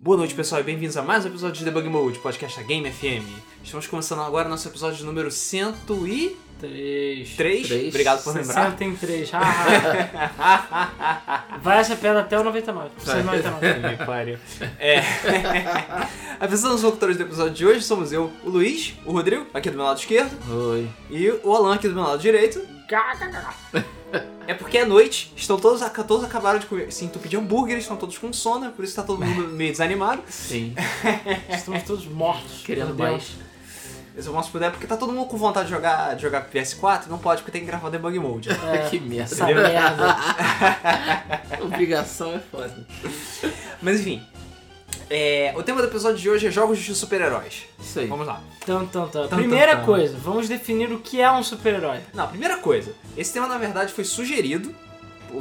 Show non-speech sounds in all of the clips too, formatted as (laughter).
Boa noite, pessoal, e bem-vindos a mais um episódio de Debug Mode, podcast da Game FM. Estamos começando agora nosso episódio número 103. Três. Três. Obrigado por lembrar. 60 em 3. (laughs) Vai essa pedra até o 99. Precisa de 99. (laughs) Me pariu. É. (laughs) Avisando os locutores do episódio de hoje, somos eu, o Luiz, o Rodrigo, aqui do meu lado esquerdo, Oi. e o Alan, aqui do meu lado direito. É porque é noite, estão todos, todos acabaram de comer, se entupir de hambúrguer, estão todos com sono, por isso tá todo mundo meio desanimado. (laughs) Sim. Estamos todos mortos. meu Querendo Deus. mais. Eu só mostro puder porque tá todo mundo com vontade de jogar, de jogar PS4, não pode porque tem que gravar debug (laughs) mode. É, que merda. Essa merda. Obrigação é foda. Mas enfim, é, o tema do episódio de hoje é jogos de super-heróis. Isso aí. Vamos lá. Então, então, então. Tum, Primeira tum, tum. coisa, vamos definir o que é um super-herói. Não, primeira coisa, esse tema na verdade foi sugerido,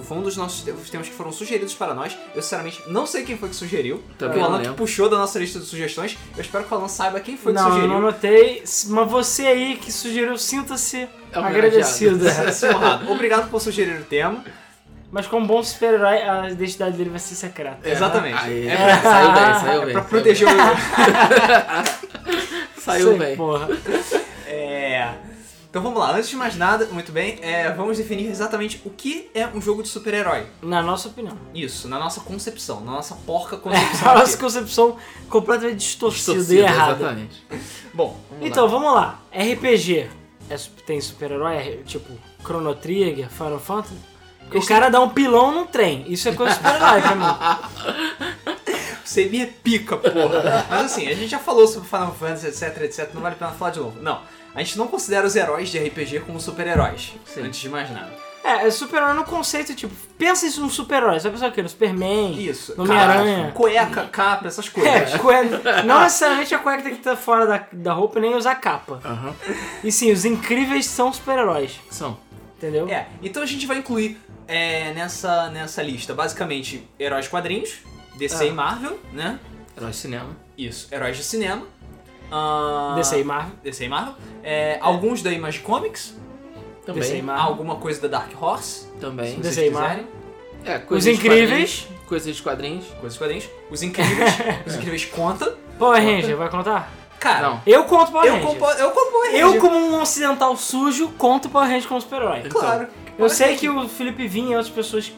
foi um dos nossos te- os temas que foram sugeridos para nós. Eu sinceramente não sei quem foi que sugeriu, Também porque o não Alan que lembro. puxou da nossa lista de sugestões. Eu espero que o Alan saiba quem foi que não, eu sugeriu. não notei, mas você aí que sugeriu, sinta-se É agradecido. Seu é honrado, Obrigado por sugerir o tema. (laughs) Mas como bom super-herói, a identidade dele vai ser secreta. É, Exatamente. aí, É Saiu bem, saiu É bem. pra proteger o. Saiu Sei, bem. Porra. É. Então vamos lá, antes de mais nada, muito bem, é, vamos definir exatamente o que é um jogo de super-herói. Na nossa opinião. Isso, na nossa concepção, na nossa porca concepção. A (laughs) nossa aqui. concepção completamente distorcida, e Distorcido, errada. Exatamente. Bom, Vamos Então, lá. vamos lá. RPG. É su- tem super-herói, é tipo Chrono Trigger, Final Fantasy? Porque o cara dá um pilão num trem. Isso é coisa de super-herói pra mim. Você me é pica, porra. Mas assim, a gente já falou sobre Final Fantasy, etc, etc. Não vale a pena falar de novo. Não. A gente não considera os heróis de RPG como super-heróis. Sim. Antes de mais nada. É, é super-herói no conceito, tipo, pensa isso num super-herói. Você vai pensar o quê? No Superman? Isso. né? No Homem-Aranha. Caraca, Cueca, capa, essas coisas. (laughs) É, cueca. Não necessariamente a cueca tem que estar fora da, da roupa e nem usar capa. Aham. E sim, os incríveis são super-heróis, São. entendeu? É, então a gente vai incluir é, nessa, nessa lista, basicamente, heróis quadrinhos, DC Ah. e Marvel, né? Herói de cinema. Isso, heróis de cinema. Ah, DC e Marvel. DC e Marvel. É, Alguns da Image Comics, Também. Desenho Marvel. alguma coisa da Dark Horse, Também. se vocês Desenho Marvel. quiserem. É, Os coisas de incríveis. quadrinhos, Coisas de quadrinhos. coisas de quadrinhos. Os (laughs) Incríveis, Os Incríveis conta. Power Ranger, vai contar? Cara, Não. Eu conto Power eu Ranger. compo, eu compo Eu, como um ocidental sujo, conto Power Ranger como super-herói. claro. Eu sei que o Felipe Vinha e outras pessoas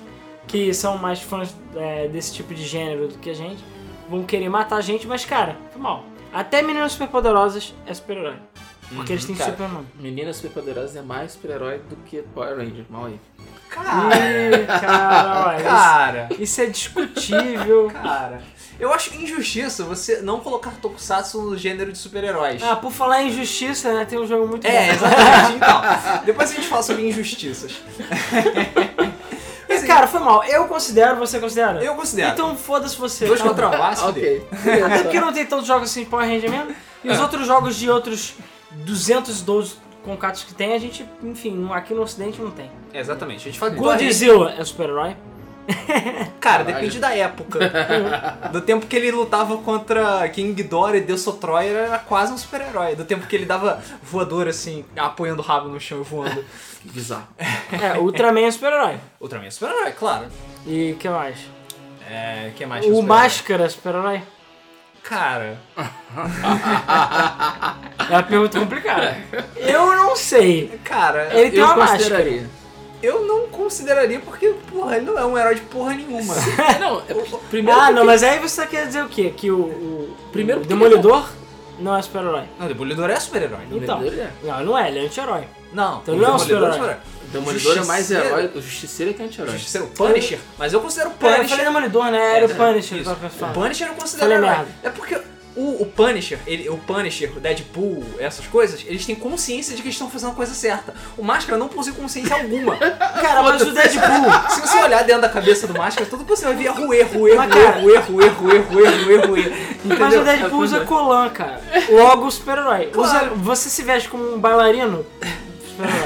que são mais fãs é, desse tipo de gênero do que a gente vão querer matar a gente, mas cara, foi mal. Até meninas superpoderosas é super-herói. Porque Uhum, eles têm cara. Superman. Meninas Superpoderosas é mais super-herói do que Power Ranger. Mal aí. Cara, Ih, cara, cara, isso, isso é discutível. cara. Eu acho injustiça você não colocar Tokusatsu no gênero de super-heróis. Ah, por falar em injustiça, né? Tem um jogo muito É, bom. exatamente. Então, depois a gente fala sobre injustiças. E, cara, foi mal. Eu considero, você considera? Eu considero. Então foda-se você. Dois Tá contra um, Ah, vai se fuder. ok. (laughs) É porque não tem tantos jogos assim de Power Ranger mesmo. E os É. outros jogos de outros 212 concatos que tem, a gente, enfim, aqui no ocidente não tem. É, Exatamente. A gente fala Godzilla. Godzilla é super-herói. Cara, Caralho. depende da (laughs) época. Do tempo que ele lutava contra King Ghidorah e Deus Troy, ele era quase um super-herói. Do tempo que ele dava voador, assim, apoiando o rabo no chão e voando. Que bizarro. É, Ultraman é super-herói. (laughs) Ultraman é super-herói, claro. E o que mais? É, que mais? que é O super-herói? Máscara é super-herói? Cara, É uma (laughs) pergunta complicada. Eu não sei. cara, Ele tem eu uma máscara. (laughs) consideraria. eu não consideraria porque, porra, ele não é um herói de porra nenhuma. Não, é porque- primeiro Ah, porque- não, mas aí você quer dizer o quê? Que o, o Primeiro o porque Demolidor não é super-herói. (laughs) Não, o Demolidor é super-herói. O Então, Demolidor é. não, não é, ele é anti-herói. Não, Então o ele não é um Demolidor super-herói. O Demolidor é mais Justiceiro. herói. O Justiceiro é que é anti-herói. Justiceiro, Punisher. Mas eu considero o Pera, É, eu falei Punisher. Demolidor, né? Era o É, Punisher. isso. eu tava (laughs) pensando. O Punisher eu considero Falei herói. merda. É porque o, o Punisher, ele, o Punisher, o Deadpool, essas coisas, eles têm consciência de que eles estão fazendo a coisa certa. O Máscara não possui consciência (laughs) alguma. Cara, mas o Deadpool... Se você olhar dentro da cabeça do Máscara, tudo que você vai ver é ruê, ruê, Mas, ruê, cara- ruê, ruê, ruê, ruê, ruê, ruê. (laughs) Entendeu? Mas o Deadpool usa colan, cara. Logo, super-herói. Claro. Usa- Você se veste como um bailarino, super-herói.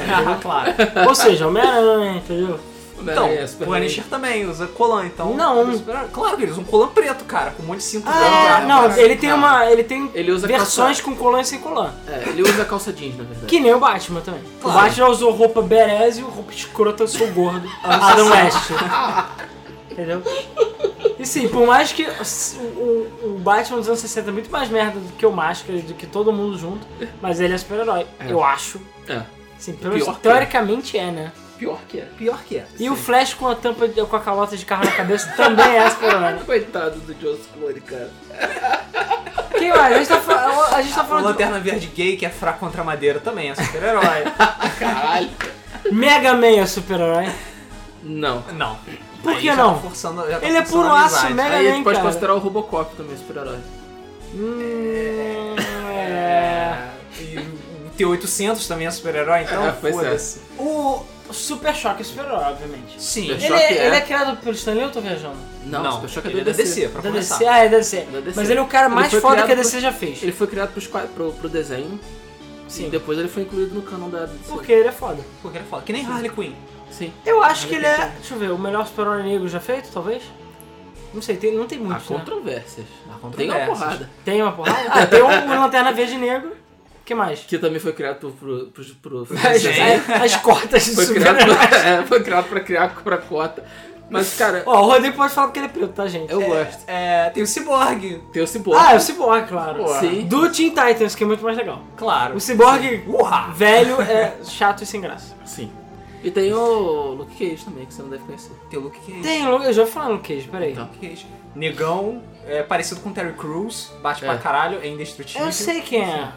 Ah, claro. entendeu? (laughs) Ou seja, Homem-Aranha, entendeu? Então, Homem-Aranha, o Superman. Punisher também usa colã, então. Não. Super- Claro que ele usa um colã preto, cara, com um monte de cinto Ah, branco. não, né? ele tem uma. Ele tem Ele usa versões com colan e sem colan. É, ele usa calça jeans, na verdade. Que nem o Batman também. Claro. O Batman usou roupa berez e roupa escrota, eu sou gordo. Adam West. Entendeu? E E sim, por mais que s- o, o Batman dos anos 60 é muito mais merda do que o Máscara, do que todo mundo junto, mas ele é super-herói. É. Eu acho. É, Sim, pelo menos Pior que teoricamente é, né? pior que é. Pior que é. E o Flash com a tampa, de- com a calota de carro na cabeça também é super-herói. Coitado do Joss Clone, cara. Quem mais? A gente tá, fa- a gente tá O falando Lanterna Verde Gay, que é fraco contra a madeira, também é (laughs) super-herói. Caralho. de Mega Man é super-herói. Não. Não. Por Aí que já não? Tá forçando, já tá Ele é forçando puro a aço, amizade. Mega Aí a Man, gente pode cara. considerar o Robocop também super-herói. Hum, é... E o T-800 também é super-herói, então É, pois é. foda-se. O Super Choque é super-herói, obviamente. Sim. Ele- Ele Choque é, é- ele é criado pelo Stanley ou eu tô viajando? Não, não, Super Choque ele é da DC. pra da começar. DC? Ah, é da DC. Da DC. Mas ele é o cara Ele mais foi foda que a criado DC já fez. Ele foi criado pros, qua- pro, pro desenho. Sim. E depois ele foi incluído no canon da DC. Porque ele é foda. Porque ele fala, que nem Harley Quinn. Sim. Eu acho que ele é, deixa eu ver, o melhor super-herói negro já feito, talvez? Não sei, tem- não tem Há muito, né? controvérsias. Há Tem uma controvérsias. porrada. Tem uma (laughs) porrada? Ah, tem um, um Lanterna Verde Negro. que mais? Que também foi criado pro... pro, pro, (laughs) pro- pro As, desenho. as cortas de Foi criado, super-herói. pra, (laughs) é, foi criado pra criar pra cota. Mas, cara, Ó, o Rodrigo pode falar porque ele é preto, tá, gente? eu gosto. É, tem o Cyborg, Tem o Cyborg. Ah, é o Cyborg, claro. Porra. Sim. Do Teen Titans, que é muito mais legal. claro. O Cyborg Urra! velho é chato e sem graça. Sim. E tem o Luke Cage também, que você não deve conhecer. Tem o Luke Cage. Tem, um, eu já vou falar no Cage, peraí. Tá. Luke Cage. Negão, é parecido com Terry Crews, bate É. pra caralho, é indestrutível. Eu sei quem é.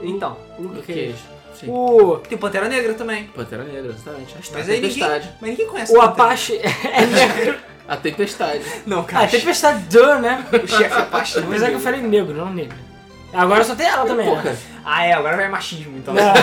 Então, Luke Cage. Cage. Sim. O, tem Pantera Negra também. Pantera Negra, exatamente. A Tempestade. Mas aí ninguém, mas ninguém conhece o a Pantera- Apache (laughs) é negro. A Tempestade. Não, Ah, cara. Tempestade Dã, né? O chefe Apache não é Apesar que eu negro. falei negro, não negro. Agora só tem ela também. Porra. né? Ah, é, agora vai machismo, então. Não.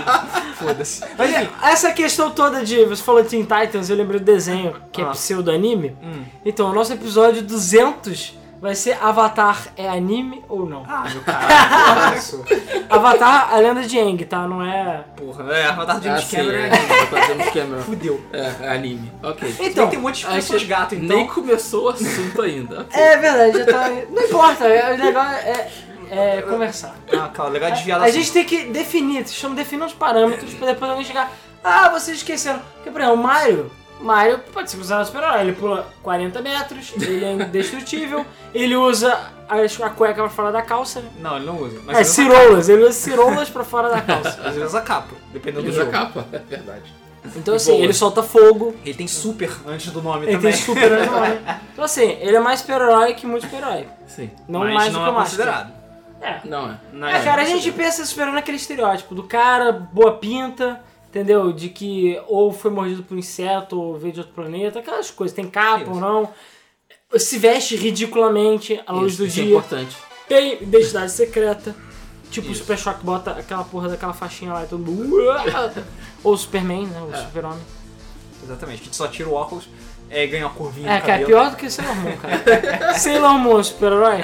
(laughs) Foda-se. assim. Mas Mas, enfim. é, essa questão toda de. Você falou Teen Titans, eu lembrei do desenho, que é Ah. pseudo-anime. Hum. Então, o nosso episódio 200 vai ser Avatar é anime ou não? Ah, meu caralho. isso. Avatar, a lenda de Aang, tá? Não é. Porra, é, a vantagem de Ah, James sim, Cameron é. é anime. Tá fazendo Cameron. Fudeu. É, é anime. Ok. Então, tem um monte de acho pessoas que gato, então. Nem começou o assunto ainda. Ok. É verdade, já tá. Não importa, é- o legal é, é conversar. Ah, calma, legal desviar A gente tem que definir, estamos definindo os parâmetros pra depois alguém chegar. Ah, vocês esqueceram. Porque, por exemplo, o Mario. Mario pode ser considerado super-herói. Ele pula 40 metros, ele é indestrutível, ele usa a, a cueca pra fora da calça. né? Não, ele não usa. Mas é, ele usa cirolas, ele usa cirolas pra fora da calça. (laughs) capa. Mas ele usa capa, dependendo do Ele usa jogo. capa, é verdade. Então, assim, Boa. ele solta fogo, Ele tem super antes do nome ele também. (laughs) tem super-herói. Então, assim, ele é mais super-herói que muito super-herói. Sim. Não mas mais do não que o é Máscara. considerado. É. Não é. Não É, cara, a gente pensa superando aquele estereótipo do cara, boa pinta, entendeu? De que ou foi mordido por inseto, ou veio de outro planeta, aquelas coisas, tem capa Isso. ou não. Se veste ridiculamente à luz Isso, do isso é dia, importante. tem identidade secreta. Tipo, o Isso. Super Choque bota aquela porra daquela faixinha lá e todo mundo. "Uá!" Ou o Superman, né? O É. Super-Homem. Exatamente, que só tira o óculos, é, ganha uma curvinha É, no cara, é cabelo. pior do que Sailor Moon, cara. (laughs) Sailor Moon é um super-herói?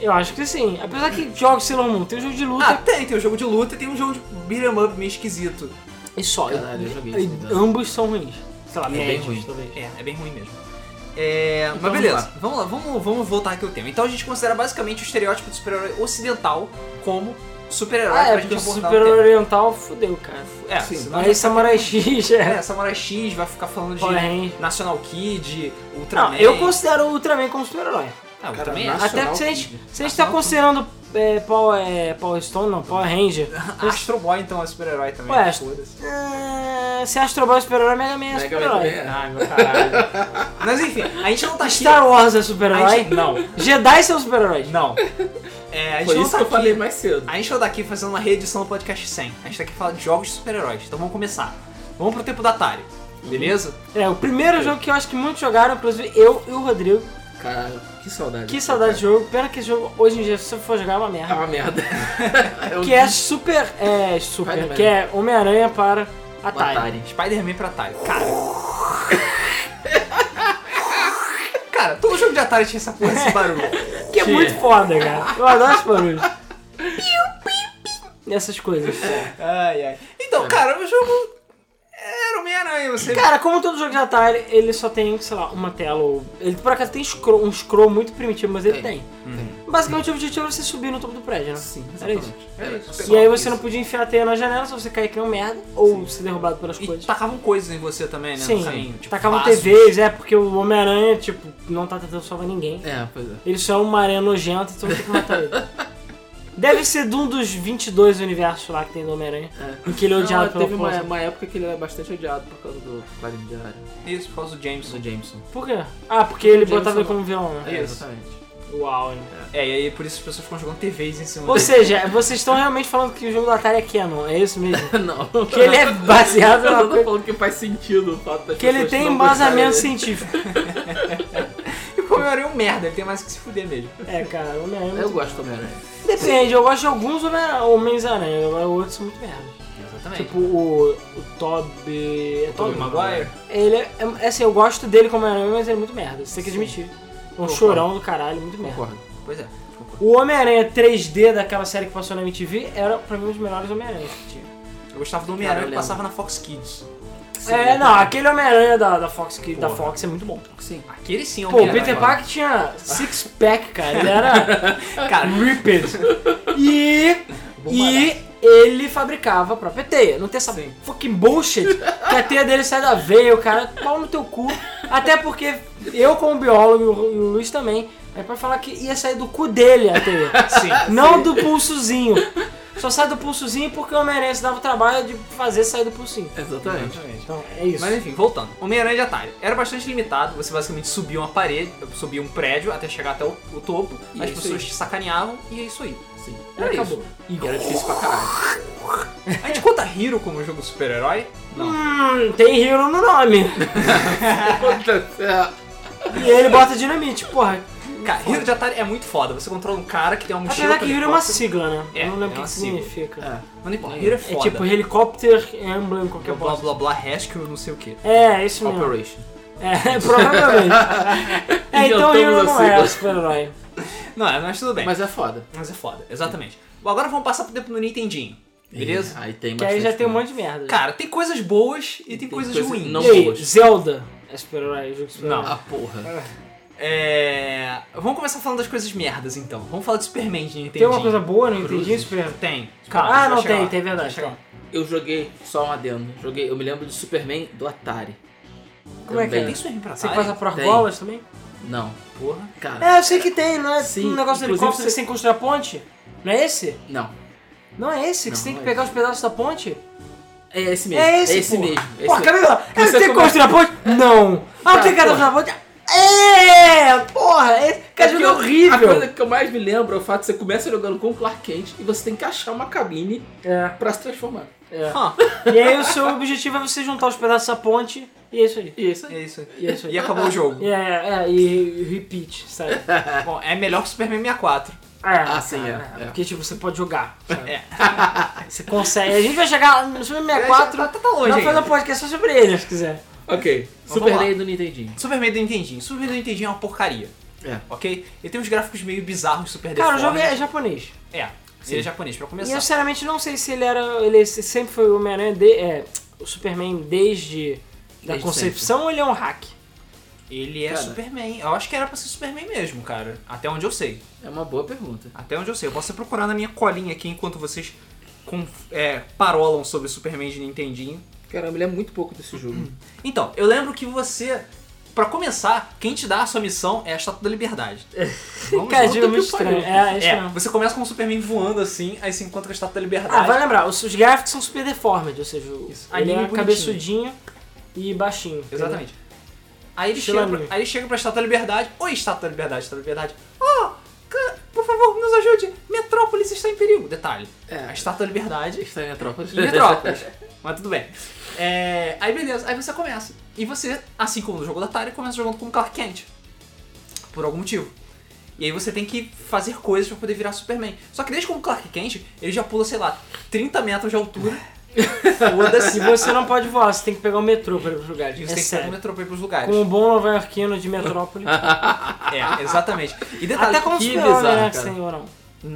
Eu acho que sim. Apesar que jogo Sailor Moon, tem um jogo de luta Ah, tem, tem um jogo de luta e tem um jogo de beat'em up meio esquisito. E só. Caralho, eu joguei isso, e então. ambos são ruins. Sei lá, É bem médios, ruim. talvez. É, é bem ruim mesmo. É, Então, mas beleza, vamos lá, vamos, vamos voltar aqui ao tema. Então a gente considera basicamente o estereótipo do super-herói ocidental como super-herói Ah, é, pra porque gente o abordar super o tema. oriental fudeu, cara. É, Sim, senão Aí Samurai X é É, Samurai X vai ficar falando de Power Ranger. National Kid, Ultraman. Não, eu considero o Ultraman como super-herói. Ah, Cara, Ultraman na- é Até Nacional porque se a gente, Kid. se a gente tá considerando é, Power, é, Power Stone, não, (laughs) Power Ranger. Astro Boy, então, é super-herói também. Ué, foda-se. Ah, se Astro Boy é super-herói, Mega Man é Mega Man super-herói. também é. Ai, meu caralho. (laughs) Mas enfim, a gente não tá aqui... Star Wars é A super-herói. gente- Não, Jedi são super-heróis. não. É, a gente Foi não isso tá que eu aqui... falei mais cedo. A gente tá aqui fazendo uma reedição do podcast 100. A gente tá aqui falando de jogos de super-heróis. Então vamos começar. Vamos pro tempo da Atari. Beleza? É, o primeiro jogo que eu acho que muitos jogaram, inclusive eu e o Rodrigo. Caralho, que saudade. Que saudade de jogo. Pena que esse jogo, hoje em dia, se você for jogar, é uma merda. É uma merda. um Eu Que é super. É super. Spider-Man. Que é Homem-Aranha para o Atari. Atari. Spider-Man pra Atari. Cara. Cara, todo jogo de Atari tinha essa porra, esse barulho. Que é Que- muito foda, cara. Eu adoro esse (laughs) barulho. Essas coisas. É. Ai, ai. Então, cara, o jogo era Homem-Aranha estranho, você. É. Cara, como todo jogo de Atari, ele só tem, sei lá, uma tela ou... Ele por acaso tem scroll, um scroll muito primitivo, mas ele tem. Tem. Uhum. Basicamente o objetivo era você subir no topo do prédio, né? Sim, Era isso. exatamente. É Era isso. isso. E aí você não podia enfiar a teia na janela, só você cair que é um merda, ou ser derrubado pelas E né? coisas. tacavam coisas em você também, né? Sim, no caminho. Tipo, tacavam vasos. TVs, é, porque o Homem-Aranha, tipo, não tá tentando salvar ninguém. É, pois é. Ele só é uma aranha nojenta, então tem que matar ele. Deve ser de um dos 22 universos lá que tem do Homem-Aranha, É. em que ele é odiado Não, pela teve uma, força. uma época que ele era bastante odiado por causa do Clarim Diário. Isso, por causa do Jameson. Do Jameson. Por quê? Ah, porque ele Jameson botava ele não. como vilão, né? É, Isso. exatamente. Uau, né? É, e aí por isso as pessoas ficam jogando TVs em cima Ou dele. seja, vocês estão realmente falando que o jogo do Atari é canon, é isso mesmo? (laughs) não. Que ele é baseado Eu na não tô coisa... falando que faz sentido o fato das Que ele pessoas tem não gostarem embasamento dele. científico. (laughs) E o Homem-Aranha é um merda, ele tem mais que se fuder mesmo. É, cara, o Homem-Aranha... é Eu muito- gosto do Homem-Aranha. Depende, eu gosto de alguns Homem- Homens-Aranha, agora outros são muito merda. Exatamente. Tipo o, o Toby... É Tobey Toby? Maguire? Ele é, é assim, eu gosto dele como Homem-Aranha, mas ele é muito merda, isso tem que admitir. É um Concordo. chorão do caralho, muito merda. Concordo. Pois é. concordo. O Homem-Aranha 3D daquela série que passou na MTV era, pra mim, um dos melhores Homem-Aranha que tinha. Eu gostava do Cara, eu Homem-Aranha que lembro. passava na Fox Kids. É, não, aquele Homem-Aranha da, da, Fox, que- da Porra. Fox é muito bom. Sim. Aquele sim é o Pô, o Homem-Aranha. Peter Parker tinha six-pack, cara. Ele (laughs) era Cara, ripped. (laughs) E... E ele fabricava a própria teia. Não tem essa Sim. fucking bullshit que a teia dele sai da veia, o cara pau no teu cu. Até porque eu, como biólogo, e o- e o Luiz também, é pra falar que ia sair do cu dele a teia. sim. Não do pulsozinho. Só sai do pulsozinho porque o Homem-Aranha se dava o trabalho de fazer sair do pulsinho. Exatamente. Então, é isso. Mas enfim, voltando. Homem-Aranha de Atari. Era bastante limitado, você basicamente subia uma parede, subia um prédio até chegar até o, o topo, E as é isso pessoas aí. te sacaneavam e é isso aí. Sim. (laughs) Era acabou. E era difícil pra caralho. A gente conta Hero como jogo de super-herói? Não. Hum, tem Hero no nome. Puta, é. E ele bota dinamite, porra. Cara, Hero de Atari é muito foda. Você controla um cara que tem uma mochila. Apesar que Hero é uma teleporta. sigla, né? É, eu não é lembro o uma que que sigla. significa. É. Mas não importa. É. Hero é É, foda. é tipo helicópter, emblem, qualquer blá coisa. blá blá, rescue, não sei o que. É, isso mesmo. Operation. É, (laughs) provavelmente. é, então Inventamos Hero não a é sigla. o super-herói. Não, é, mas tudo bem. Mas, Mas é foda. é foda, exatamente. Bom, agora vamos passar pro tempo no Nintendinho. Beleza? E Aí tem É. Que aí já bastante tem um coisa. monte de merda. Cara, tem coisas boas e tem, coisas coisa ruins. não e aí, boas. Zelda é super-herói, jogo de super-herói. Ah, porra. É. Vamos começar falando das coisas merdas então. Vamos falar de Superman de Nintendinho. Tem uma coisa boa no Nintendinho Cruzes. super-herói? Tem. Calma, Ah, vai não chegar tem, lá. tem, é verdade. Vai chegar Eu joguei só um adendo. Joguei, eu me lembro do Superman do Atari. Como é que Tem é? Também. Superman pra Você Atari? passa por Tem. argolas também? Não. Porra. Cara, É, eu sei que tem, não é Sim, um negócio do inclusive helicóptero que você- você tem que construir a ponte? Não é esse? não. Não é esse, que Não, você tem que não é pegar os pedaços da ponte? É esse mesmo. É esse, pô. mesmo. é Pô, esse- Camila, eu Você tenho que construir a ponte? é (laughs) Não! Ah, eu Tá, tenho que pegar porra. na ponte? É! Porra! Esse cara jogo é Porque eu- A coisa horrível! que eu mais me lembro é o fato de você começa jogando com o Clark Kent e você tem que achar uma cabine É, pra se transformar. é. Hã, E aí o seu objetivo é você juntar os pedaços da ponte e é isso aí. E é isso (laughs) aí. é isso aí. E é isso aí. E acabou o jogo. É, é, é, e repeat, (laughs) sabe? (laughs) É, Bom, é melhor que Superman 64. ah, sim, é, é. Porque, tipo, você pode jogar. sabe? É. Você consegue. A gente vai chegar no Super 64. tá, tá longe. É Não fazer ainda. um podcast só sobre ele, se quiser. Ok. vamos Super lá. Lei do Nintendinho. Superman do Nintendinho. Superman do Nintendinho é uma porcaria, É. ok? Ele tem uns gráficos meio bizarros, super Cara, o deformes. jogo é japonês. É, ele é japonês, pra E eu, começar. sinceramente, não sei se ele era. Ele sempre foi o Homem-Aranha. de- É, o Superman desde. Da Desde concepção ou ele é um hack? Ele é Cara. Superman. Eu acho que era pra ser Superman mesmo, cara. Até onde eu sei. É uma boa pergunta. Até onde eu sei. Eu posso procurar na minha colinha aqui enquanto vocês com- é, parolam sobre Superman de Nintendinho. Caramba, ele é muito pouco desse jogo. Então, eu lembro que você, pra começar, quem te dá a sua missão é a Estátua da (laughs) Liberdade. Vamos Cara, lá. é muito que pariu. estranho. É, é, É, estranho. você começa com o Superman voando assim, aí se encontra com a Estátua da Liberdade. Ah, vai lembrar, os, os gráficos são super deformed, ou seja, o- Isso. ele Anime é bonitinho. cabeçudinho e baixinho. Exatamente. Aí ele, Estilo chega pra, anime. aí ele chega pra Estátua da Liberdade. Oi, Estátua da Liberdade, Estátua da Liberdade. Oh, ca- por favor, nos ajude. Metrópolis está em perigo. Detalhe, É. a Estátua da Liberdade (clears throat) Está é em Metrópolis. E Metrópolis. (laughs) Mas tudo bem. É, aí beleza, aí você começa. E você, assim como no jogo da Atari, começa jogando com um Clark Kent. Por algum motivo. E aí você tem que fazer coisas pra poder virar Superman. Só que desde como Clark Kent, ele já pula, sei lá, 30 metros de altura. Foda-se. E você não pode voar, você tem que pegar o metrô para os lugares. E É você tem que pegar o sério. metrô pra ir pros lugares. Com um (laughs) bom novaiorquino de metrópole. (laughs) É, exatamente. E detalhe, até como que super-homem, bizarro, né, cara. senhor? Não.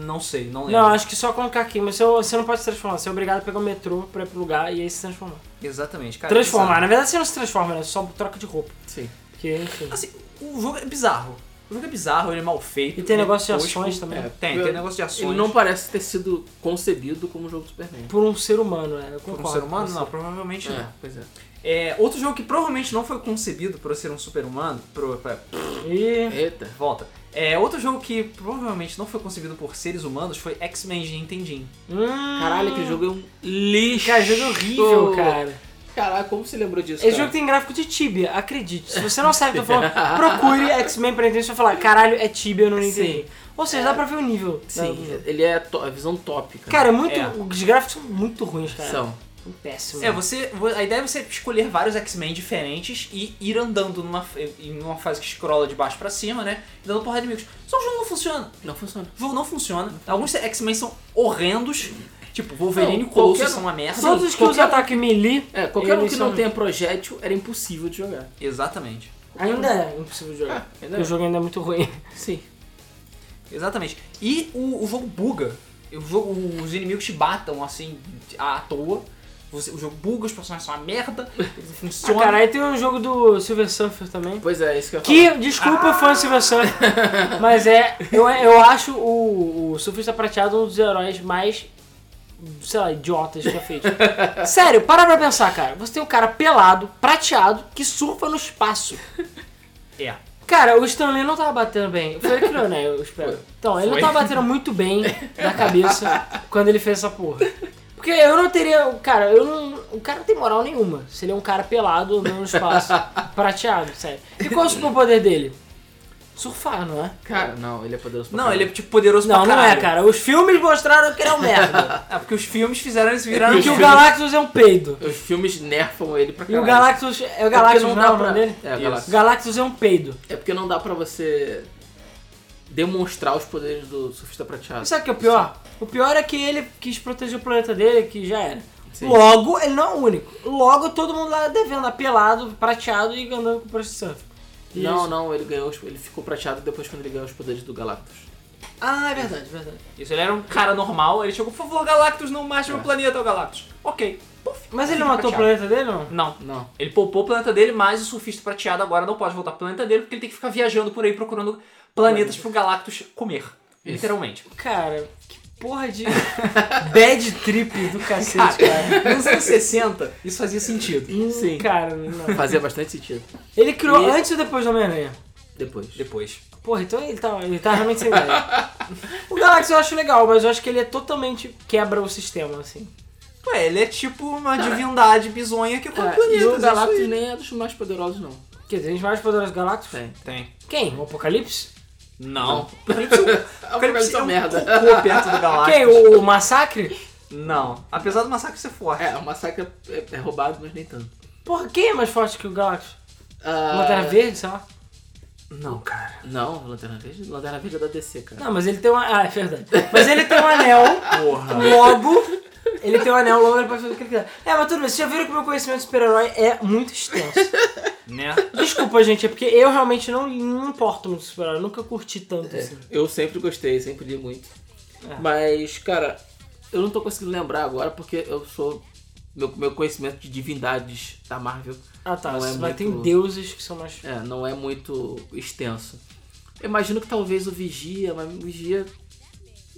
Não sei, não lembro. Não, acho que só com o caquinho, mas você, você não pode se transformar. Você é obrigado a pegar o metrô pra ir pro lugar e aí se transformar. Exatamente, cara. é transformar, na verdade você não se transforma, né? Você só troca de roupa. bizarro. Sim. Que, enfim. Assim, o jogo é bizarro. O jogo é bizarro, ele é mal feito. E tem ele é negócio de tosco. ações também. É, tem, tem negócio de ações. Ele não parece ter sido concebido como um jogo do Superman. Por um ser humano, né? Eu Por um ser concordo com humano? você. Não, provavelmente não. pois é. É, outro jogo que provavelmente não foi concebido para ser um super-humano, pro- pra- E... Eita. volta. É, outro jogo que provavelmente não foi concebido por seres humanos foi X-Men de Nintendinho. Hum. Caralho, aquele jogo é um lixo. Cara, jogo horrível, cara. Caralho, como você lembrou disso? Esse cara? jogo tem gráfico de Tibia, acredite. Se você não sabe o que eu tô falando, procure X-Men pra entender e você vai falar, caralho, é Tibia, eu não entendi. Ou seja, dá pra ver o nível. da- É. Sim, ele é to- a visão top, cara. Cara, é muito. É. Os gráficos são muito ruins, cara. São. São péssimos. É, você, a ideia é você escolher vários X-Men diferentes e ir andando numa, em uma fase que escrola de baixo pra cima, né? E dando porrada de inimigos. Só o jogo não funciona. Não funciona. O jogo não funciona. Alguns X-Men são horrendos. Tipo, Wolverine e o Colossus assim, qualquer- um são uma merda. Todos os que usam ataque melee, É, qualquer um Eles que são- não tenha projétil era impossível de jogar. Exatamente. ainda é impossível de jogar. Ah, ainda Porque o é. jogo ainda é muito ruim. Sim. Exatamente. E o, o jogo buga. O jogo, os inimigos te batam assim à toa. Você- o jogo buga, os personagens são uma merda. Ele (laughs) Ah, funciona. cara, aí tem o jogo do Silver Surfer também. Pois é, isso que eu ia falar. Que, desculpa, fã do Silver Surfer, mas é, eu, eu acho o, o Surfista Prateado um dos heróis mais, sei lá, idiotas que já fez. Sério, para pra pensar, cara. Você tem um cara pelado, prateado, que surfa no espaço. É. Cara, o Stanley não tava batendo bem. Foi aquilo, né? Eu espero. Então, ele Foi. não tava batendo muito bem na cabeça quando ele fez essa porra. Porque eu não teria. Cara, eu não. O cara não tem moral nenhuma. Se ele é um cara pelado andando no espaço. prateado, sério. E qual é o superpoder dele? Surfar, não é? Cara, não, ele é poderoso pra Não, caralho. ele é tipo poderoso Não, pra não é, caralho. cara. Os filmes mostraram que ele é um merda. (laughs) É porque os filmes fizeram eles É viraram E que que o o filme- Galactus é um peido. Os filmes nerfam ele pra E caralho. o Galactus. É o porque Galactus, não não, dá é o pra- nome dele? É, o Isso. Galactus. Galactus é um peido. É porque não dá pra você demonstrar os poderes do surfista prateado. Sabe o que é o pior? O pior é que ele quis proteger o planeta dele, que já era. Sim. Logo, ele não é o único. Logo, todo mundo lá devendo, lá, pelado, prateado e andando com o prancha de surf. E Não, isso- não, ele ganhou, os- ele ficou prateado depois quando ele ganhou os poderes do Galactus. Ah, é verdade, verdade. Isso, (laughs) ele era um cara normal, ele chegou, por favor, Galactus, não mate meu É. planeta, o Galactus. Ok. Puf, Mas ele fica não matou o prateado. planeta dele, não? Não. Não. Ele poupou o planeta dele, mas o surfista prateado agora não pode voltar pro planeta dele, porque ele tem que ficar viajando por aí procurando planetas pro Galactus comer. Literalmente. Cara, que porra de (laughs) bad trip do Cara, cacete, cara. nos anos 60, isso fazia sentido. Sim. Cara, não. Fazia bastante sentido. Ele criou E- antes ou depois do Homem-Aranha? Depois. Depois. Porra, então ele tá, ele tá realmente sem ideia. O Galactus eu acho legal, mas eu acho que ele é totalmente quebra o sistema, assim. Ué, ele é tipo uma divindade bizonha que come É, e o planetas. Galactus nem é dos mais poderosos, não. Quer dizer, a gente mais poderosos Galactus? Tem. Tem. Quem? O Apocalipse? Não. (laughs) É uma é um merda. cocô perto do Galactus. Quem? O, o Massacre? Não. Apesar do massacre ser forte. (laughs) É, o massacre é, é roubado, mas nem tanto. Porra, quem é mais forte que o Galactus? Ah, Lanterna Verde, sei lá. Não, cara. Não, Lanterna Verde. Lanterna Verde é da DC, cara. Não, mas ele tem um... Ah, é verdade. Mas ele tem um anel, Porra. logo... Ele tem um anel, logo ele pode fazer o que ele quiser. É, mas tudo bem, vocês já viram que meu conhecimento de super-herói é muito extenso. (laughs) né? Desculpa, gente, é porque eu realmente não, não importo muito de super-herói, nunca curti tanto É, assim. eu sempre gostei, sempre li muito. É. Mas, cara, eu não tô conseguindo lembrar agora porque eu sou. Meu, meu conhecimento de divindades da Marvel Ah tá, Não é mas tem muito- deuses que são mais... é, não é muito extenso. Eu imagino que talvez o Vigia, mas o Vigia.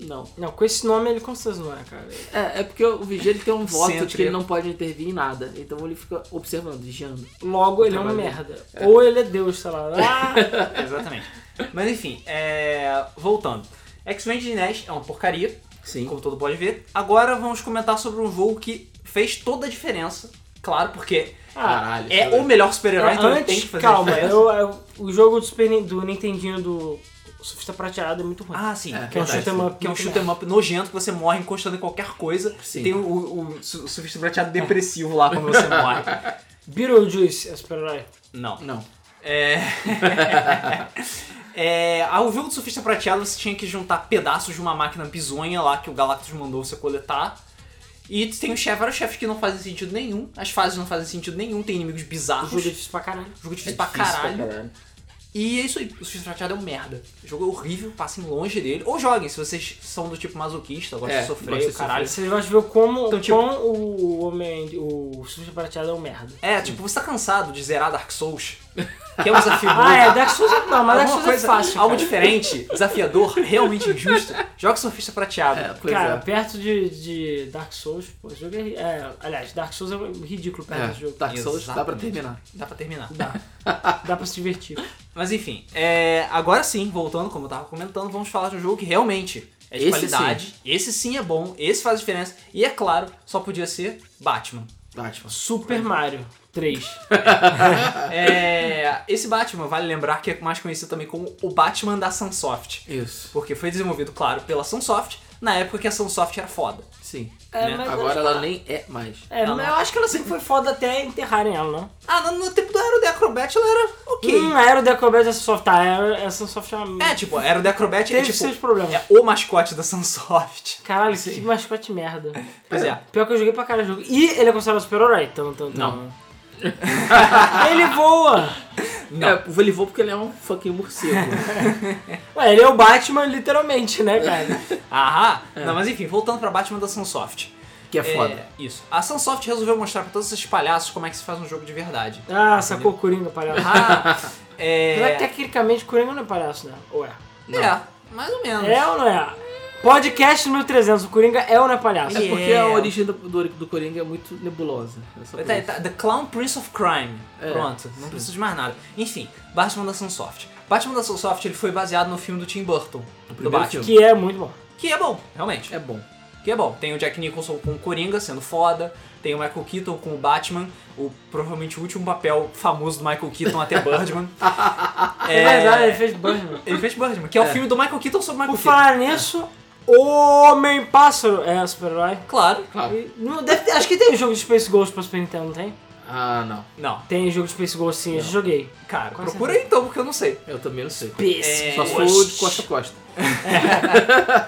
Não. Não, com esse nome ele com certeza não é, cara. É, é porque o Vigia ele tem um voto de Sempre. que ele não pode intervir em nada. Então ele fica observando, vigiando. Logo, ele é uma merda. Ou ele é deus, sei lá. Ah, Exatamente. Mas enfim, é... voltando. X-Men de NES é uma porcaria, Sim. como todo pode ver. Agora vamos comentar sobre um jogo que fez toda a diferença. Claro, porque ah, Caralho. é cara. o melhor super-herói, então ele tem antes, que fazer a calma, diferença. eu- eu- o jogo do, Super, Nin- do Nintendinho do Sufista Prateado é muito ruim. Ah, sim. É, que é um verdade, shoot'em up. Que é um muito shoot 'em up nojento que você morre encostando em qualquer coisa. Sim. Tem o, o, o su- surfista prateado depressivo lá quando você morre. merda. Beetlejuice é super-herói. Não. Não. É... (laughs) é... Ao jogo do surfista prateado, você tinha que juntar pedaços de uma máquina bizonha lá que o Galactus mandou você coletar. E tem o chefe, vários chefes que não fazem sentido nenhum, as fases não fazem sentido nenhum, tem inimigos O bizarros. jogo é difícil pra caralho. jogo difícil pra Difícil caralho. E é isso aí, o Sushi Prateado é um merda. O jogo é horrível, passem longe dele. Ou joguem, se vocês são do tipo masoquista, gostam É, de sofrer, gosta de caralho. Vocês gostam de ver como, Então, tipo- quão o homem. O sushi prateado é um merda. É, tipo, você tá cansado de zerar Dark (laughs) Souls, que é um desafio Ah, muito- é, Dark Souls é. Não, mas Alguma Dark Souls é coisa, fácil. algo cara. (laughs) diferente, desafiador, realmente injusto. Joga Surfista Prateado. É, pois cara, é. perto de, de Dark Souls, pô, esse jogo é, ri- é. Aliás, Dark Souls é ridículo perto desse É, jogo. tá. Dark Souls dá pra Exatamente. terminar. Dá pra terminar. Dá. Dá pra se divertir. Mas enfim, é, agora sim, voltando, como eu tava comentando, vamos falar de um jogo que realmente é de Esse qualidade. Esse sim é bom, esse faz diferença. E é claro, só podia ser Batman. Batman. Super Mario (laughs) 3. É, esse Batman, vale lembrar que é mais conhecido também como o Batman da Sunsoft. Isso. Porque foi desenvolvido, claro, pela Sunsoft, na época que a Sunsoft era foda. Sim. É, Né? mas Agora ela- ela nem é mais. É, Ela- mas eu acho que ela sempre foi foda até enterrarem ela, não? Ah, no, no tempo do Aero The Acrobat ela era ok. Hum, a Aero Decorbet essa soft. Tá, essa soft é uma. É, tipo, era o Acrobat, ele, Teve tipo, seus problemas. é o mascote da Sunsoft. Caralho, que mascote merda. Pois é. Pior que eu joguei pra caralho o jogo. E ele é considerado super-herói. Então, então, então. Não. (laughs) ele voa! Não. É, ele voa porque ele é um fucking (laughs) morcego. Ué, ele é o Batman, literalmente, né, cara? Aham. É. Não, mas enfim, voltando pra Batman da Sunsoft. que é foda. isso. A Sunsoft resolveu mostrar pra todos esses palhaços como é que se faz um jogo de (laughs) verdade. Ah, sacou o Coringa, palhaço. Ah, Apesar que, é... tecnicamente, Coringa não é palhaço, né? Ou é? É, mais ou menos. É ou não é? Podcast 1300, o Coringa é ou não é palhaço? É porque Yeah. a origem do, do, do Coringa é muito nebulosa. É só por Tá, isso. tá, The Clown Prince of Crime. É, Pronto, não precisa de mais nada. Enfim, Batman da Sunsoft. Batman da Sunsoft ele foi baseado no filme do Tim Burton, do primeiro Batman. filme. Que é muito bom. Que é bom, realmente. É bom. Que é bom. Tem o Jack Nicholson com o Coringa sendo foda. Tem o Michael Keaton com o Batman, o provavelmente o último papel famoso do Michael Keaton (laughs) até Birdman. É verdade, ele fez Batman. Ele fez Birdman, que é, o É. filme do Michael Keaton sobre Michael Por Keaton. falar nisso, Homem-Pássaro é super-herói. Claro. Claro. E não deve ter- acho que tem jogo de Space Ghost pra Super Nintendo, não tem? Ah, não. Não, Tem jogo de Space Ghost sim, eu já joguei. cara, Com procura aí então, porque eu não sei. Eu também não sei. PSP. Só se for o de costa a costa. É,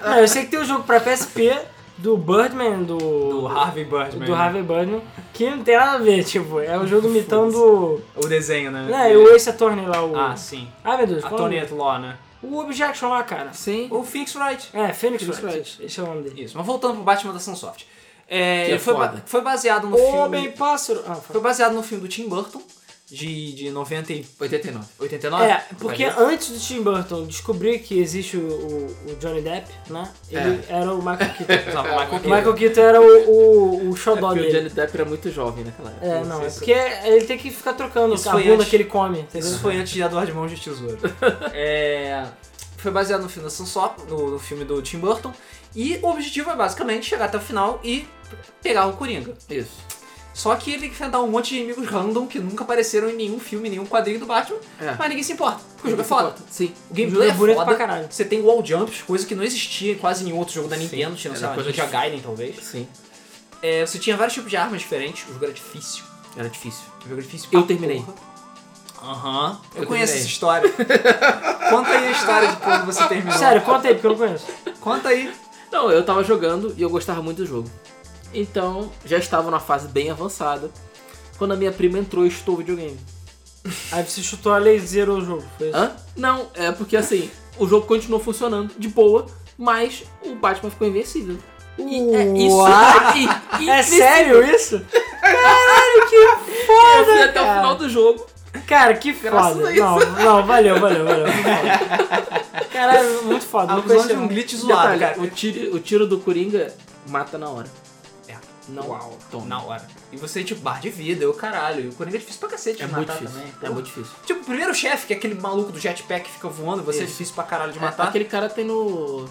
Não, eu sei que tem um jogo pra PSP do Birdman, do. Do Harvey Birdman. do Harvey Birdman, que não tem nada a ver, tipo, é um jogo imitando. O desenho, né? Não, e o Ace Attorney lá, o. Ah, sim. Ai meu Deus, A qual o nome? Tony Law, né? O Objection lá, cara. Sim. O Phoenix Wright. É, Phoenix Phoenix Wright. Wright. Esse é o nome dele. Isso, mas voltando pro Batman da Sunsoft. É, Que é ele foi, ba- foda. foi baseado no filme. Homem-Pássaro. Ah, Foi foi. baseado no filme do Tim Burton, de, de 90 e Tá 89. 89? É, porque antes do Tim Burton descobrir que existe o, o- o Johnny Depp, né? Ele era o Michael Keaton. Usava o Michael o Keaton. Michael Keaton era o, o, o É xodó porque o dele. Johnny Depp era muito jovem naquela época. É, não, é sei porque ele tem que ficar trocando Isso a foi bunda antes. que ele come, entendeu? Isso foi antes de Eduardo Mãos de (laughs) Tesouro. É, foi baseado no filme da Sansop, no, no filme do Tim Burton. E o objetivo é basicamente chegar até o final e pegar o Coringa. se- é Isso. Só que ele tem que enfrentar um monte de inimigos random que nunca apareceram em nenhum filme, nenhum quadrinho do Batman. É. Mas ninguém se importa, porque o jogo é foda. Sim. O O jogo gameplay é é bonito foda. pra caralho. Você tem wall jumps, coisa que não existia em quase nenhum outro jogo da Sim, Nintendo, tinha, sei era lá, coisa Ninja de- Gaiden talvez. Sim. É, você tinha vários tipos de armas diferentes, o jogo era difícil. Era difícil. O jogo é difícil Eu pra terminei. porra. Aham. Eu, Eu conheço terminei. essa história. (laughs) Conta aí a história de quando você terminou. Sério, conta aí, porque eu não conheço. Conta aí. Não, eu tava jogando e eu gostava muito do jogo. Então, já estava numa fase bem avançada. Quando a minha prima entrou e chutou o videogame. Aí você chutou a lei e zerou o jogo, foi isso? Hã? Não, é porque assim, o jogo continuou funcionando de boa, mas o Batman ficou invencível. E é isso Uau! aí. É sério isso? Eu fui até o cara. é final do jogo. Cara, que Graças foda. a isso. Não, não, valeu, valeu, valeu. muito (laughs) foda. Caralho, muito foda. não Acusando de conhecia, um não. glitch zoado, assim, né? Detalhe, cara. o, tiro, o tiro do Coringa mata na hora. É. Não. Uau, toma. na hora. E você, tipo, bar de vida, eu caralho. E o Coringa é difícil pra cacete de É matar muito difícil. também. É muito difícil. Tipo, o primeiro chefe, que é aquele maluco do jetpack que fica voando, você é Isso. difícil pra caralho de matar. Aquele cara tem no.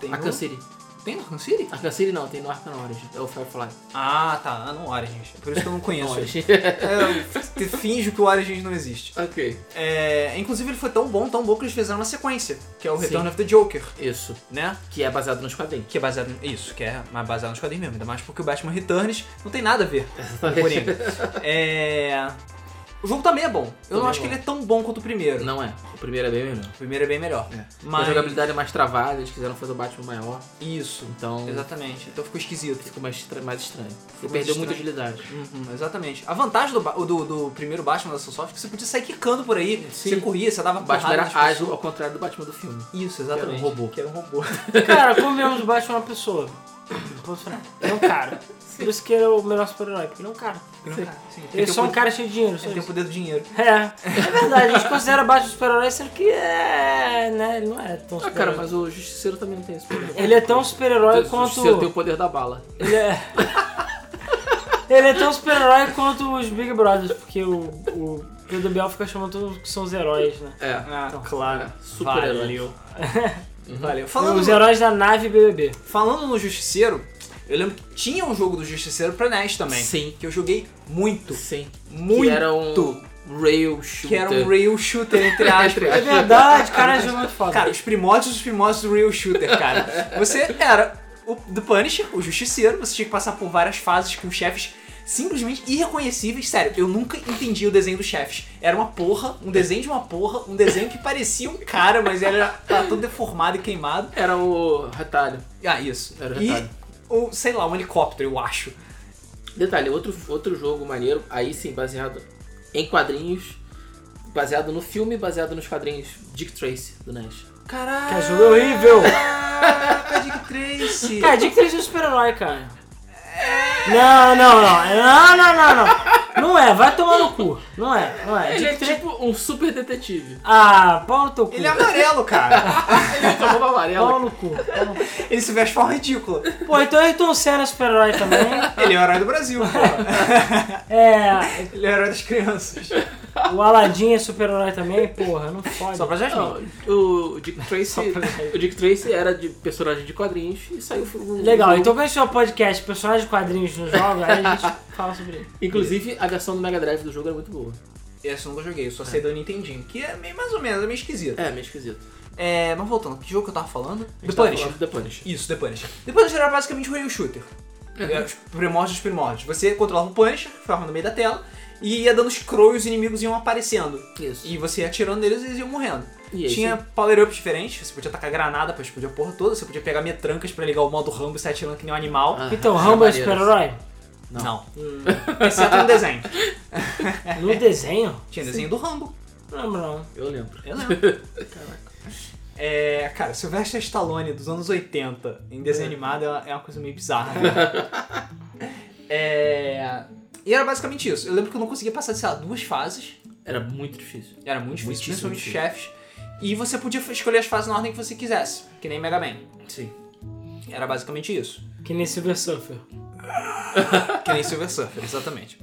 Tem Arkham no... City. Tem no Arkham City? Arkham City não, tem no Arkham Origin. É o Firefly. Ah, tá. Não Origins. Por isso que eu não (laughs) conheço ele. Origin. É, eu finjo que o Origins não existe. ok. É, inclusive ele foi tão bom, tão bom que eles fizeram uma sequência, que é o Sim. Return of the Joker, Isso. né? Que é baseado nos quadrinhos. Que é baseado em- isso, que é mais baseado nos quadrinhos mesmo, ainda mais porque o Batman Returns não tem nada a ver com o Coringa. É, O jogo também é bom. Eu não Também acho é que bom. ele é tão bom quanto o primeiro. Não é. O primeiro é bem melhor. O primeiro é bem melhor. A Mas- jogabilidade é mais travada, eles quiseram fazer o Batman maior, Isso. então Exatamente. Então ficou esquisito. ficou mais, estra- mais estranho. Você mais perdeu estranho. muita agilidade. Uhum, exatamente. A vantagem do, ba- do, do primeiro Batman da Soulsoft é que você podia sair quicando por aí. Você Sim. corria, você dava O Batman porrada era nas ágil, pessoas. ao contrário do Batman do filme. Isso, exatamente. Que era um robô. Que era um (laughs) robô. Cara, convenhamos, o Batman é uma pessoa. Ponto final. Ele é um cara. Por isso que ele é o melhor super-herói, porque ele é um cara. Ele é um cara, sim. Ele é tem só um o cara cheio de dinheiro. poder- só Ele tem o isso. poder do dinheiro. É, é verdade, a gente considera Batman super-herói, sendo que é. né? Ele não é tão Ah, cara, super-herói. mas o Justiceiro também não tem esse poder. Ele é tão super-herói O Justiceiro tem quanto. o poder da bala. Ele é. Ele é tão super-herói quanto os Big Brothers, porque o, o Pedro Biel fica chamando todos que são os heróis, né? É. Ah, Claro, Super-herói. Uhum. valeu. Os Falando, heróis da nave BBB. falando no Justiceiro, eu lembro que tinha um jogo do Justiceiro pra NES também. Sim. Que eu joguei muito. Sim. Muito. Que era um rail shooter. que era um rail shooter, (laughs) entre aspas. É verdade, cara, é muito foda. Cara, os primórdios dos primórdios do Real Shooter, cara. Você era o The Punisher, o Justiceiro, você tinha que passar por várias fases com chefes simplesmente irreconhecíveis. Sério, eu nunca entendi o desenho dos chefes. Era uma porra, um desenho de uma porra, um desenho que parecia um cara, mas ele era tava todo deformado e queimado. Era o retalho. Ah, isso. Era o e, retalho. ou, sei lá, um helicóptero, eu acho. Detalhe, outro, outro jogo maneiro, aí sim, baseado em quadrinhos, baseado no filme, baseado nos quadrinhos Dick Tracy, do Nash. Caraca! Que jogo é horrível. Caraca, Dick Ah, Tracy! Cara, Dick Tracy é um super-herói, cara. Não, não, não. Não, não, não, não. Não é, vai tomar no cu. Não é, não é. Ele é Dick Tracy. tipo um super detetive. Ah, pau no teu cu. Ele é amarelo, cara. (laughs) Ele tomou no Pau amarelo. no cu. pau no cu. Ele se veste de forma ridícula. Pô, então Ayrton Senna é super-herói também. Ele é o herói do Brasil, (laughs) pô. É, Ele é o herói das crianças. o Aladdin é super-herói também. Porra, não fode. Só pra Jasmine. Não, (laughs) o Dick Tracy. Só pra- o Dick Tracy era de personagem de quadrinhos e saiu o Legal, jogo. então quando a gente tiver um podcast personagem de quadrinhos no jogo, aí a gente fala sobre ele. Inclusive, a versão do Mega Drive do jogo era muito boa. Essa eu nunca joguei, eu só sei do Nintendinho, que é meio mais ou menos, é meio esquisito. É, meio esquisito. É, mas voltando, que jogo que eu tava falando? The Estava Punisher. falando do The Punisher. Isso, The Punisher. The Punisher era basicamente um rail shooter. Era os primórdios dos primórdios. Você controlava o Punisher, que ficava no meio da tela, e ia dando scroll e os inimigos iam aparecendo. Isso. E você ia atirando neles e eles iam morrendo. E aí, Tinha power-ups diferentes, você podia atacar granada pra explodir a porra toda, você podia pegar metrancas pra ligar o modo Rambo e sair atirando que nem um animal. Ah, Então, Rambo é maneiras. super-herói? não. Exceto no desenho. No desenho? Tinha desenho do Rambo. Não lembro não. Eu lembro. Eu lembro. (laughs) Caraca. É, cara, Sylvester Stallone dos anos 80 em desenho animado é uma- é uma coisa meio bizarra. né? (laughs) é... E era basicamente isso. Eu lembro que eu não conseguia passar, sei lá, duas fases. Era muito difícil. Era muito difícil, Muitíssimo principalmente os chefes. E você podia escolher as fases na ordem que você quisesse, que nem Mega Man. Sim. Era basicamente isso. Que nem Silver Surfer. Que nem Silver Surfer, (laughs) exatamente.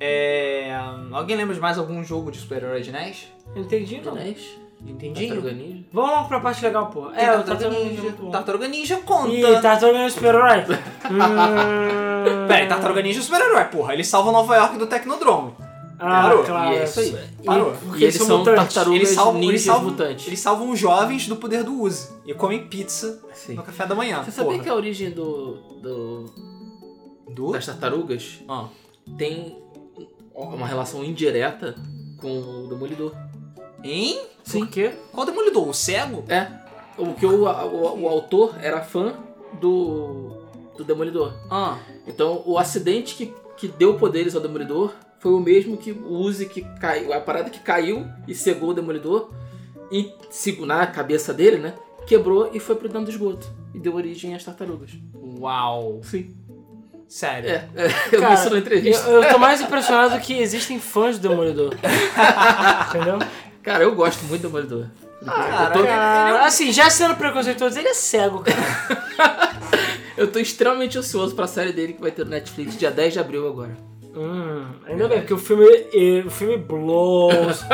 É... Alguém lembra de mais algum jogo de super-herói de NES? Não entendi não. Nash. Entendi. é Tartaruga Ninja. Vamos logo pra parte legal, pô. É, É, o Tartaruga Ninja. tá Tartaruga Ninja conta. Ih, Tartaruga Ninja é (laughs) super-herói? Hum... Peraí, tá Tartaruga Ninja é um super-herói, porra. Ele salva Nova York do Tecnodrome. Ah, Parou. claro. E é isso aí. E- Parou. Porque E eles são mutantes. tartarugas. Eles salvam, ninjas eles, salvam, mutantes. eles salvam os jovens do poder do Uzi e comem pizza Sim. no café da manhã. Você sabia porra. que a origem do, do- Do... das tartarugas Ah. tem uma relação indireta com o Demolidor? Hein? Sim. Por quê? Qual demolidor? O cego? É. O que o, o, o autor era fã do, do Demolidor. Ah. Então, o acidente que, que deu poderes ao Demolidor foi o mesmo que o Uzi que caiu, a parada que caiu e cegou o Demolidor e, segu- na cabeça dele, né, quebrou e foi pro dentro do esgoto e deu origem às tartarugas. Uau. Sim. Sério. É, é, eu vi isso na entrevista. Eu, eu tô mais impressionado que existem fãs do Demolidor. Entendeu? Cara, eu gosto muito do Demolidor. Ah, eu, tô, Cara, assim, já sendo preconceituoso, ele é cego, cara. eu tô extremamente ansioso pra série dele que vai ter no Netflix dia 10 de abril agora. Hum, ainda bem, porque o filme, eh, o filme blows.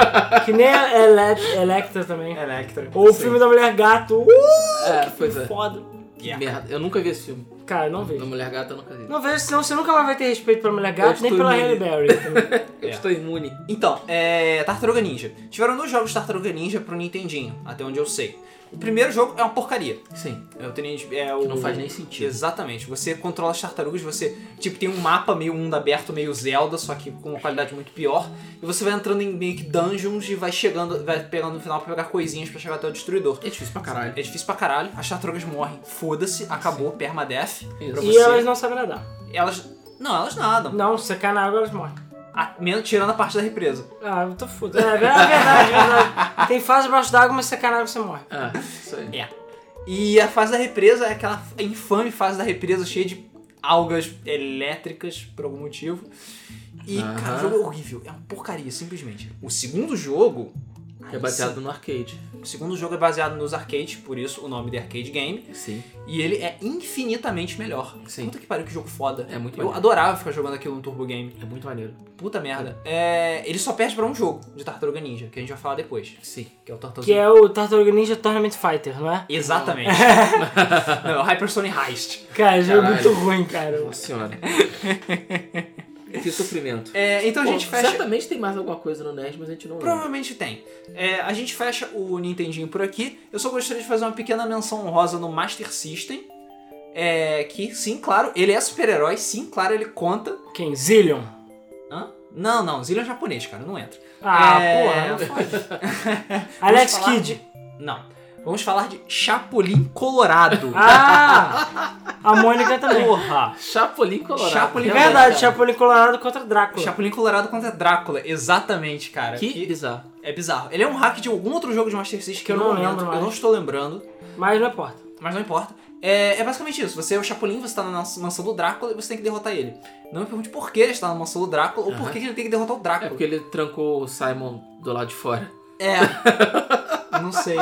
que nem a Ele- Electra também. Electra. Ou o filme da Mulher Gato. Uh, É, pois é. foda. Yeah. Merda, eu nunca vi esse filme. Cara, não Da vejo. Mulher Gata eu nunca vi. Não vejo, senão você nunca mais vai ter respeito pela Mulher Gato, Eu nem estou pela (laughs) em- Halle Berry. entendeu? Eu É. estou imune. Então, é. Tartaruga Ninja. Tiveram dois jogos de Tartaruga Ninja pro Nintendinho, até onde eu sei. O primeiro jogo é uma porcaria. Sim. É o Tenente. É o... Não faz nem sentido. Exatamente. Você controla as tartarugas, você tipo tem um mapa meio mundo aberto, meio Zelda, só que com uma qualidade muito pior. E você vai entrando em meio que dungeons e vai chegando, vai pegando no final pra pegar coisinhas pra chegar até o destruidor. É difícil pra caralho. É difícil pra caralho, as tartarugas morrem. Foda-se, acabou, permadeath. Pra Isso. E você. elas não sabem nadar. Elas. Não, elas nadam. Não, se cai na água, elas morrem. Ah, menos- tirando a parte da represa. Ah, eu tô foda. É, é verdade, é verdade. Tem fase abaixo d'água, mas se cai na água, você morre. Ah, isso aí. É. E a fase da represa é aquela infame fase da represa cheia de algas elétricas por algum motivo. E, cara, o Aham. jogo é horrível. É uma porcaria, simplesmente. O segundo jogo. É baseado no arcade. O segundo jogo é baseado nos arcades, por isso o nome de arcade game. Sim. E ele é infinitamente melhor. Sim. Puta que pariu, que jogo foda. É muito Eu maneiro. adorava ficar jogando aquilo no Turbo Game. É muito maneiro. Puta merda. É, ele só perde pra um jogo de Tartaruga Ninja, que a gente vai falar depois. Sim. Que é o Turtles Que é o Tartaruga Ninja Tournament Fighter, não é? (laughs) Exatamente. Não, é o Hypersonic Heist. Cara, esse jogo é Caralho. muito ruim, cara. Nossa senhora. (laughs) que sofrimento. É, então a gente Bom, fecha. Certamente tem mais alguma coisa no Nerd, mas a gente não lembra. Provavelmente tem. É, a gente fecha o Nintendinho por aqui. Eu só gostaria de fazer uma pequena menção honrosa no Master System. É, que, sim, claro, ele é super-herói, sim, claro, ele conta. Quem? Zillion. Hã? Não, não, Zillion é japonês, cara, não entra. Ah, É, porra. vamos Alex falar Kidd. de- Não. Vamos falar de Chapolin Colorado. Ah! A Mônica também. Porra! Chapolin Colorado. Chapolin- É Realmente, verdade, cara. Chapolin Colorado contra Drácula. Chapolin Colorado contra Drácula, exatamente, cara. Que bizarro. É bizarro. Ele é um hack de algum outro jogo de Master System que eu não, Não lembro lembro, eu mais. não estou lembrando. Mas não é importa. Mas não importa. É, é basicamente isso. Você é o Chapolin, você tá na mansão do Drácula e você tem que derrotar ele. Não me pergunte por que ele está na mansão do Drácula ou por Aham. que ele tem que derrotar o É Drácula. porque ele trancou o Simon do lado de fora. É, não sei.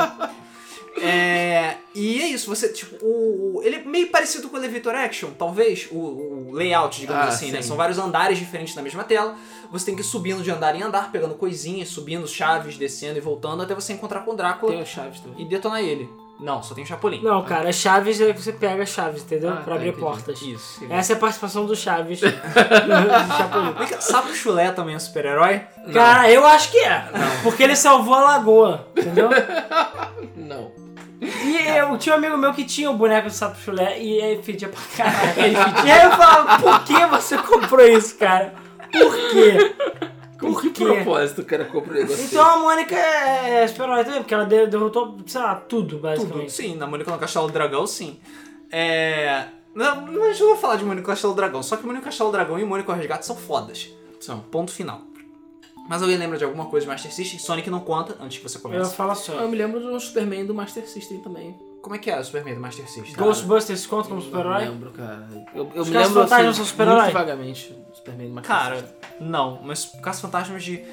É, e é isso, você, tipo, o, o- ele é meio parecido com o Elevator Action, talvez, o, o layout, digamos Ah, assim, né? sim. São vários andares diferentes na mesma tela. Você tem que ir subindo de andar em andar, pegando coisinhas, subindo chaves, descendo e voltando até você encontrar com o Drácula Tem o Chaves também. e detonar ele. Não, só tem o Chapolin. Não, cara, Chaves é que você pega Chaves, entendeu? Ah, pra tá, abrir entendi. portas. Isso. Essa é a participação do Chaves. do Chapolin. Vem cá, Sabe que o Chulé também é um super-herói? Cara, eu acho que é. Porque ele salvou a lagoa, entendeu? Não. E Tá. eu tinha um amigo meu que tinha o boneco do sapo chulé e ele fedia pra (laughs) caralho. E aí eu falava, por que você comprou isso, cara? Por quê? Com que quê? propósito o cara comprou um negócio Então a Mônica é super-herói também, porque ela de- derrotou, sei lá, tudo, Tudo, basicamente. sim. Na Mônica no Castelo do Dragão, sim. É. Não, mas eu vou falar de Mônica no Castelo do Dragão. Só que Mônica no Castelo do Dragão e Mônica no Resgate são fodas. desse? São. Ponto final. Mas alguém lembra de alguma coisa de Master System? Sonic não conta antes que você Eu comece. falo Eu só. me lembro de um Superman do Master System também. Como é que é o Superman do Master System? Ghostbusters conta como Eu super-herói? lembro, cara. Eu, eu Os me Caras lembro Fantasmas assim, são super-herói? muito vagamente do Superman do Master Cara, System. não. Mas Caça Fantasmas de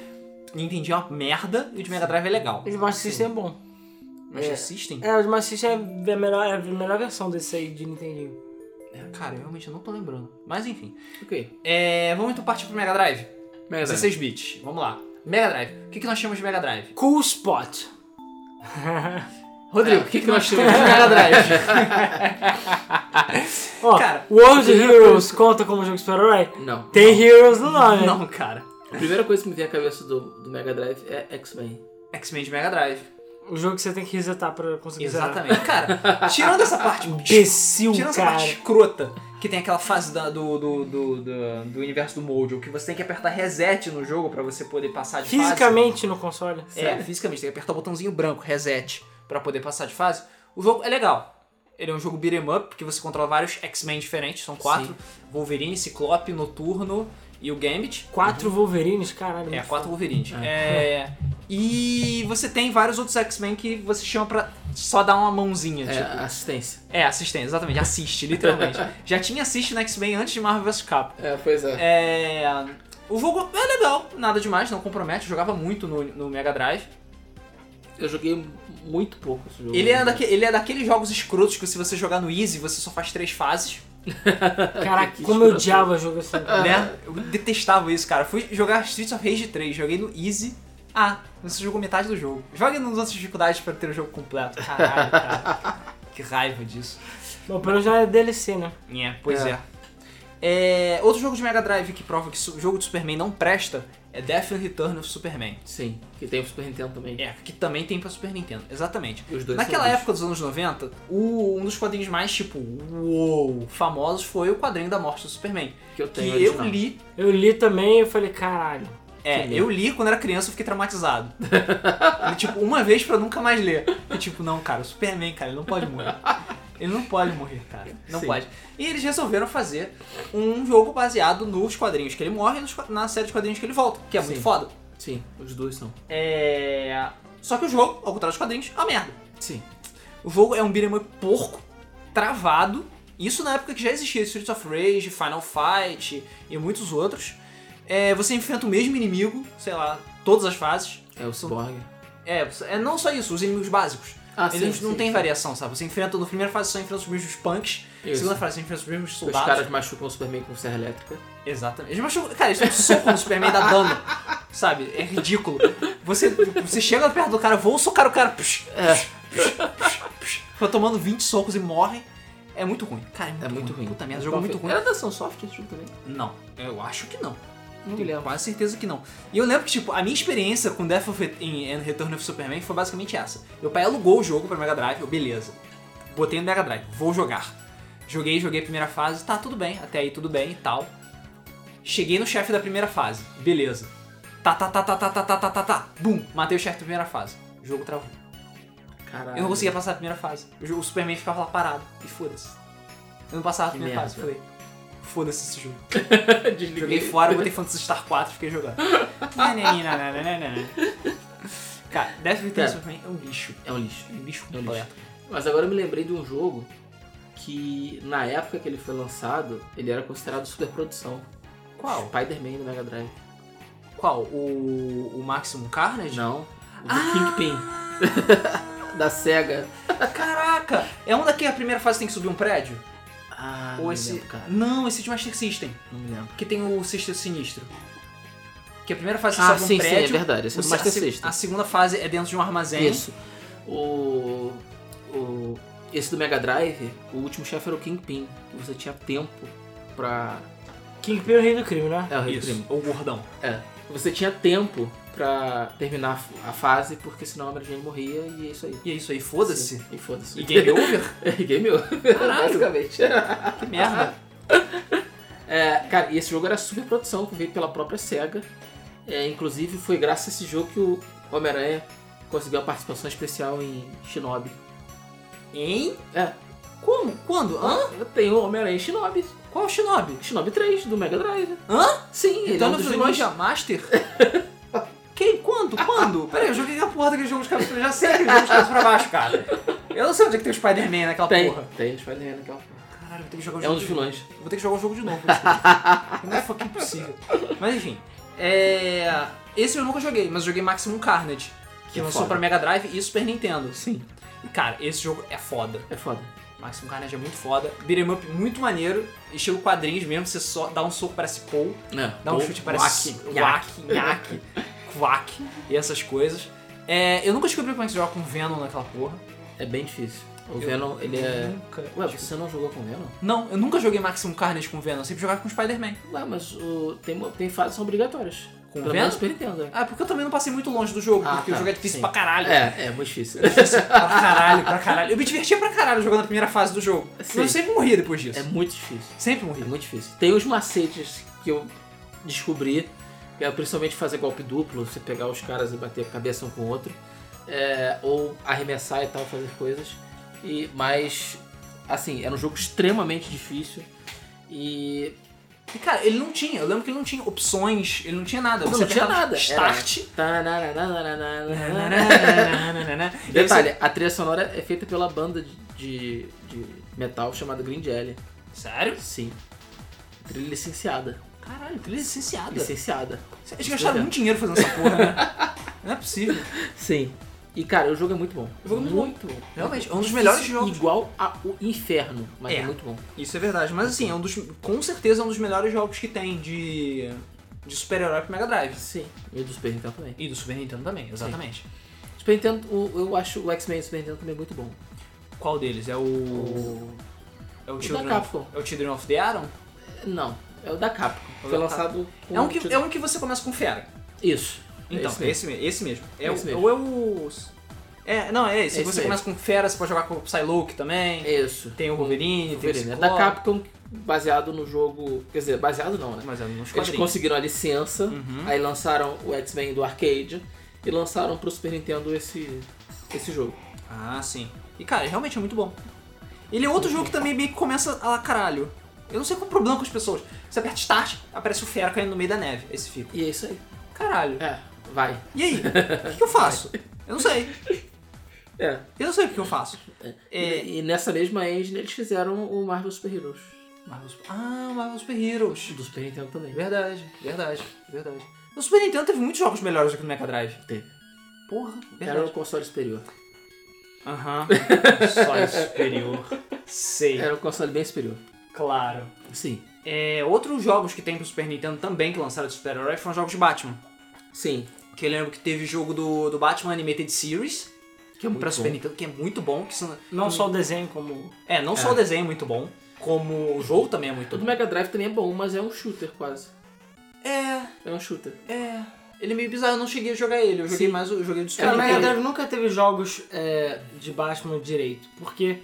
Nintendo é uma merda e o de Mega Drive é legal. O de Master System é bom. Master É. System? É, o de Master System é a melhor, é a melhor versão desse aí de Nintendinho. É, Cara, eu realmente não tô lembrando. Mas enfim. Ok. É, vamos então partir pro Mega Drive? Mega Drive. 16 bits. Vamos lá. Mega Drive. O que, que nós chamamos de Mega Drive? Cool Spot. (laughs) Rodrigo, É, o que, que nós temos de Mega Drive? Ó, Cara, World Heroes conta como jogo super-herói? Não. Tem Heroes no (laughs) nome. né? Não, cara. A primeira coisa que me vem à cabeça do, do Mega Drive é X-Men. X-Men de Mega Drive. O jogo que você tem que resetar pra conseguir zerar. Exatamente. Cara, tirando essa (laughs) parte. Imbecil, Tirando essa cara. parte escrota, que tem aquela fase da- do, do, do, do, do universo do Mojo, que você tem que apertar reset no jogo pra você poder passar de Fisicamente no console. fase. É, fisicamente, tem que apertar o botãozinho branco, reset, pra poder passar de fase. O jogo é legal. Ele é um jogo beat'em up, que você controla vários X-Men diferentes, são quatro: Wolverine, Ciclope, Noturno e o Gambit. Quatro Wolverines, caralho. É, muito quatro Wolverines. É. E você tem vários outros X-Men que você chama pra só dar uma mãozinha. É, Tipo. assistência. É, assistente, exatamente. Assiste, literalmente. Já tinha assiste no X-Men antes de Marvel vs. Capcom. É, pois é. É. O jogo é legal, nada demais, não compromete. Eu jogava muito no, no Mega Drive. Eu joguei muito pouco esse jogo. Ele é, daque, ele é daqueles jogos escrotos que se você jogar no Easy, você só faz três fases, foda. Caraca, Que como eu escroto. odiava jogo assim. cara. né? Eu detestava isso, cara. Fui jogar Streets of Rage 3, joguei no Easy. Ah, você jogou metade do jogo. Jogue nas outras dificuldades pra ter o jogo completo. Caralho, (laughs) cara. que raiva disso. é Bom, pelo menos não era DLC, né? É, pois é. É, outro jogo de Mega Drive que prova que su- jogo de Superman não presta é Death and Return of Superman. Sim, que tem o Super Nintendo também. É, que também tem pra Super Nintendo, exatamente. E os dois Naquela são época dos anos 90, o- um dos quadrinhos mais, tipo, uou, famosos foi o quadrinho da morte do Superman. bons, que eu Que tenho eu original. li, Eu li também e eu falei, caralho. é, Que eu li quando era criança eu fiquei (laughs) traumatizado. E, tipo, uma vez pra eu nunca mais ler. E, tipo, não, cara, o Superman, cara, ele não pode morrer. Ele não pode morrer, cara. Não Sim. pode. E eles resolveram fazer um jogo baseado nos quadrinhos que ele morre e nos qua- na série de quadrinhos que ele volta, que é muito Sim. foda. Sim, os dois são. É. Só que o jogo, ao contrário dos quadrinhos, é uma merda. Sim. O jogo é um beat'em up porco, travado. Isso na época que já existia Streets of Rage, Final Fight e muitos outros. É, você enfrenta o mesmo inimigo, sei lá, todas as fases. É o Cyborg. É, é não só isso, os inimigos básicos. Ah, Eles sim, não sim, tem sim. variação, sabe? Você enfrenta, na primeira fase você só enfrenta os mesmos punks, na Isso. segunda fase você enfrenta os mesmos Os soldados. caras machucam o Superman com serra elétrica. Exatamente. Eles machucam. Cara, eles dão um soco no Superman da dano. Sabe? É ridículo. Você, você chega perto do cara, vou socar o cara. Psh, É. psh, psh, psh, Fica tomando 20 socos e morre. É muito ruim. Cara, é muito, É muito ruim. Puta merda, jogo é muito ruim. Era da Sunsoft esse jogo também? Não, eu acho que não. Não me Tenho lembro. quase certeza que não. E eu lembro que, tipo, a minha experiência com Death of em- and Return of Superman foi basicamente essa. Meu pai alugou o jogo pra Mega Drive, eu, beleza. Botei no Mega Drive, vou jogar. Joguei, joguei a primeira fase, tá, tudo bem, até aí tudo bem e tal. Cheguei no chefe da primeira fase, beleza. Tá, tá, tá, tá, tá, tá, tá, tá, tá, tá. Bum, matei o chefe da primeira fase. O jogo travou. Caralho. Eu não conseguia passar a primeira fase. O jogo- o Superman ficava lá parado. E foda-se. Eu não passava a Que primeira merda. fase, falei. Foda-se esse jogo. (laughs) Desliguei. Joguei fora, botei Phantasy Star 4 e fiquei (laughs) jogando. Nananina, Cara, Death Return Cara. Superman é um lixo. É um lixo. Um lixo É um lixo. completo. Mas agora eu me lembrei de um jogo que, na época que ele foi lançado, ele era considerado superprodução. Qual? Spider-Man do Mega Drive. Qual? O, o Maximum Carnage? Não. O Ah! Kingpin. Da SEGA. (laughs) Caraca! É um daqui a primeira fase tem que subir um prédio? Ah, Ou não esse. lembro, cara. Não, esse é de Master System. Não me lembro. Que tem o Sister Sinistro. Que a primeira fase você Ah, sobe sim, um sim, é prédio. verdade. Esse é o- do a Master se- System. A segunda fase é dentro de um armazém. Isso. O, o- Esse do Mega Drive, o último chefe era o Kingpin. Que você tinha tempo pra... Kingpin é o rei do crime, né? É, o Rei do Isso. Crime. Ou gordão. É. Você tinha tempo pra terminar a f- a fase, porque senão a Mary Jane morria e é isso aí. E é isso aí, foda-se. E foda-se. E game over? (laughs) É, game over. Caralho. Basicamente. que merda. Ah, É, cara, e esse jogo era super produção, foi feito pela própria SEGA. É, inclusive, foi graças a esse jogo que o Homem-Aranha conseguiu a participação especial em Shinobi. Hein? É. Como? Quando? Hã? Eu tenho o Homem-Aranha em Shinobi. Qual o Shinobi? Shinobi 3, do Mega Drive. Hã? Sim, ele é Então um ele dos foi vilões. Ninja (laughs) Master? Quem? Quando? Quando? Peraí, eu joguei a porra daquele jogo de cabeça. Eu já sei aquele jogo de cabeça pra baixo, cara. Eu não sei onde é que tem o Spider-Man naquela Tem, porra. tem, eles fazem naquela porra. Caralho, vou ter que jogar o É um jogo. dos de... vilões. Vou ter que jogar o jogo de novo. (laughs) desculpa. não é fucking possível. Mas enfim. É. Esse eu nunca joguei, mas eu joguei Maximum Carnage. Que É lançou foda. pra Mega Drive e Super Nintendo. Sim. E, cara, esse jogo é foda. É foda. Maximum Carnage é muito foda. Beat'em up muito maneiro. Estilo quadrinhos mesmo, você só dá um soco, parece Paul. Não, Dá um chute parece É. Wack. Quack, Nhaque, Quack e essas coisas. É, eu nunca descobri como é que se joga com Venom naquela porra. É bem difícil. O Eu- Venom, ele é... Nunca. Ué, você não jogou com o Venom? Não, eu nunca joguei Maximum Carnage com Venom, eu sempre jogava com Spider-Man. Ué, mas o- tem, tem fases que são obrigatórias. Com Pelo Venom? menos Super Nintendo. é. Ah, porque eu também não passei muito longe do jogo, Ah, porque o tá, jogo é difícil sim. pra caralho. É, é muito difícil. Difícil pra caralho, pra caralho. Eu me divertia pra caralho jogando a primeira fase do jogo. Mas Sim. eu sempre morria depois disso. (laughs) é muito difícil. Sempre É morria. muito difícil. Tem os macetes que eu descobri, que é principalmente fazer golpe duplo, você pegar os caras e bater a cabeça um com o outro, é, ou arremessar e tal, fazer coisas. E, mas, assim, era um jogo extremamente difícil. E E cara, ele não tinha, eu lembro que ele não tinha opções, ele não tinha nada. Não Você tinha apertava nada, era- Ah. Start. (laughs) E aí você- Detalhe, a trilha sonora é feita pela banda de, de, de metal chamada Green Jelly. Sério? Sim. Trilha licenciada. Caralho, trilha licenciada. Licenciada. Eles gastaram muito dinheiro fazendo essa porra, né? Não é possível. Sim. E cara, o jogo é muito bom. O jogo é muito bom. Realmente, é um dos melhores Difícil, jogos. Igual ao Inferno, mas é, É. muito bom. Isso é verdade, mas assim, é um dos. Com certeza é um dos melhores jogos que tem de. de super-herói pro Mega Drive. Sim. E do Super Nintendo também. E do Super Nintendo também, exatamente. Super Nintendo, o- eu acho o X-Men do Super Nintendo também muito bom. Qual deles? É o. O- É o o da Children of, Capcom. é o Children of the Atom? Não, é o da Capcom. O Foi da lançado com É um, que, é um que você começa com fera. Isso. Então, Esse é mesmo. esse, me- esse mesmo. É É o- esse mesmo. Ou é o. É, não, é esse. É esse você mesmo. começa com fera, você pode jogar com o Psylocke também. Isso. Tem o Wolverine, tem Wolverine. o É Ciclope. da Capcom, baseado no jogo. Quer dizer, baseado não, né? Mas é nos Eles quadrinhos. Uhum. conseguiram a licença, aí lançaram o X-Men do arcade e lançaram pro Super Nintendo esse, esse jogo. Ah, sim. E cara, realmente é muito bom. Ele é outro jogo que também meio que começa a caralho. Eu não sei qual é o problema com as pessoas. Você aperta start, aparece o fera caindo no meio da neve. Esse fica. E é isso aí. Caralho. É, vai. E aí? O que, que eu faço? Eu não sei. É. Eu não sei o que eu faço. É. E, e nessa mesma engine eles fizeram o Marvel Super Heroes. Marvel Super... Ah, Marvel Super Heroes. Do Super Nintendo também. Verdade, verdade, verdade. O Super Nintendo teve muitos jogos melhores do que no Mega Drive. Teve. Porra, Era verdade. o console superior. Aham. Só superior. Sei. Era um console bem superior. Claro. Sim. É, outros jogos que tem pro Super Nintendo também que lançaram de super-herói foram jogos de Batman. Sim. Que eu lembro que teve jogo do, do Batman Animated Series, Que é muito pra bom. Super Nintendo, que é muito bom. Que são, Não só o desenho, como. é, não só o desenho é muito bom, como o jogo também é muito O do bom. Mega Drive também é bom, mas é um shooter quase. É, É um shooter. é. Ele é meio bizarro, eu não cheguei a jogar ele, eu joguei Sim. mais o joguei do Super Cara, é o Mega Nintendo. Drive nunca teve jogos é, de Batman direito, porque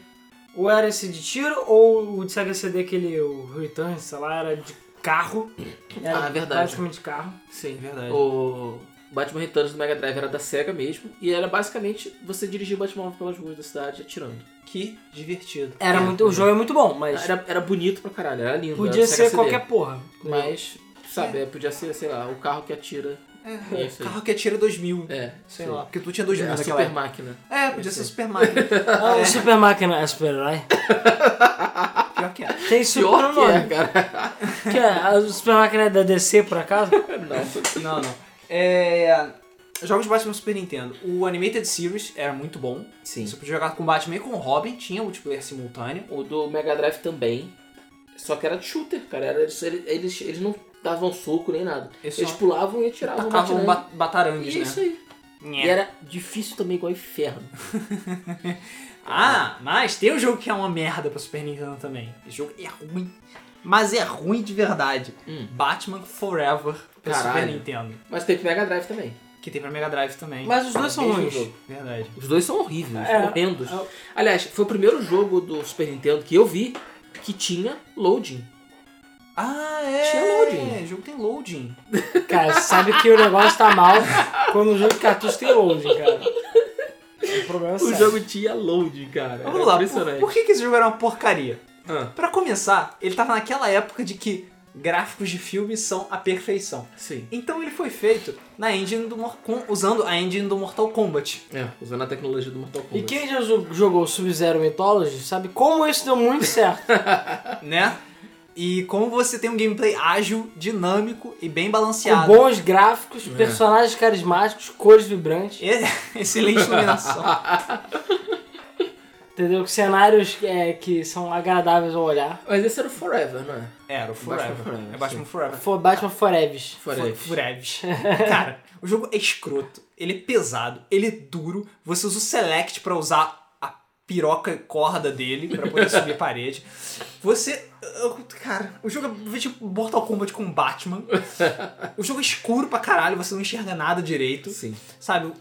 ou era esse de tiro, ou o de Sega CD, aquele o Return, sei lá, era de carro. é Era Ah, verdade. Basicamente de carro. Sim, É verdade. O Batman Returns do Mega Drive era da SEGA mesmo. E era basicamente você dirigir o Batmóvel pelas ruas da cidade atirando. Que divertido. Era muito, o jogo é muito bom, mas Era, era bonito pra caralho, era lindo. podia era ser SEGA qualquer porra. CD. Mas, sabe, é, podia ser, sei lá, o carro que atira. É, Isso aí. carro que atira 2000. É, Sei sim. lá, porque tu tinha É 2000 a naquela super época. máquina. É, podia ser Isso. Super (laughs) Mario. Ah, É, o Super Máquina é super-herói. pior que é. Tem super Pior no que nome. é, cara. Que é, a- o Super Máquina é da DC, por acaso? Não. Não, não. É... Jogos de Batman no Super Nintendo. O Animated Series era muito bom. Sim. Você podia jogar com Batman e com Robin, tinha multiplayer simultâneo. O do Mega Drive também. Só que era de shooter, cara. Era, eles, eles, eles não davam soco nem nada. Eles Eles, só pulavam e atiravam. Tacavam um batirando. ba E batarangues, é isso né? aí. E é- era difícil também, igual inferno. Ah, mas tem um jogo que é uma merda pra Super Nintendo também. Esse jogo é ruim. Mas é ruim de verdade. Hum. Batman Forever pra Super Caralho. Nintendo. Mas teve Mega Drive também. Que tem pra Mega Drive também. Mas os dois são Mesmo ruins. jogo. Verdade. Os dois são horríveis, É. horrendos. Aliás, foi o primeiro jogo do Super Nintendo que eu vi que tinha loading. Ah, é. Tinha loading. O jogo tem loading. Cara, sabe que o negócio tá mal quando o jogo de cartucho tem loading, cara. O problema é O sério. jogo tinha loading, cara. Era Vamos lá, por, impressionante. por que, que esse jogo era uma porcaria? Ah, Pra começar, ele tava naquela época de que gráficos de filme são a perfeição. sim. Então ele foi feito na engine do Mor- com- usando a engine do Mortal (laughs) Kombat. É, usando a tecnologia do Mortal Kombat. E quem já jo- jogou Sub-Zero Mythology sabe como isso deu muito certo. né? E como você tem um gameplay ágil, dinâmico e bem Com balanceado. bons gráficos, personagens carismáticos, cores vibrantes, E- (laughs) Excelente iluminação. entendeu? Cenários é, que são agradáveis ao olhar. Mas esse era o Forever, não é? (laughs) Era o Forever. Batman Forever, É Batman sim. Forever. For Batman Forever. Forever. Fureves. Cara, o jogo é escroto, ele é pesado, ele é duro. Você usa o select pra usar a piroca e corda dele pra (laughs) poder subir a parede. Você. eu- Cara, o jogo é tipo Mortal Kombat com Batman. O jogo é escuro pra caralho, você não enxerga nada direito. Sim. Sabe?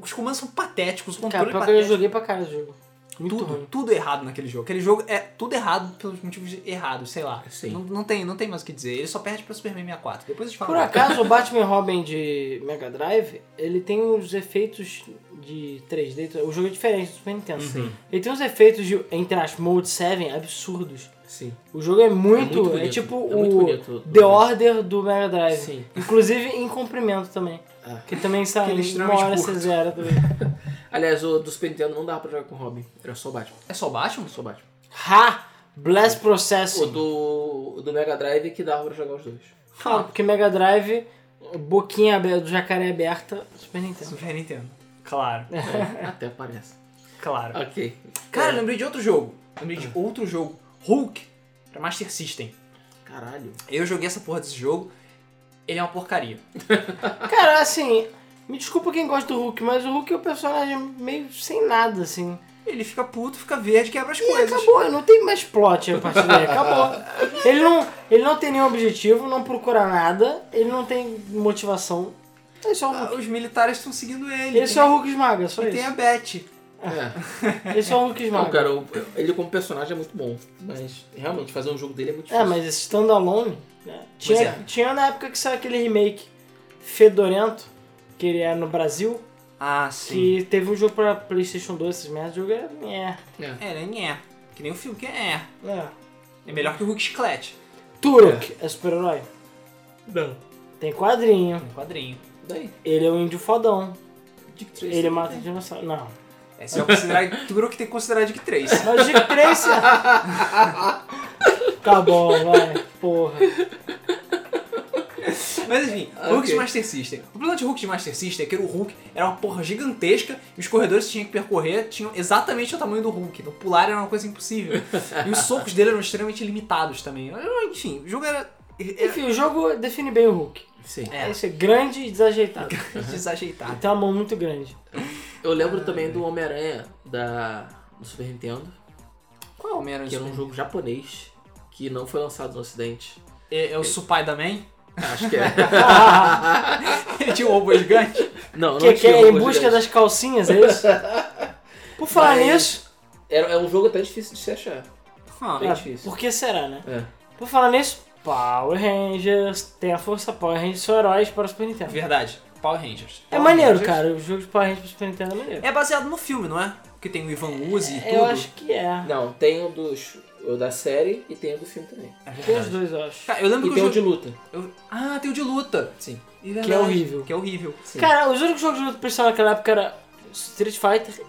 Os comandos são patéticos, o Cara, controle é pior que eu patético. joguei pra cara o jogo. Muito Tudo, ruim. tudo errado naquele jogo. Aquele jogo é tudo errado pelos motivos errados, sei lá. Sim. Não, não tem, não tem mais o que dizer. Ele só perde pra Superman 64. Depois a gente fala. Por acaso, o Batman e Robin de Mega Drive, ele tem uns efeitos de 3D. O jogo é diferente do Super Nintendo. Uhum. Ele tem uns efeitos de, entre as Mode 7, absurdos. Sim. O jogo é muito. É, muito bonito. tipo É o muito bonito. The Order do Mega Drive. Sim. Inclusive em comprimento também. Ah. Que também sai Aquele em uma extremamente hora curto. você zera também. Aliás, o do Super Nintendo não dava pra jogar com o Robin. Era só o Batman. É só Batman? Só o Batman. ha! Blast Processing. O do, o do Mega Drive que dava pra jogar os dois. Ah, porque Mega Drive, boquinha aberta, do jacaré aberta, Super Nintendo. Super Nintendo. Claro, É, (laughs) Até parece. É. claro. Ok. Cara, eu lembrei de outro jogo. Lembrei Ah. de outro jogo. Hulk pra Master System. É, Caralho. Eu joguei essa porra desse jogo. Ele é uma porcaria. Cara, assim, me desculpa quem gosta do Hulk, mas o Hulk é um personagem meio sem nada, assim. ele fica puto, fica verde, quebra as E coisas. acabou, não tem mais plot a partir daí, acabou. Ele não, ele não tem nenhum objetivo, não procura nada, ele não tem motivação. É só o Ah, Hulk. Os militares estão seguindo ele. Ele só é o Hulk esmaga, só E tem a isso. Beth. É. Ele só é o Hulk Não, esmaga. cara, o- ele como personagem é muito bom. Mas realmente fazer um jogo dele é muito É, difícil. mas esse standalone, né? Tinha, é. tinha na época que saiu aquele remake fedorento, que ele era no Brasil, Ah, sim. que teve um jogo pra Playstation 2, esses merda, o jogo era... É, É. É, né? É. Que nem o filme que é. é. É melhor que o Hulk Chiclete. Turok é super-herói. Não. Tem quadrinho, Um quadrinho. Daí, ele é um índio fodão, Dick Tracy. ele mata dinossauro. Não. É se eu (laughs) considerar Turok tem que considerar Dick 3. Mas Dick Tracy. tá bom, vai. Porra. Mas enfim, Ah, Hulk ok. de Master System. O problema de Hulk de Master System é que era o Hulk era uma porra gigantesca e os corredores que tinha que percorrer tinham exatamente o tamanho do Hulk. Então pular era uma coisa impossível. e os socos dele eram extremamente limitados também. Enfim, o jogo era, é era Enfim, o jogo define bem o Hulk. Sim. É. Esse é grande e desajeitado. Uhum. desajeitado. Tem uma mão muito grande. Eu lembro também do Homem-Aranha da do Super Nintendo, Qual é o Homem-Aranha? que era um jogo japonês que não foi lançado no (laughs) Ocidente. É, é o Supai da Man? (laughs) Acho que é. Ah, Ele tinha um robô gigante? não, não que que tinha é um em jogo busca gigante. das calcinhas, é isso? Por falar Mas- nisso. Era, é um jogo até difícil de se achar. Ah, Bem Ah, difícil. Por que será, né? É. Por falar nisso, Power Rangers tem a força Power Rangers são heróis para o Super Nintendo. É verdade. Power Rangers. É Power maneiro, Rangers. cara. O jogo de Power Rangers para o Super Nintendo é maneiro. É baseado no filme, não é? Que tem o Ivan Uzi e tudo. Eu acho que é. Não, tem o dos o da série e tem o do filme também. É Tem os verdade. dois, eu acho. Cara, eu lembro E que tem o o de jogo... luta. eu- Ah, tem o de luta. Sim. Que é horrível. Que é horrível. Sim. Cara, os únicos jogos de luta principal naquela época era Street Fighter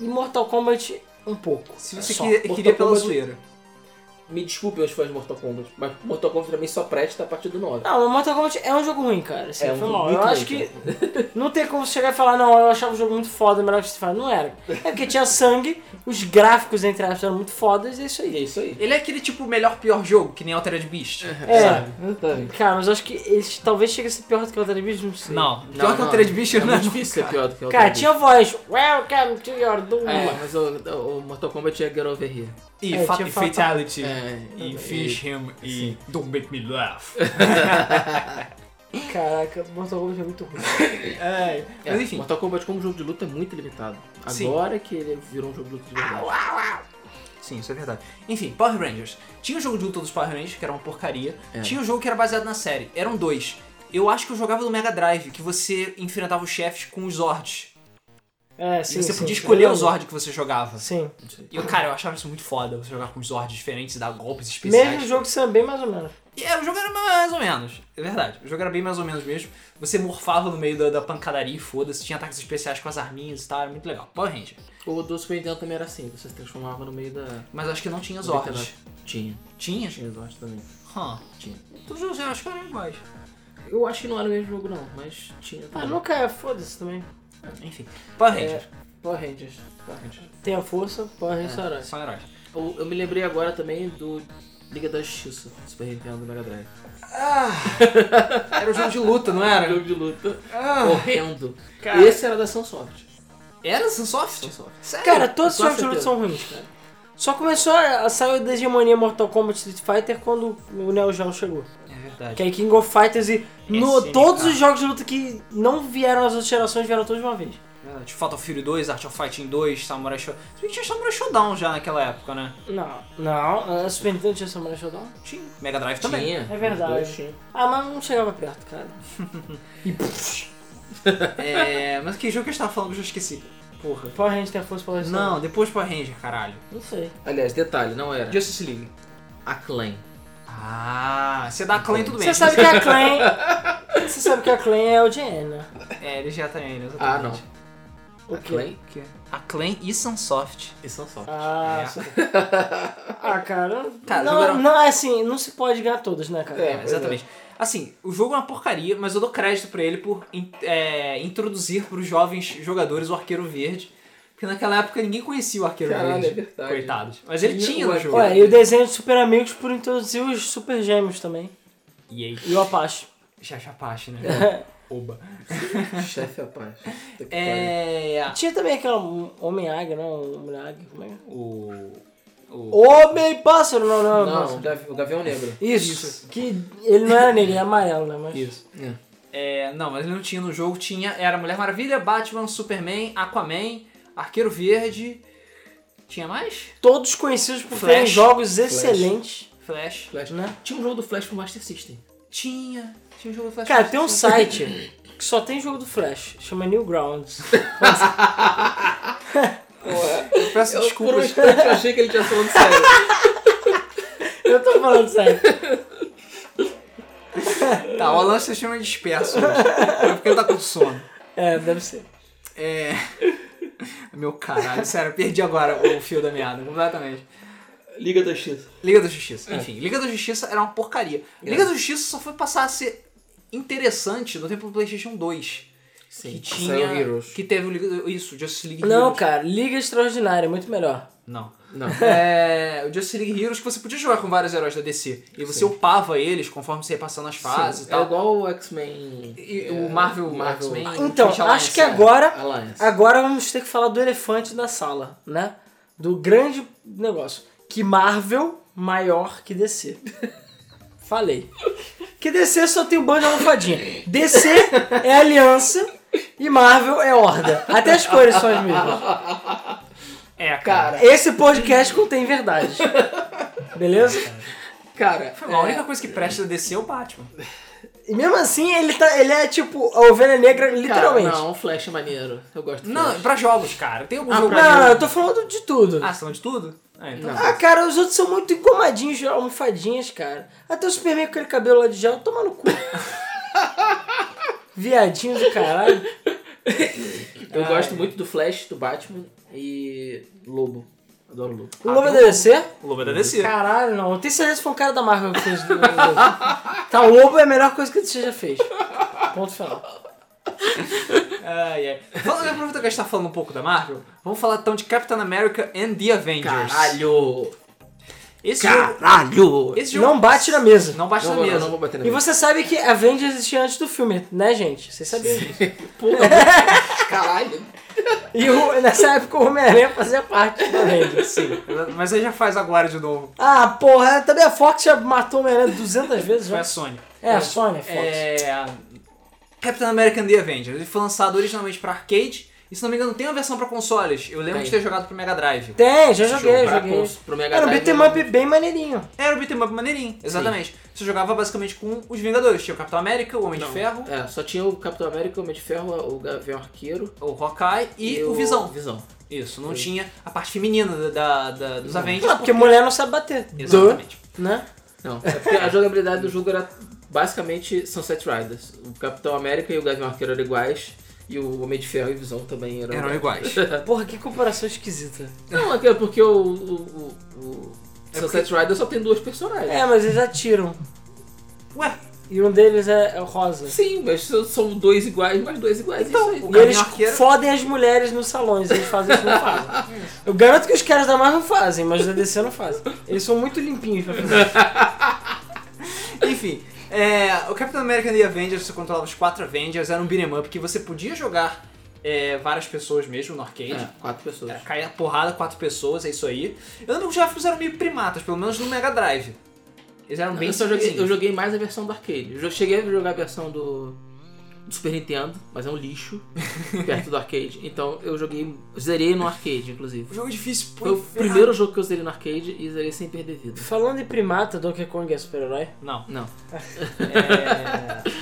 e Mortal Kombat um pouco. É Se você Só. queria, Mortal queria pela Kombat. zoeira. Me desculpem os fãs de Mortal Kombat, mas Mortal Kombat pra mim só presta a partir do 9. Não, mas Mortal Kombat é um jogo ruim, cara. Assim, É um foi jogo mal. muito Eu ruim, acho que (laughs) não tem como chegar e falar, não, eu achava o jogo muito foda, melhor que Street Fighter. Não era. É porque tinha sangue, os gráficos, entre aspas, eram muito fodas e é isso E é aí. isso aí. Ele é aquele tipo melhor pior jogo, que nem Altered Beast. É. sabe? Cara, mas eu acho que eles talvez chegue a ser pior do que o Altered Beast, não sei. Não, Tipo, pior não, que Altered não. Beast É não é muito difícil ser cara. pior do que o Cara, Altered tinha um a voz, Welcome to your doom. Beast. É, mas o, o Mortal Kombat é Get Over Here. E, É, fa- tinha e fatal. Fatality. É, E é, Finish Him. E Don't Make Me (laughs) Laugh. Caraca, Mortal Kombat é muito ruim. é, É, mas enfim. Mortal Kombat como jogo de luta é muito limitado. Sim. Agora que ele virou um jogo de luta de verdade. Sim, isso é verdade. Enfim, Power Rangers. Tinha o jogo de luta dos Power Rangers, que era uma porcaria. É. Tinha o jogo que era baseado na série. Eram dois. Eu acho que eu jogava no Mega Drive, que você enfrentava os chefes com os Zords. É, E sim. você sim, podia sim. escolher o Zord que você jogava. Sim. Não sei. E eu, cara, eu achava isso muito foda, você jogar com os Zords diferentes, dar golpes especiais. Mesmo jogo sendo bem mais ou menos. E é, o jogo era mais ou menos, é verdade. O jogo era bem mais ou menos mesmo. Você morfava no meio da, da pancadaria e foda-se, tinha ataques especiais com as arminhas e tal, era muito legal. Power Ranger. O do Super Nintendo também era assim, você se transformava no meio da... Mas acho que não tinha do Zords. campeonato. Tinha. Tinha? Tinha Zords também. Hã. Tinha. Todos os jogos acho que eram iguais. Eu acho que não era o mesmo jogo não, mas tinha Ah, também. nunca é, foda-se também. Enfim, Power É, Ranger. Power Rangers. Power Rangers. Tem a força, porra, é. restaurar. São heróis. Eu, eu me lembrei agora também do Liga da Justiça, Super Nintendo do Mega Drive. Era um jogo de luta, não (laughs) era? Jogo de luta. Ah, Horrendo. É. Cara. Esse era da Sunsoft. era Sunsoft? Sunsoft. Sério? Cara, todos os Com jogos de luta certeza. são ruins, cara. Só começou a, a sair da hegemonia Mortal Kombat Street Fighter quando o Neo Geo chegou. é verdade. Que aí King of Fighters e no, SNK. todos os jogos de luta que não vieram nas outras gerações vieram todos de uma vez. É verdade. Fatal Fury 2, Art of Fighting 2, Samurai Shodown. Se bem que tinha Samurai Shodown já naquela época, né? Não, não, a Super Nintendo tinha Samurai Shodown. Tinha. Mega Drive também. Tinha. É verdade. Os dois tinham. Ah, mas não chegava perto, cara. e puf, É, mas que jogo que a gente tava falando que eu já esqueci. Porra. Power Rangers tem a força para Não, depois Power Ranger, caralho. não sei. Aliás, detalhe, não era. Justice League. Acclaim. Ah, você dá clã e tudo bem. Você sabe que a Clan. (laughs) Você sabe que a Clan é LGN, né? É, ele já tá aí, né? Ah, não. Exatamente. O quê? Acclaim (laughs) O quê? A Clan e Sunsoft. e Sunsoft. Ah, É. sim. ah, cara. Cara, não, jogaram- não, é assim, não se pode ganhar todas, né, cara? É. É, exatamente. Assim, o jogo é uma porcaria, mas eu dou crédito pra ele por in- é, introduzir pros jovens jogadores o Arqueiro Verde. Porque naquela época ninguém conhecia o Arqueiro Caralho, Verde. é verdade. Coitados. Mas ele Tinha tinha o no Arqueiro jogo. Ué, e o desenho de Super Amigos por introduzir os Super Gêmeos também. E aí? E o Apache. (laughs) Chachapache, né? Oba. Chefe à paz. Puta que pariu. É. Tinha também aquela Homem-Águia, não? Homem-Águia, como é? que é? O. O. Homem-Pássaro, não, não, não. Não, o Gavi- o Gavião Negro. Isso. Que ele não era negro, ele era amarelo, né? Mas... Isso. É. É, não, mas ele não tinha no jogo. Tinha. Era Mulher Maravilha, Batman, Superman, Aquaman, Arqueiro Verde. Tinha mais? Todos conhecidos por Flash. terem jogos excelentes, Flash. Flash. né? Tinha um jogo do Flash pro Master System. Tinha. Tinha um jogo do Flash. Cara, tem um site que só tem jogo do Flash, chama Newgrounds. (laughs) Eu peço Eu, (laughs) Por um desculpas. instante eu achei que ele tinha falando sério. Eu tô falando sério. Tá, o Alan se chama disperso. hoje. É porque ele tá com sono. É, deve ser. É. Meu caralho, sério, eu perdi agora o fio da meada, completamente. Liga da Justiça. Liga da Justiça. É. Enfim, Liga da Justiça era uma porcaria. Liga da Justiça só foi passar a ser interessante no tempo do PlayStation 2. Sim. que Saiu tinha. Heroes. Que teve o Liga. Isso, o Justice League Não, Heroes. cara, Liga Extraordinária, muito melhor. Não. (laughs) Não. É, o Justice League Heroes que você podia jogar com vários heróis da DC. E você Sim. upava eles conforme você ia passando as fases Sim, e tal. É igual o X-Men. E é, o Marvel- X-Men. Ah, Então, Flash Alliance, acho que é. agora, Alliance. agora vamos ter que falar do elefante da sala, né? Do grande negócio. Que Marvel maior que DC. (laughs) Falei. Que DC só tem um bando de almofadinha. DC é aliança e Marvel é horda. Até as cores são as mesmas. É, Cara, Esse podcast contém verdades. Beleza? cara. Foi mal, a é, única coisa que presta da DC é o (laughs) Batman. E mesmo assim, ele, tá, ele é tipo a ovelha negra, literalmente. Cara, não, o Flash é maneiro. Eu gosto do Não, Flash. pra jogos, cara. Tem algum Ah, não, jogo. não, não, eu tô falando de tudo. Ah, são de tudo? Ah, então. Não. Ah, cara, os outros são muito engomadinhos, almofadinhas, cara. Até o Superman com aquele cabelo lá de gel, toma no (laughs) cu. Viadinho do caralho. Ah, Eu gosto muito do Flash, do Batman e Lobo. Adoro Lobo. O Lobo da DC? O Lobo é da DC. Caralho, não. Eu tenho certeza que foi um cara da Marvel que fez. o Lobo. tá, o Lobo é a melhor coisa que você já fez. Ponto final. Ai, ai. Vamos aproveitar que a gente tá falando um pouco da Marvel. Vamos falar então de Captain America and the Avengers. Caralho! Esse jogo. Caralho! Esse jogo Não bate na mesa. Não bate Não na vou, mesa. não vou bater na E você sabe que Avengers existia antes do filme, né, gente? Vocês sabiam disso. mesa. Caralho! E o- nessa época o Homem-Aranha fazia parte do Avengers. Sim. Mas aí já faz agora de novo. Ah, porra, também a Fox já matou o Homem-Aranha 200 vezes, Foi já. a Sony. É, a Sony, a Fox. É. Captain America and the Avengers. Ele foi lançado originalmente pra arcade. E se não me engano, tem uma versão pra consoles. Eu lembro Tem. de ter jogado pro Mega Drive. Tem, É, já Esse joguei, jogo pra joguei. cons- pro Mega Era um Drive, beat'em né? up bem maneirinho. Era o beat'em up maneirinho. Exatamente. Você jogava basicamente com os Vingadores. Tinha o Capitão América, o Homem de Ferro, É, só tinha o Capitão América, o Homem de Ferro, o Gavião Arqueiro o Hawkeye e, o Visão. Visão. Isso, não tinha a parte feminina da, da- dos Avengers. Não, porque mulher não sabe bater. Exatamente. Duh, né? Não, é porque a jogabilidade do jogo era basicamente Sunset Riders. O Capitão América e o Gavião Arqueiro eram iguais. E o Homem de Ferro e o Visão também eram, Eram iguais. (laughs) Porra, que comparação esquisita. Não, é que- é porque o, o, o- o É Sunset Riders só tem duas personagens. É, mas eles atiram. Ué, E um deles é é o rosa. Sim, mas são- são dois iguais, mais dois iguais. Então, isso aí. o E eles Gavião Arqueiro- fodem as mulheres nos salões, eles fazem isso, não fazem. Eu garanto que os caras da Marvel fazem, mas os da DC não fazem. Eles são muito limpinhos pra (laughs) fazer. Enfim, é, o Capitão América e Avengers, você controlava os quatro Avengers, era um beat'em up que você podia jogar é, várias pessoas mesmo no arcade. É, quatro pessoas. Era cair a porrada, quatro pessoas, é isso aí. Eu lembro que os gráficos eram meio primatas, pelo menos no Mega Drive. Eles eram bem eu, só joguei, eu simplesinhos. joguei mais a versão do arcade. Eu já cheguei a jogar a versão do, do Super Nintendo, mas é um lixo perto do arcade. Então eu joguei, zerei no arcade, Um inclusive. jogo difícil, Foi o primeiro jogo que eu zerei no arcade e zerei sem perder vida. Falando em primata, Donkey Kong é super-herói. (laughs) Não. Não. É...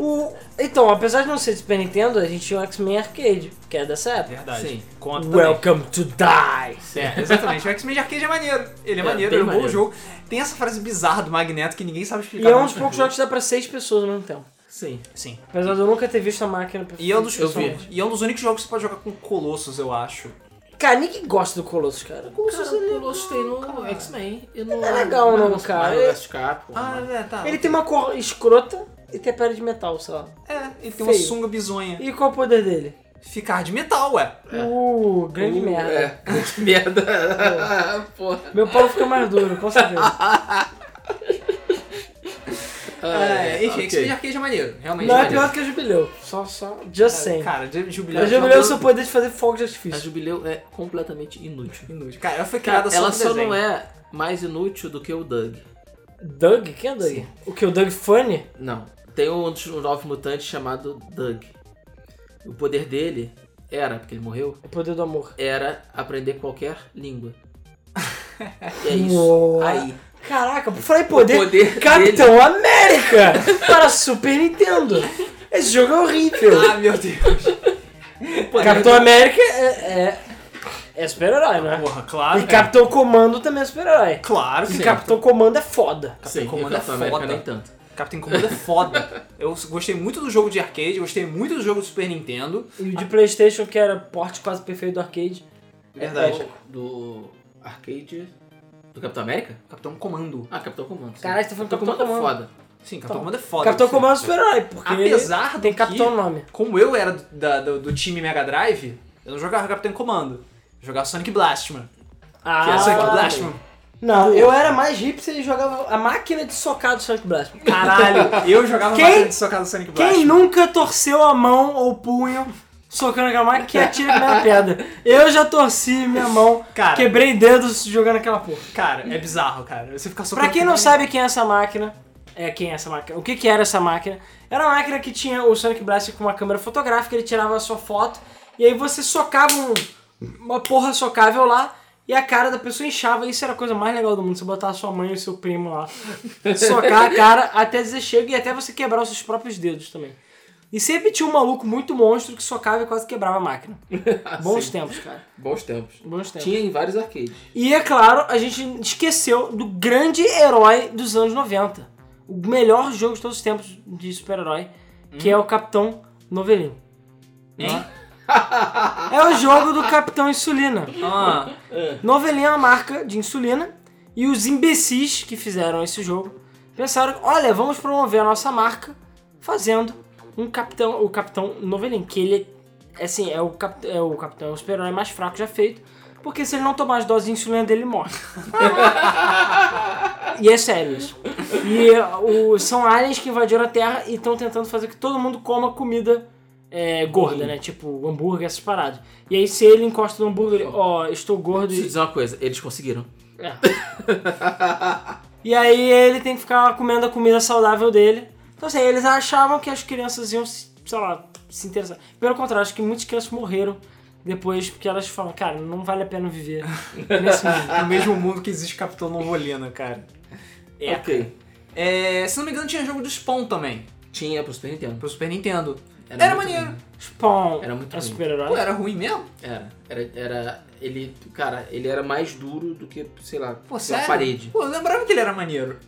O... Então, apesar de não ser de Super Nintendo, a gente tinha o X-Men Arcade, que é dessa época. Verdade. Sim. Conta também. Welcome to die! É, exatamente. O X-Men de arcade é maneiro. Ele é, É, maneiro, ele é um bem bom maneiro. jogo. Tem essa frase bizarra do Magneto que ninguém sabe E explicar. é um mas- dos poucos jogos que dá pra seis pessoas ao mesmo tempo. Sim. Sim. Apesar de eu nunca ter visto a máquina. E é, um dos, Eu vi. e é um dos únicos jogos que você pode jogar com Colossus, eu acho. Cara, ninguém gosta do Colossus, cara. Cara, o Colossus tem no X-Men e no. É legal, não, Marvel- cara. Marvel vs. Capcom. é, tá. Ele tem uma cor escrota e tem a pele de metal, sei lá. É, ele tem Feio. uma sunga bizonha. E qual é o poder dele? Ficar de metal, ué. Uh, grande Uh, merda. É, grande (laughs) merda. Porra. Meu pau fica mais duro, com certeza. Ah, É, enfim, ok. X-Men de arcade é maneiro. Realmente Não é maneiro. pior do que a Jubileu. Só, só. Just saying. Cara, de- jubileu. é a Jubileu é o uma seu poder de fazer fogo de A artifício. Jubileu é completamente inútil. coisa Inútil. Cara, ela foi Cara, criada só ela pro só desenho. não é mais inútil do que o Doug. Doug? Quem é Doug? Sim. O que? O Doug Funny? Não. Tem um dos nove mutantes chamado Doug. O poder dele era, porque ele morreu, O poder do amor. era aprender qualquer língua. E é isso. Uou. Aí. Caraca, por falar em O poder. poder dele. Capitão América! para Super Nintendo! Esse jogo é horrível! Ah, meu Deus. o poder Capitão América é. é, é super-herói, né? Porra, claro. E né? Capitão Comando também é super-herói. Claro que Porque Sim. Capitão Comando é foda. Sim, Capitão Comando é Capitão América foda. nem tanto. Capitão Comando é foda. Eu gostei muito do jogo de arcade, gostei muito do jogo do Super Nintendo. E o de Playstation, que era porte quase perfeito do arcade. Verdade. É Do do arcade... Do Capitão América? Capitão Comando. Ah, Capitão Comando. sim. Caralho, você tá falando Capitão Capitão Comando é foda. Sim, Capitão Então, Comando é foda. Capitão Comando é super-herói, porque ele Apesar do tem que, Capitão Nome. como eu era do, da- do- do time Mega Drive, eu não jogava Capitão Comando. Eu jogava Sonic Blastman. Ah, Que é Sonic Blastman. Não, eu era mais hipster e jogava a máquina de socar do Sonic Blast. Caralho, (laughs) eu jogava Quem- máquina de socar do Sonic Blast. (laughs) Quem nunca torceu a mão ou o punho socando aquela máquina que atira a minha pedra? Eu já torci minha mão, Cara. quebrei dedos jogando aquela porra. Cara, é bizarro, cara. Você fica só Pra quem não sabe quem é essa máquina, é quem é essa máquina, o que que era essa máquina? Era uma máquina que tinha o Sonic Blast com uma câmera fotográfica, ele tirava a sua foto, e aí você socava um- uma porra socável lá, e a cara da pessoa inchava, e isso era a coisa mais legal do mundo, você botar a sua mãe e o seu primo lá, socar a cara até dizer chega, e até você quebrar os seus próprios dedos também. E sempre tinha um maluco muito monstro que socava e quase quebrava a máquina. Bons Ah, Sim. tempos, cara. Bons tempos. Bons tempos. Tinha em vários arcades. E é claro, a gente esqueceu do grande herói dos anos 90. O melhor jogo de todos os tempos de super-herói, que é o Capitão Novelino. Hein? É o jogo do Capitão Insulina. Ah, Novelino é uma marca de insulina e os imbecis que fizeram esse jogo pensaram, olha, vamos promover a nossa marca fazendo um capitão, o capitão Novelin, que ele é, assim, é o, cap, é o capitão, é o super-herói mais fraco já feito, porque se ele não tomar as doses de insulina dele, ele morre. (laughs) e é sério isso. E o, são aliens que invadiram a Terra e estão tentando fazer que todo mundo coma comida é, gorda, né? Tipo hambúrguer, essas paradas. E aí se ele encosta no hambúrguer, ele, ó, estou gordo Deixa eu e dizer uma coisa, eles conseguiram. é. (laughs) e aí ele tem que ficar comendo a comida saudável dele. Então assim, eles achavam que as crianças iam, se- sei lá, se interessar. Pelo contrário, acho que muitas crianças morreram depois porque elas falam, cara, não vale a pena viver nesse mundo. (laughs) no mesmo mundo que existe Capitão Novolina, cara. É. ok. É, se não me engano, tinha jogo do Spawn também, Tinha pro Super Nintendo. pro Super Nintendo. Era Era, muito maneiro. Spawn Era muito é ruim. Pô, super-herói. era ruim mesmo? É. Era, era, era, ele, cara, ele era mais duro do que, sei lá, Pô, uma sério? parede. Pô, eu lembrava que ele era maneiro.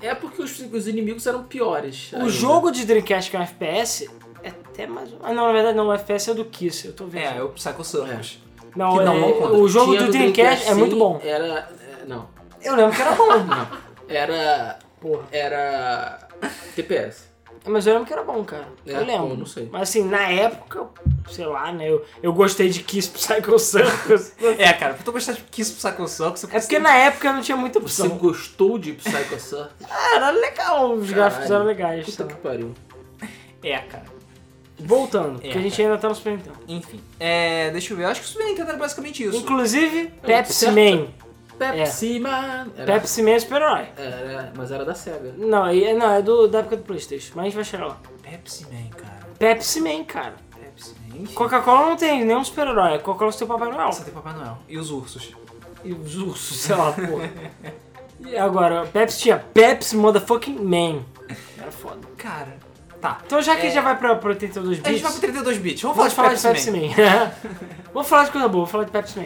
É porque os, os inimigos eram piores. O ainda. jogo de Dreamcast que é um FPS é até mais... Ah, não, na verdade não, o FPS é do Kiss, eu tô vendo. É, é o Psycho Circus. Não, Que não, é- não conta. o jogo Tinha do Dreamcast é sim, muito bom. Era, é, não, Eu lembro que era bom. (laughs) não, era, Porra. era TPS. Mas eu lembro que era bom, cara. É, eu lembro. pô, não sei. Mas assim, na época, sei lá, né? Eu, eu gostei de Kiss Psycho (laughs) Circus. É, cara, pra tu gostar de Kiss Psycho Circus, É porque na época eu não tinha muita Você tá, opção. gostou de (laughs) Psycho Circus? Ah, era legal, os gráficos Caralho. eram legais. tá? sei Puta lá. que pariu. É, cara. Voltando, porque É, a gente ainda tá no Super Nintendo. Enfim. É, deixa eu ver. Eu acho que o Super Nintendo era basicamente isso. Inclusive, Pepsi certo. Man. Pepsi Man. Era, Pepsi Man é super-herói. era- mas era da SEGA. Não, e- não, é do, da época do Playstation, mas a gente vai chegar lá. Pepsi Man, cara. Pepsi Man, cara. Pepsi Man. Enfim. Coca-Cola não tem nenhum super-herói, Coca-Cola é o seu Papai Noel. Só tem Papai Noel. E os ursos. E os ursos, sei lá, porra. (laughs) E agora, Pepsi tinha Pepsi Motherfucking Man. Era foda. (laughs) Cara, tá. Então já que a gente já vai pra, pro 32 bits, A gente vai pro 32 bits. Vamos falar vamos de falar Pepsi, de Pepsi Man. (laughs) vamos falar de coisa boa, vamos falar de (laughs) Pepsi Man.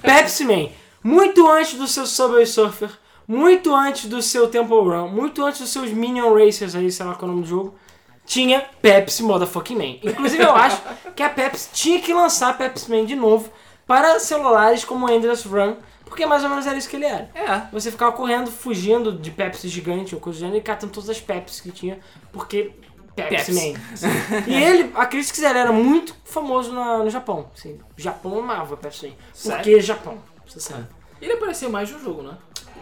Pepsi Man, muito antes do seu Subway Surfer, muito antes do seu Temple Run, muito antes dos seus Minion Racers aí, sei lá qual é o nome do jogo, tinha Pepsi Motherfucking Man. Inclusive eu acho que a Pepsi tinha que lançar Pepsi Man de novo para celulares como o Endless Run, porque mais ou menos era isso que ele era. É. Você ficava correndo, fugindo de Pepsi gigante ou coisa do gênero e catando todas as Pepsi que tinha, porque Pepsi. Pepsi, Man. (laughs) e ele, a Chris quiser, era muito famoso na- no Japão. Assim, o Japão amava Pepsi Man. Sério? Porque Japão, você sabe. Ele apareceu mais no jogo, né?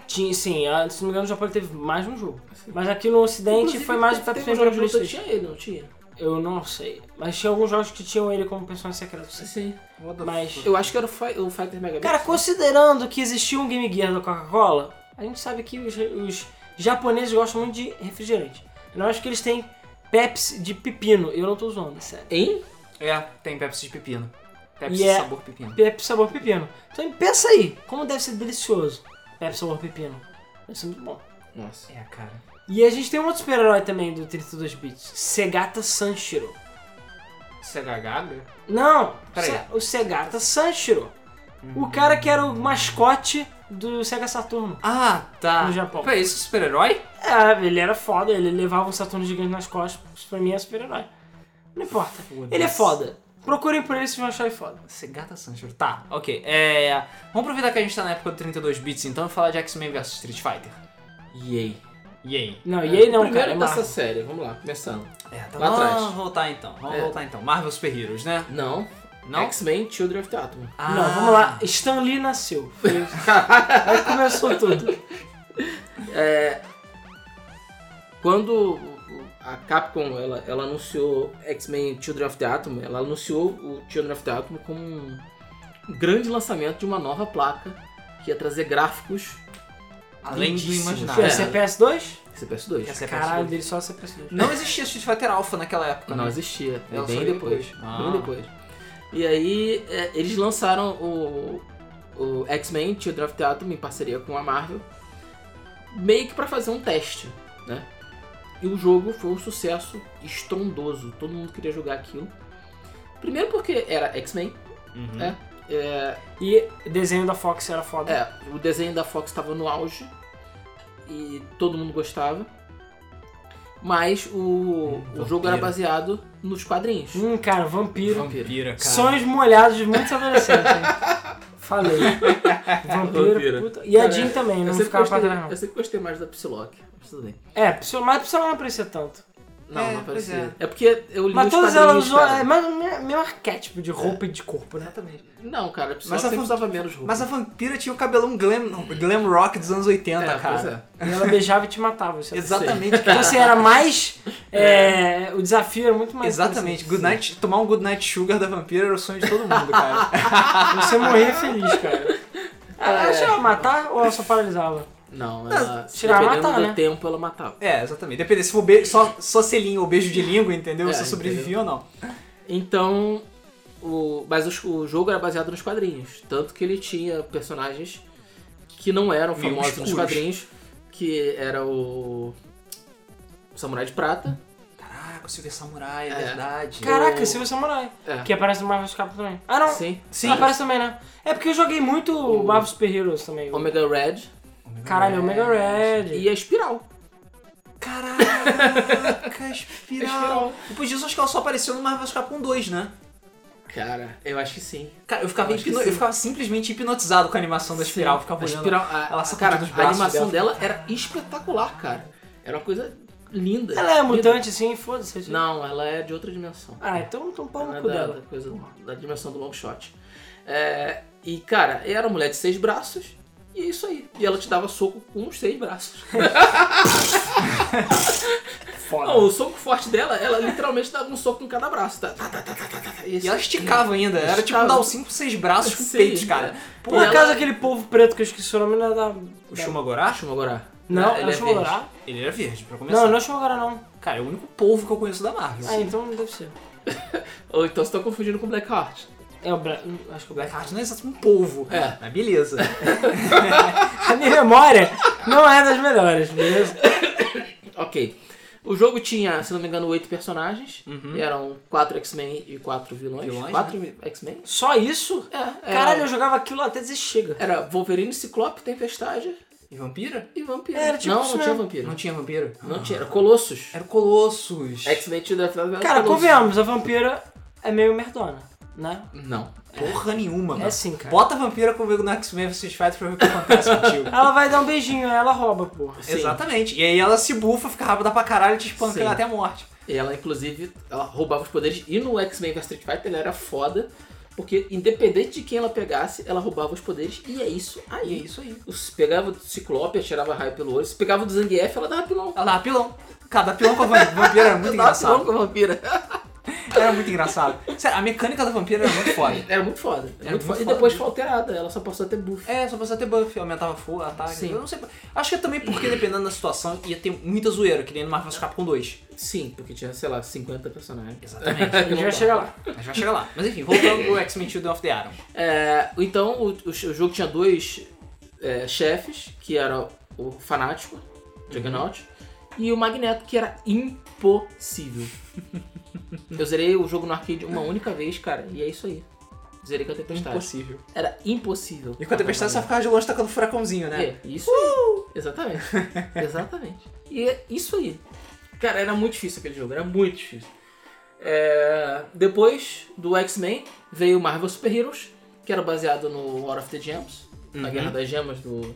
Tinha, sim, ah, se não me engano, no Japão ele teve mais de um jogo. Mas aqui no Ocidente Inclusive, foi mais o teve- Top teve um 100 jogo jogos de de luta que listas. tinha ele, não tinha? Eu não sei. Mas tinha alguns jogos que tinham ele como personagem secreto. sim. Sim. What the Mas- fuck? Eu acho que era o, Fi- o Fighter Mega Man. Cara, considerando que existia um Game Gear da Coca-Cola, a gente sabe que os, os japoneses gostam muito de refrigerante. Eu acho que eles têm Pepsi de pepino. Eu não tô zoando, é sério. Hein? É, tem Pepsi de pepino. Pepsi E é- sabor pepino. Pepsi sabor pepino. Então pensa aí, como deve ser delicioso Pepsi sabor pepino. Deve ser muito bom. Nossa. É, cara. E a gente tem um outro super-herói também do 32 bits, Segata Sanshiro. Isso é gagaga? Não, Peraí. Se- o Segata Sanshiro. O cara que era o mascote do Sega Saturno. Ah, tá. No Japão. Peraí, isso é super-herói? É, ele era foda, ele levava um Saturno gigante nas costas. Isso pra mim é super-herói. Não importa. Foda-se. Ele é foda. Procurem por ele se vão achar ele foda. Você gata Sancho. Tá, ok. É, vamos aproveitar que a gente tá na época do 32 bits então e falar de X-Men vs Street Fighter. Yay. Yay. Não, e ele não, Primeiro cara. É dessa Marvel. série, vamos lá, começando. É, tá Lá vamos atrás. voltar então. Vamos É. voltar então. Marvel Super Heroes, né? Não. Não? X-Men Children of the Atom. Ah. Não, vamos lá. Stan Lee nasceu. Foi- Aí começou tudo. Quando o- o- a Capcom ela, ela anunciou X-Men Children of the Atom, ela anunciou o Children of the Atom como um grande lançamento de uma nova placa que ia trazer gráficos Ah, Além do Lindíssimo. imaginário. Foi É. CPS 2? CPS 2. Essa é a Caralho, parte dele só CPS 2. do- Não existia Street Fighter Alpha naquela época. Não né? existia. Ela bem saiu Uhum. É, depois. depois. Ah. Bem depois. E aí é, eles lançaram o, o X-Men Children of the Atom em parceria com a Marvel, meio que pra fazer um teste, né? E o jogo foi um sucesso estrondoso. Todo mundo queria jogar aquilo. Primeiro porque era X-Men, Uhum. É. E desenho da Fox era foda. É, o desenho da Fox estava no auge e todo mundo gostava. Mas o, o jogo era vampiro. baseado nos quadrinhos. Hum, cara, vampiro. Vampira, cara. Sonhos molhados de muitos adolescentes. (laughs) hein? Falei. Vampiro, Vampiro. puta. E a Cara, Jean também, eu, não sempre ficava pra gostei, trás não. eu sempre gostei mais da Psylocke, mas tudo bem. É, Psy- mas Psy não aparecia tanto. Não, É, não pois parecia. É. porque eu li Mas os todas elas quadrinhos, usam. cara. É, mas o me- mesmo arquétipo de roupa e de corpo, né? Exatamente. Não, cara, a Mas Psylocke a sempre tipo, fan- usava menos roupa. Mas a vampira tinha o cabelão glam, glam rock dos anos 80, é, cara. pois é. E ela beijava e te matava. Você (laughs) Exatamente, Então cara. assim, era mais. é, o desafio era muito mais. Exatamente. interessante. Good night, tomar um good night sugar da vampira era o sonho de todo mundo, (laughs) cara. Você morria É feliz, cara. Ela ela chegava a matar ou ela só paralisava? Não, ela, se chegava a dependendo matar, do né? tempo, ela matava. é, exatamente. Depende se for be- só, só selinho ou beijo de língua, entendeu? É, se eu sobrevivi entendeu? ou não. Então, o, mas os- o jogo era baseado nos quadrinhos. Tanto que ele tinha personagens que não eram Meio famosos nos obscuros. quadrinhos, que era o, o Samurai de Prata. Caraca, o Silver Samurai, é, É. verdade. Caraca, O- Silvio Samurai. É. Que aparece no Marvel Capcom também. Ah, não. Sim. Sim. Ela Aparece também, né? É porque eu joguei muito o Marvel Super Heroes também. Omega Red Caralho, Omega Red. e a Espiral. Caraca, espiral. Depois disso, acho que ela só apareceu no Marvel Capcom 2, né? Cara, eu acho que sim. Cara, eu ficava, Eu acho que hipno- sim. eu ficava simplesmente hipnotizado com a animação da espiral. Ficava A olhando. espiral, a, ela ela sacudindo cara, os a braços animação dela. era espetacular, cara. Era uma coisa linda. Ela é linda. mutante, assim, foda-se. Não, ela é de outra dimensão. Ah, então tão pau Ela no é cu da, dela. da coisa da dimensão do long shot. É, e, cara, era uma mulher de seis braços. E é isso aí. E ela te dava soco com os seis braços. é Foda. Não, o soco forte dela, ela literalmente dava um soco com cada braço. Tá, tá, tá, tá, tá, tá, tá. E ela esticava ainda. Era tipo Esticava. dar os 5, 6 braços com Sim, É. peitos, cara. Por Pô, né? ela- acaso aquele povo preto que eu esqueci o nome não é da. O da- Shumagorá? Chama agora. Não, Ele é o verde. Shumagorá? Ele era verde, pra começar. Não, não é o Shumagorá, não. Cara, é o único povo que eu conheço da Marvel. Ah, então não deve ser. Ou então você tá confundindo com Blackheart. É o Bra... hum, Acho que O o Black. Blackheart não é exatamente um polvo. É. Mas beleza. (laughs) A minha memória não é das melhores, beleza? Ok. O jogo tinha, se não me engano, oito personagens. Eram quatro X-Men e quatro vilões. Uhum. Vilões, né? quatro X-Men? Só isso? É, Caralho, eu era, jogava aquilo até dizer chega. era Wolverine, Ciclope, Tempestade E vampira? e Vampiro. É, Era tipo não, isso não tinha mesmo. Vampiro. Não tinha vampiro? Não tinha, era Colossus. Era o Colossus. X-Men tinha da Flash. Cara, convenhamos, a vampira é meio merdona, né? Não. Porra nenhuma, mano. É sim, cara. Bota a vampira comigo no X-Men vs Street Fighter pra ver o que acontece (laughs) contigo. Ela vai dar um beijinho, ela rouba, porra. Sim. Exatamente. E aí ela se bufa, fica rápida pra caralho e te espanca Sim. até a morte. Ela, inclusive, ela roubava os poderes. E no X-Men vs Street Fighter ela era foda. Porque independente de quem ela pegasse, ela roubava os poderes e é isso E é aí. isso aí. Se pegava do Ciclope, atirava raio pelo olho. Se pegava do Zangief, ela dava pilão. Ela dava pilão. Cada pilão com a vamp- vampira era muito Ela dava pilão engraçado. com a vampira. Era muito engraçado. Sério, a mecânica da vampira era muito foda. Era muito foda. Era Era É muito muito foda. E foda depois mesmo. foi alterada. Ela só passou a ter buff. É, só precisava ter buff, aumentava full, ataque. Sim. Eu não sei. Acho que é também porque, dependendo da situação, ia ter muita zoeira, que nem no Marvel vs Capcom 2. Sim, porque tinha, sei lá, 50 personagens. Exatamente. (laughs) A gente vai chegar lá. A gente vai chegar lá. Mas enfim, voltando pro X-Men Children of the Atom. É, então, o, o jogo tinha dois é, chefes, que era o Fanático, Juggernaut, e o Magneto, que era (laughs) impossível. Eu zerei o jogo no arcade uma única vez, cara, e é isso aí. Zerei com a tempestade. Impossível. Era impossível. E com a tempestade só ficava de longe tacando furacãozinho, né? É, isso aí. Exatamente. Exatamente. E é isso aí. Cara, era muito difícil aquele jogo, era muito difícil. É, Depois do X-Men veio o Marvel Super Heroes, que era baseado no War of the Gems, na Uhum. Guerra das Gemas do.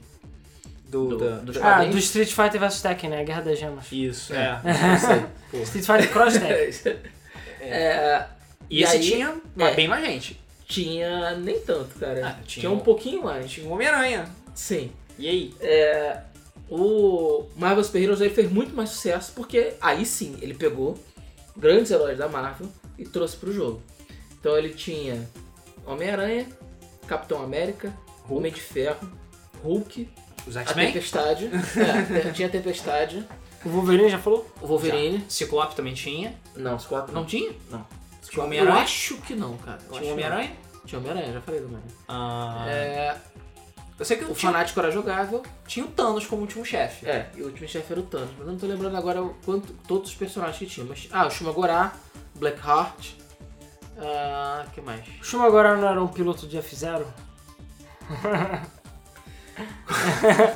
Do, Do- da- dos da- Ah, Parabéns. do Street Fighter vs Tekken, né? Guerra das Gemas. Isso, É. é. Street Fighter Cross Tekken. É, (laughs) E, E esse aí- tinha é. bem mais gente. tinha nem tanto, cara. Ah, tinha... tinha um um- pouquinho mais. Tinha o Homem-Aranha. Sim. E aí? O Marvel Super Heroes aí fez muito mais sucesso porque aí sim ele pegou grandes heróis da Marvel e trouxe pro jogo. Então ele tinha Homem-Aranha, Capitão América, Hulk. Homem de Ferro, Hulk, Os a X-Men? (laughs) Tempestade, é, te- tinha a Tempestade, O Wolverine já falou? o Wolverine. Já. Ciclope também tinha. Não, os quatro Não não. tinha? Não. Tinha o Eu Homem-Aranha? acho que não, cara. Eu Tinha acho que o não. Homem-Aranha? Tinha o Homem-Aranha, já falei do Homem-Aranha. Ah, É, Eu sei que o tinha, Fanático era jogável. tinha o Thanos como último chefe. É, e o último chefe era o Thanos, mas eu não tô lembrando agora o quanto, todos os personagens que tinha. Mas, ah, o Shumagorá, Blackheart, ah, que mais? O Shuma agora não era um piloto de F0?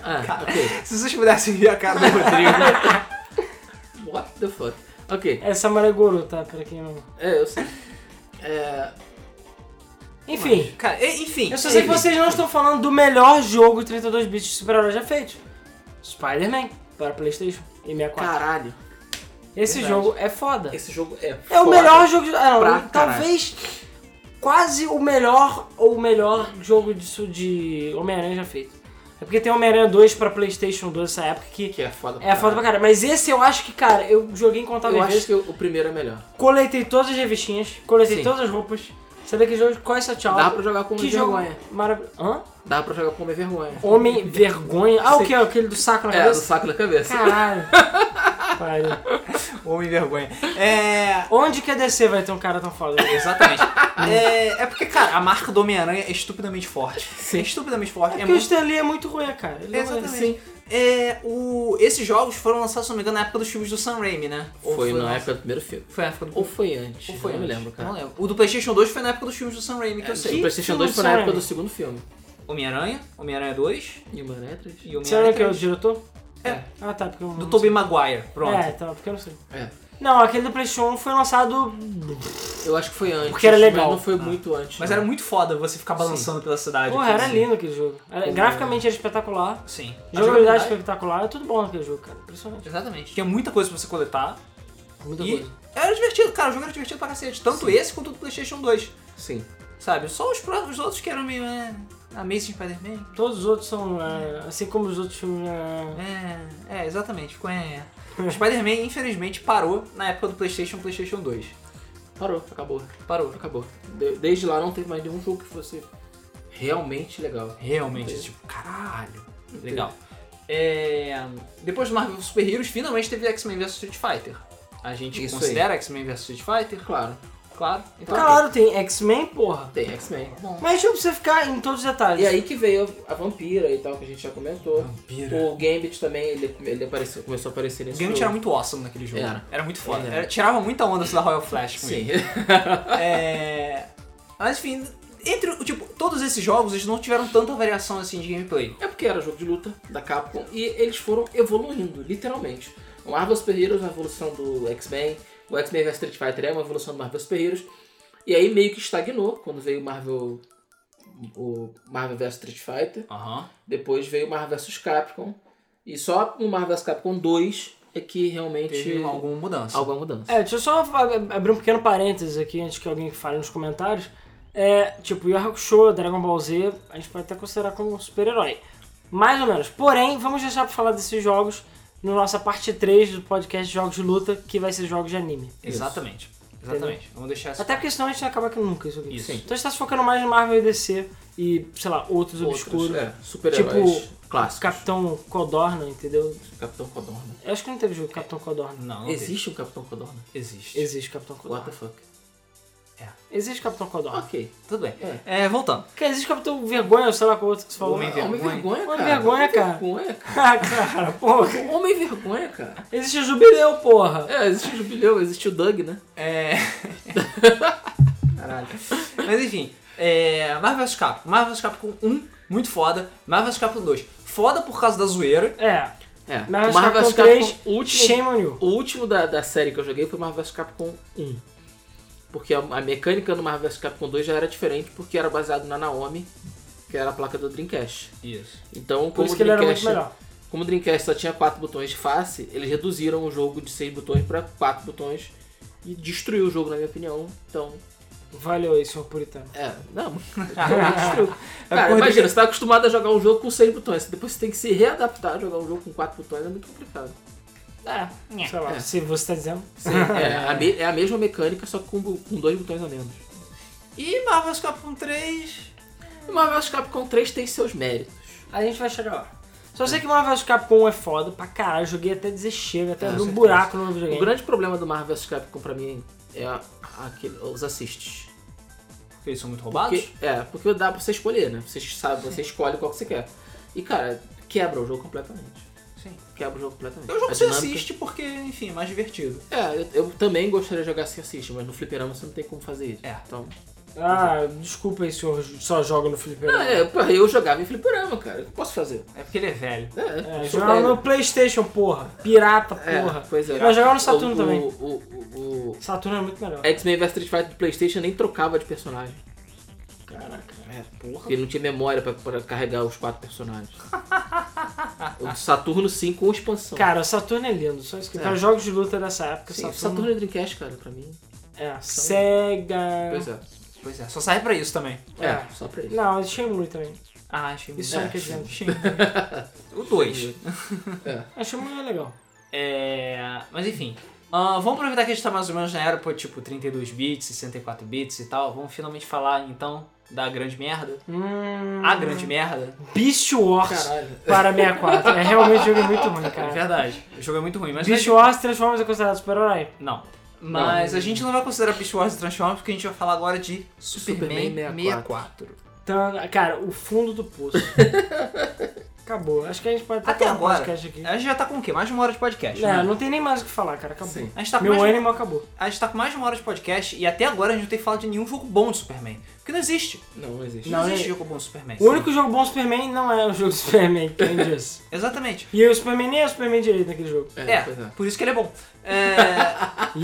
Ah, ok. Se vocês pudessem ver a cara do Rodrigo. What the fuck? Ok, É Samurai Goro, tá? Pra quem não... é, eu sei. É, Enfim. Cara, e- (laughs) enfim. Eu só sei que vocês não estão falando do melhor jogo de 32 bits de super-herói já feito. Spider-Man, para Playstation e 64. caralho, Esse verdade. jogo é foda. esse jogo é É o foda. melhor jogo de. Ah, Pra não, talvez quase o melhor ou o melhor jogo disso de Homem-Aranha já feito. É porque tem Homem-Aranha 2 pra Playstation 2 nessa época que Que é foda pra é foda pra caralho. Mas esse eu acho que, cara, eu joguei Eu incontáveis acho vezes. que o primeiro é melhor. Coletei todas as revistinhas, coletei Sim. todas as roupas. Sabia que jogo. Qual é essa tchau? Dá pra jogar com Que Homem jogo Vergonha. maravilhoso. Hã? Dá pra jogar com Homem Vergonha. Homem Vergonha. Ah, o que? Aquele do saco na É, do cabeça? saco da cabeça. (laughs) Caralho. Pariu. um Homem vergonha. É. Onde que a DC vai ter um cara tão foda? (laughs) Exatamente. é, é porque, cara, a marca do Homem-Aranha é estupidamente forte. Sim. É estupidamente forte. É É, porque o muito. Stan Lee é muito ruim, cara. Ele não é- Exatamente. É, o... Esses jogos foram lançados, se não me engano, na época dos filmes do Sam Raimi, né? Ou Foi na lançado- época do primeiro filme. Foi na época do. Ou foi antes? Ou foi eu não me antes? lembro, cara. Não lembro. O do PlayStation 2 foi na época dos filmes do Sam Raimi, que eu O sei. PlayStation filme 2 foi na são época do eles? segundo filme. Homem-Aranha, Homem-Aranha 2 E o Mané 3? e Será Homem-Aranha que é o 3. diretor? É. Ah, tá, porque eu não Do sei. Tobey Maguire, pronto. É, tá, porque eu não sei. É. Não, aquele do PlayStation 1 foi lançado. Eu acho que foi antes. Porque era legal. Mas não foi muito Ah. antes. né? Mas não. era muito foda você ficar balançando pela cidade. Porra, era aquilo. lindo aquele jogo. Era- graficamente era espetacular. Sim. A Jogabilidade espetacular, é tudo bom naquele jogo, cara. Impressionante. Exatamente. Tinha muita coisa pra você coletar. Muita e coisa. era divertido, cara. O jogo era divertido pra cacete. Tanto esse quanto o do Playstation 2. Sim. Sabe? Só os, pró- os outros que eram meio. É, Amazing Spider-Man. Todos os outros são. é, assim como os outros filmes. é, É, é, exatamente. Ficou (laughs) é. O Spider-Man, infelizmente, parou na época do Playstation Playstation 2. Parou, acabou. Parou. Acabou. De- desde lá não teve mais nenhum jogo que fosse realmente legal. Realmente, tipo, caralho. Legal. É, depois do Marvel Super Heroes, finalmente teve X-Men vs Street Fighter. A gente Isso aí. considera X-Men vs Street Fighter? Claro. Claro. Então, Claro, tem X-Men, porra. Tem X-Men. Mas não precisa ficar em todos os detalhes. E aí que veio a vampira e tal, que a gente já comentou. Vampira. O Gambit também, ele, ele apareceu, começou a aparecer O nesse Gambit era jogo. muito awesome naquele jogo. Era. muito foda. Era. Era- tirava muita onda da Royal Flash com (laughs) ele. Sim. É, mas enfim, entre o- tipo, todos esses jogos eles não tiveram tanta variação assim de gameplay. É porque era jogo de luta da Capcom e eles foram evoluindo, literalmente. O Marvel Super Heroes é uma evolução do X-Men, o X-Men vs Street Fighter é uma evolução do Marvel Super Heroes. E aí meio que estagnou quando veio o Marvel. O Marvel vs Street Fighter. Aham. Depois veio o Marvel vs Capcom. E só no Marvel vs Capcom 2 é que realmente Teve alguma mudança. alguma mudança. É, deixa eu só ab- abrir um pequeno parênteses aqui antes que alguém fale nos comentários. É, tipo, Yu Yu Hakusho, Dragon Ball Z, a gente pode até considerar como um super-herói. Mais ou menos. Porém, vamos deixar pra falar desses jogos na nossa parte 3 do podcast Jogos de Luta, que vai ser jogos de anime. Exatamente. Exatamente. Vamos deixar essa. Até porque senão a gente não acaba que nunca isso aqui. Isso. Então a gente tá se focando mais em Marvel e DC e, sei lá, outros, Outros, obscuros. é, super-heróis Tipo, clássicos. Capitão Codorna, entendeu? Capitão Codorna. Eu acho que não teve jogo Capitão Codorna. Não, não existe. Existe um Capitão Codorna? Existe. Existe Capitão What the Codorna. fuck? Existe Capitão Ah. Codorna. Ok. Tudo bem. É, voltando. Cara, existe Capitão Vergonha, ou sei lá qual outro que você falou. Homem Ah, Homem vergonha, Vergonha. cara. Homem-Vergonha, cara. (laughs) Homem-vergonha, cara. Um ah, cara, porra. Homem vergonha, cara. Existe o Jubileu, porra. É, existe o Jubileu, existe o Doug, né? É. Caralho. (laughs) Mas enfim, é... Marvel's Capcom. Marvel's Capcom 1, muito foda. Marvel's Capcom 2, foda por causa da zoeira. É. É. Marvel O Marvel Capcom vs. 3, Capcom, o último, Shame on you. o último da, da série que eu joguei foi Marvel vs. Capcom 1. Porque a, a mecânica no Marvel vs. Capcom 2 já era diferente, porque era baseado na Naomi, que era a placa do Dreamcast. Isso. Então, como Por isso que o ele era muito Dreamcast, melhor. como o Dreamcast só tinha quatro botões de face, eles reduziram o jogo de seis botões para quatro botões e destruiu o jogo, na minha opinião. Então, Valeu aí, senhor puritano. é, não, É Cara, por imagina, você tá acostumado a jogar um jogo com seis botões, depois você tem que se readaptar a jogar um jogo com quatro botões, é muito complicado. (laughs) É. Sei lá, É. se você tá dizendo. Sim, (laughs) é, a me- é a mesma mecânica, só que com, com dois botões a menos. E Marvel's Capcom 3. E Marvel vs Capcom 3 tem seus méritos. A gente vai chegar lá. Só sei que Marvel vs Capcom é foda pra caralho. Joguei até dizer chega, até Ah, abrir um certeza. buraco no O videogame. grande problema do Marvel vs Capcom pra mim é a- aquele- os assists. Eles são muito roubados. Porque, é, porque dá pra você escolher, né? Você sabe, você escolhe qual que você quer. E cara, quebra o jogo completamente. Sim. Quebra o jogo completamente. É um jogo A que você dinâmica- assiste porque, enfim, é mais divertido. É, eu, eu também gostaria de jogar sem assist, mas no fliperama você não tem como fazer isso. É. Então, Ah, desculpa aí, senhor só joga no Fliperama. Não, é, porra, eu jogava em fliperama, cara. O que eu posso fazer? É porque ele é velho. É, É, eu sou jogava velho. no Playstation, porra. Pirata, É, porra. pois é. Mas jogava no Saturno O- também. O, o- o- o Saturno é muito melhor. X-Men vs Street Fighter do Playstation nem trocava de personagem. Caraca. É, porra. Porque ele não tinha memória pra, pra carregar os quatro (laughs) personagens. o do Saturno sim com expansão. Cara, o Saturno é lindo, só isso que. É. Cara, jogos de luta dessa época, Sim, Saturno. Saturno e Dreamcast, cara, pra mim. É, Sega. Pois é. Pois é, só sai pra isso também. É, É. só pra ele. Não, Shenmue também. Ah, achei Isso muito. é, É, é que gente. O 2. É. (laughs) Ah, Shenmue é legal. É. Mas enfim. Ah, vamos aproveitar que a gente tá mais ou menos na era, pô, tipo, 32 bits, 64 bits e tal. Vamos finalmente falar, então, da grande merda. Hum... A grande merda. Beast Wars Caralho. para 64. É realmente um jogo muito ruim, É cara. verdade. O jogo é muito ruim, mas. Beast Wars Transformers é considerado super-herói. Não. Mas a gente não vai considerar Beast Wars e Transformers porque a gente vai falar agora de Superman, Superman 64. 64. Então, cara, o fundo do (laughs) poço. Acabou. Acho que a gente pode Até acabar o agora. podcast aqui. A gente já tá com o quê? Mais de uma hora de podcast. né? É, Não, não tem nem mais o que falar, cara. Acabou. Sim. A gente tá com Meu mais... ânimo acabou. A gente tá com mais de uma hora de podcast e até agora a gente não tem falado de nenhum jogo bom de Superman. Porque não existe. Não, não existe. Não, Não, existe é- jogo bom de Superman. O único jogo bom do Superman não é o jogo do Superman, quem disse. Exatamente. E o Superman nem é o Superman direito naquele (laughs) jogo. É, É, pois é. por isso que ele é bom. (laughs) É,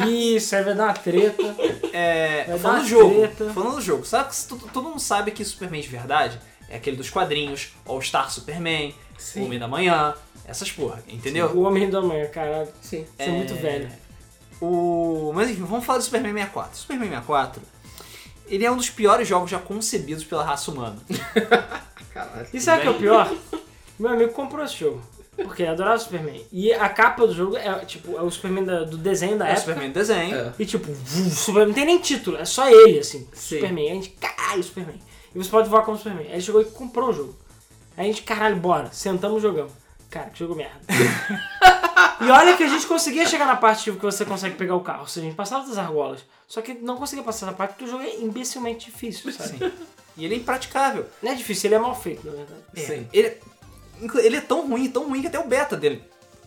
Isso, aí vai dar uma treta. é, Vai dar falando uma do jogo. treta. Falando do jogo. Sabe que se todo, todo mundo sabe que Superman de verdade é aquele dos quadrinhos, All-Star Superman, Sim. Homem da Manhã, essas porra, entendeu? O Homem do Amanhã, cara. Você Sim. é, muito velho. O... Mas enfim, vamos falar do Superman 64. Superman 64, ele é um dos piores jogos já concebidos pela raça humana. Caralho. E sabe o que é o pior? Meu amigo comprou esse jogo. Porque ele adorava o Superman. E a capa do jogo é tipo é o Superman da- do desenho da É o época. Superman desenho. É. E tipo, vu, Superman, não tem nem título, é só ele, assim. Sim. Superman. A gente, caralho, Superman. E você pode voar como Superman. Aí ele chegou e comprou o jogo. Aí a gente, caralho, bora. Sentamos e jogamos. Cara, que jogo (laughs) merda. e olha que a gente conseguia chegar na parte tipo, que você consegue pegar o carro. Se a gente passava das argolas. Só que não conseguia passar na parte porque o jogo é imbecilmente difícil, sabe? Sim. E ele é impraticável. Não é difícil, ele é mal feito, na verdade. É, Sim. Ele, inclu- ele é tão ruim, tão ruim que até o beta dele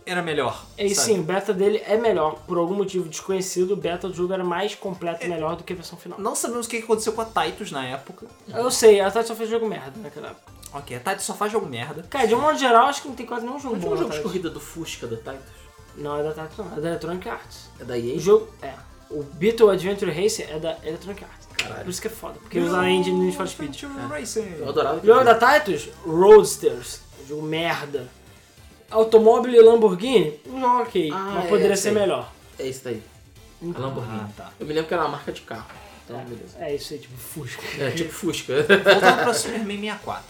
era melhor. é E sabe? sim, o beta dele é melhor. Por algum motivo desconhecido, o beta do jogo era mais completo É. e melhor do que a versão final. Não sabemos o que aconteceu com a Titus na época. Eu sei, a Tati só fez jogo merda naquela época. Ok, a Titus só faz jogo merda. Cara, de um modo geral, acho que não tem quase nenhum jogo Não Tá bom tinha um da jogo de Tati. corrida do Fusca da Titus? Não, é da Tati não, é da Electronic Arts. É da O EA? jogo, é. O Beetle Adventure Racer é da Electronic Arts. Caralho. Por isso que é foda, porque usa a engine do Need for Speed. É. Adventure Racing. Eu adorava. O jogo da Titus, Roadsters. Jogo merda. Automóvel e Lamborghini, um jogo ok, Ah, mas é, poderia eu ser sei. melhor. É isso daí. A Lamborghini. Ah, tá. Eu me lembro que era uma marca de carro. Então, (laughs) beleza. É isso aí, tipo, Fusca. É tipo Fusca. (laughs) Voltando pra Superman 64.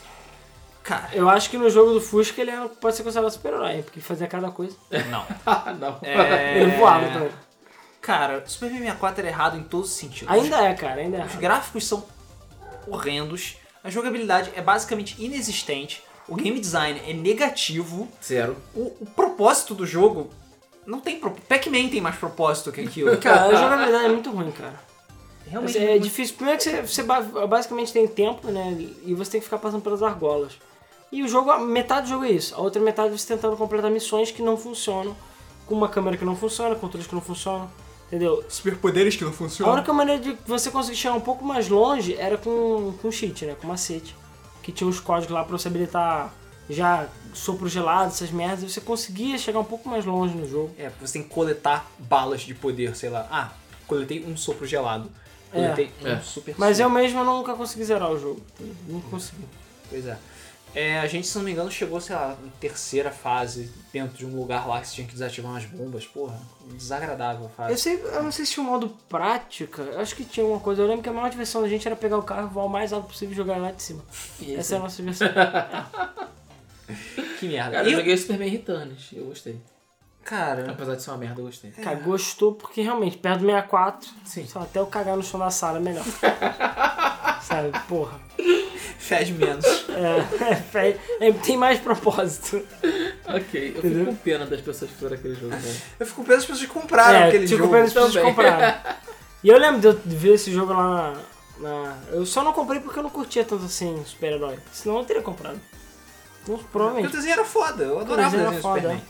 Cara, Eu acho que no jogo do Fusca ele era- pode ser considerado super-herói, porque ele fazia cada coisa. não. não. É. Ele voava também. Cara, Superman 64 era errado em todos os sentidos. Ainda é, cara, ainda Os é. gráficos são horrendos, a jogabilidade é basicamente inexistente, o game design é negativo, Zero. o, o propósito do jogo não tem pro... Pac-Man tem mais propósito que aquilo. Cara, a jogabilidade é muito ruim, cara. Realmente é difícil. Primeiro que você, você ba- basicamente tem tempo, né? E você tem que ficar passando pelas argolas. E o jogo, a metade do jogo é isso. A outra metade é você tentando completar missões que não funcionam. Com uma câmera que não funciona, controles que não funcionam. Entendeu? superpoderes que não A funcionam. única maneira de você conseguir chegar um pouco mais longe era com, com cheat, né? Com macete. Que tinha uns códigos lá pra você habilitar já sopro gelado, essas merdas. E você conseguia chegar um pouco mais longe no jogo. É, você tem que coletar balas de poder, sei lá. Ah, coletei um sopro gelado. Coletei um É. super Mas sopro. eu mesmo nunca consegui zerar o jogo. entendeu? Nunca consegui. Pois é. É, A gente, se não me engano, chegou, sei lá, na terceira fase, dentro de um lugar lá que você tinha que desativar umas bombas. Porra, desagradável a Eu, fase. sei, eu não sei se tinha um modo prática, eu acho que tinha alguma coisa. Eu lembro que a maior diversão da gente era pegar o carro, voar o mais alto possível e jogar lá de cima. Essa é a nossa diversão. Que merda. Cara, eu Eu- joguei Superman Returns. Eu gostei. Cara, Apesar de ser uma merda, eu gostei. Cara, gostou porque realmente, perto do 64, Sim. só até eu cagar no chão da sala é (laughs) melhor. Sabe, porra. fez menos. É, (laughs) é, tem mais propósito. Ok, eu fico Entendeu? com pena das pessoas que fizeram aquele jogo. né? Cara. Eu fico com pena das pessoas que compraram é, aquele tipo, jogo. apenas pessoas também. compraram. E eu lembro de eu ver esse jogo lá na, na- Eu só não comprei porque eu não curtia tanto assim super-herói. Senão eu teria comprado. Então, Porque o provavelmente. desenho era foda, eu adorava o desenho desenho era do foda, Superman.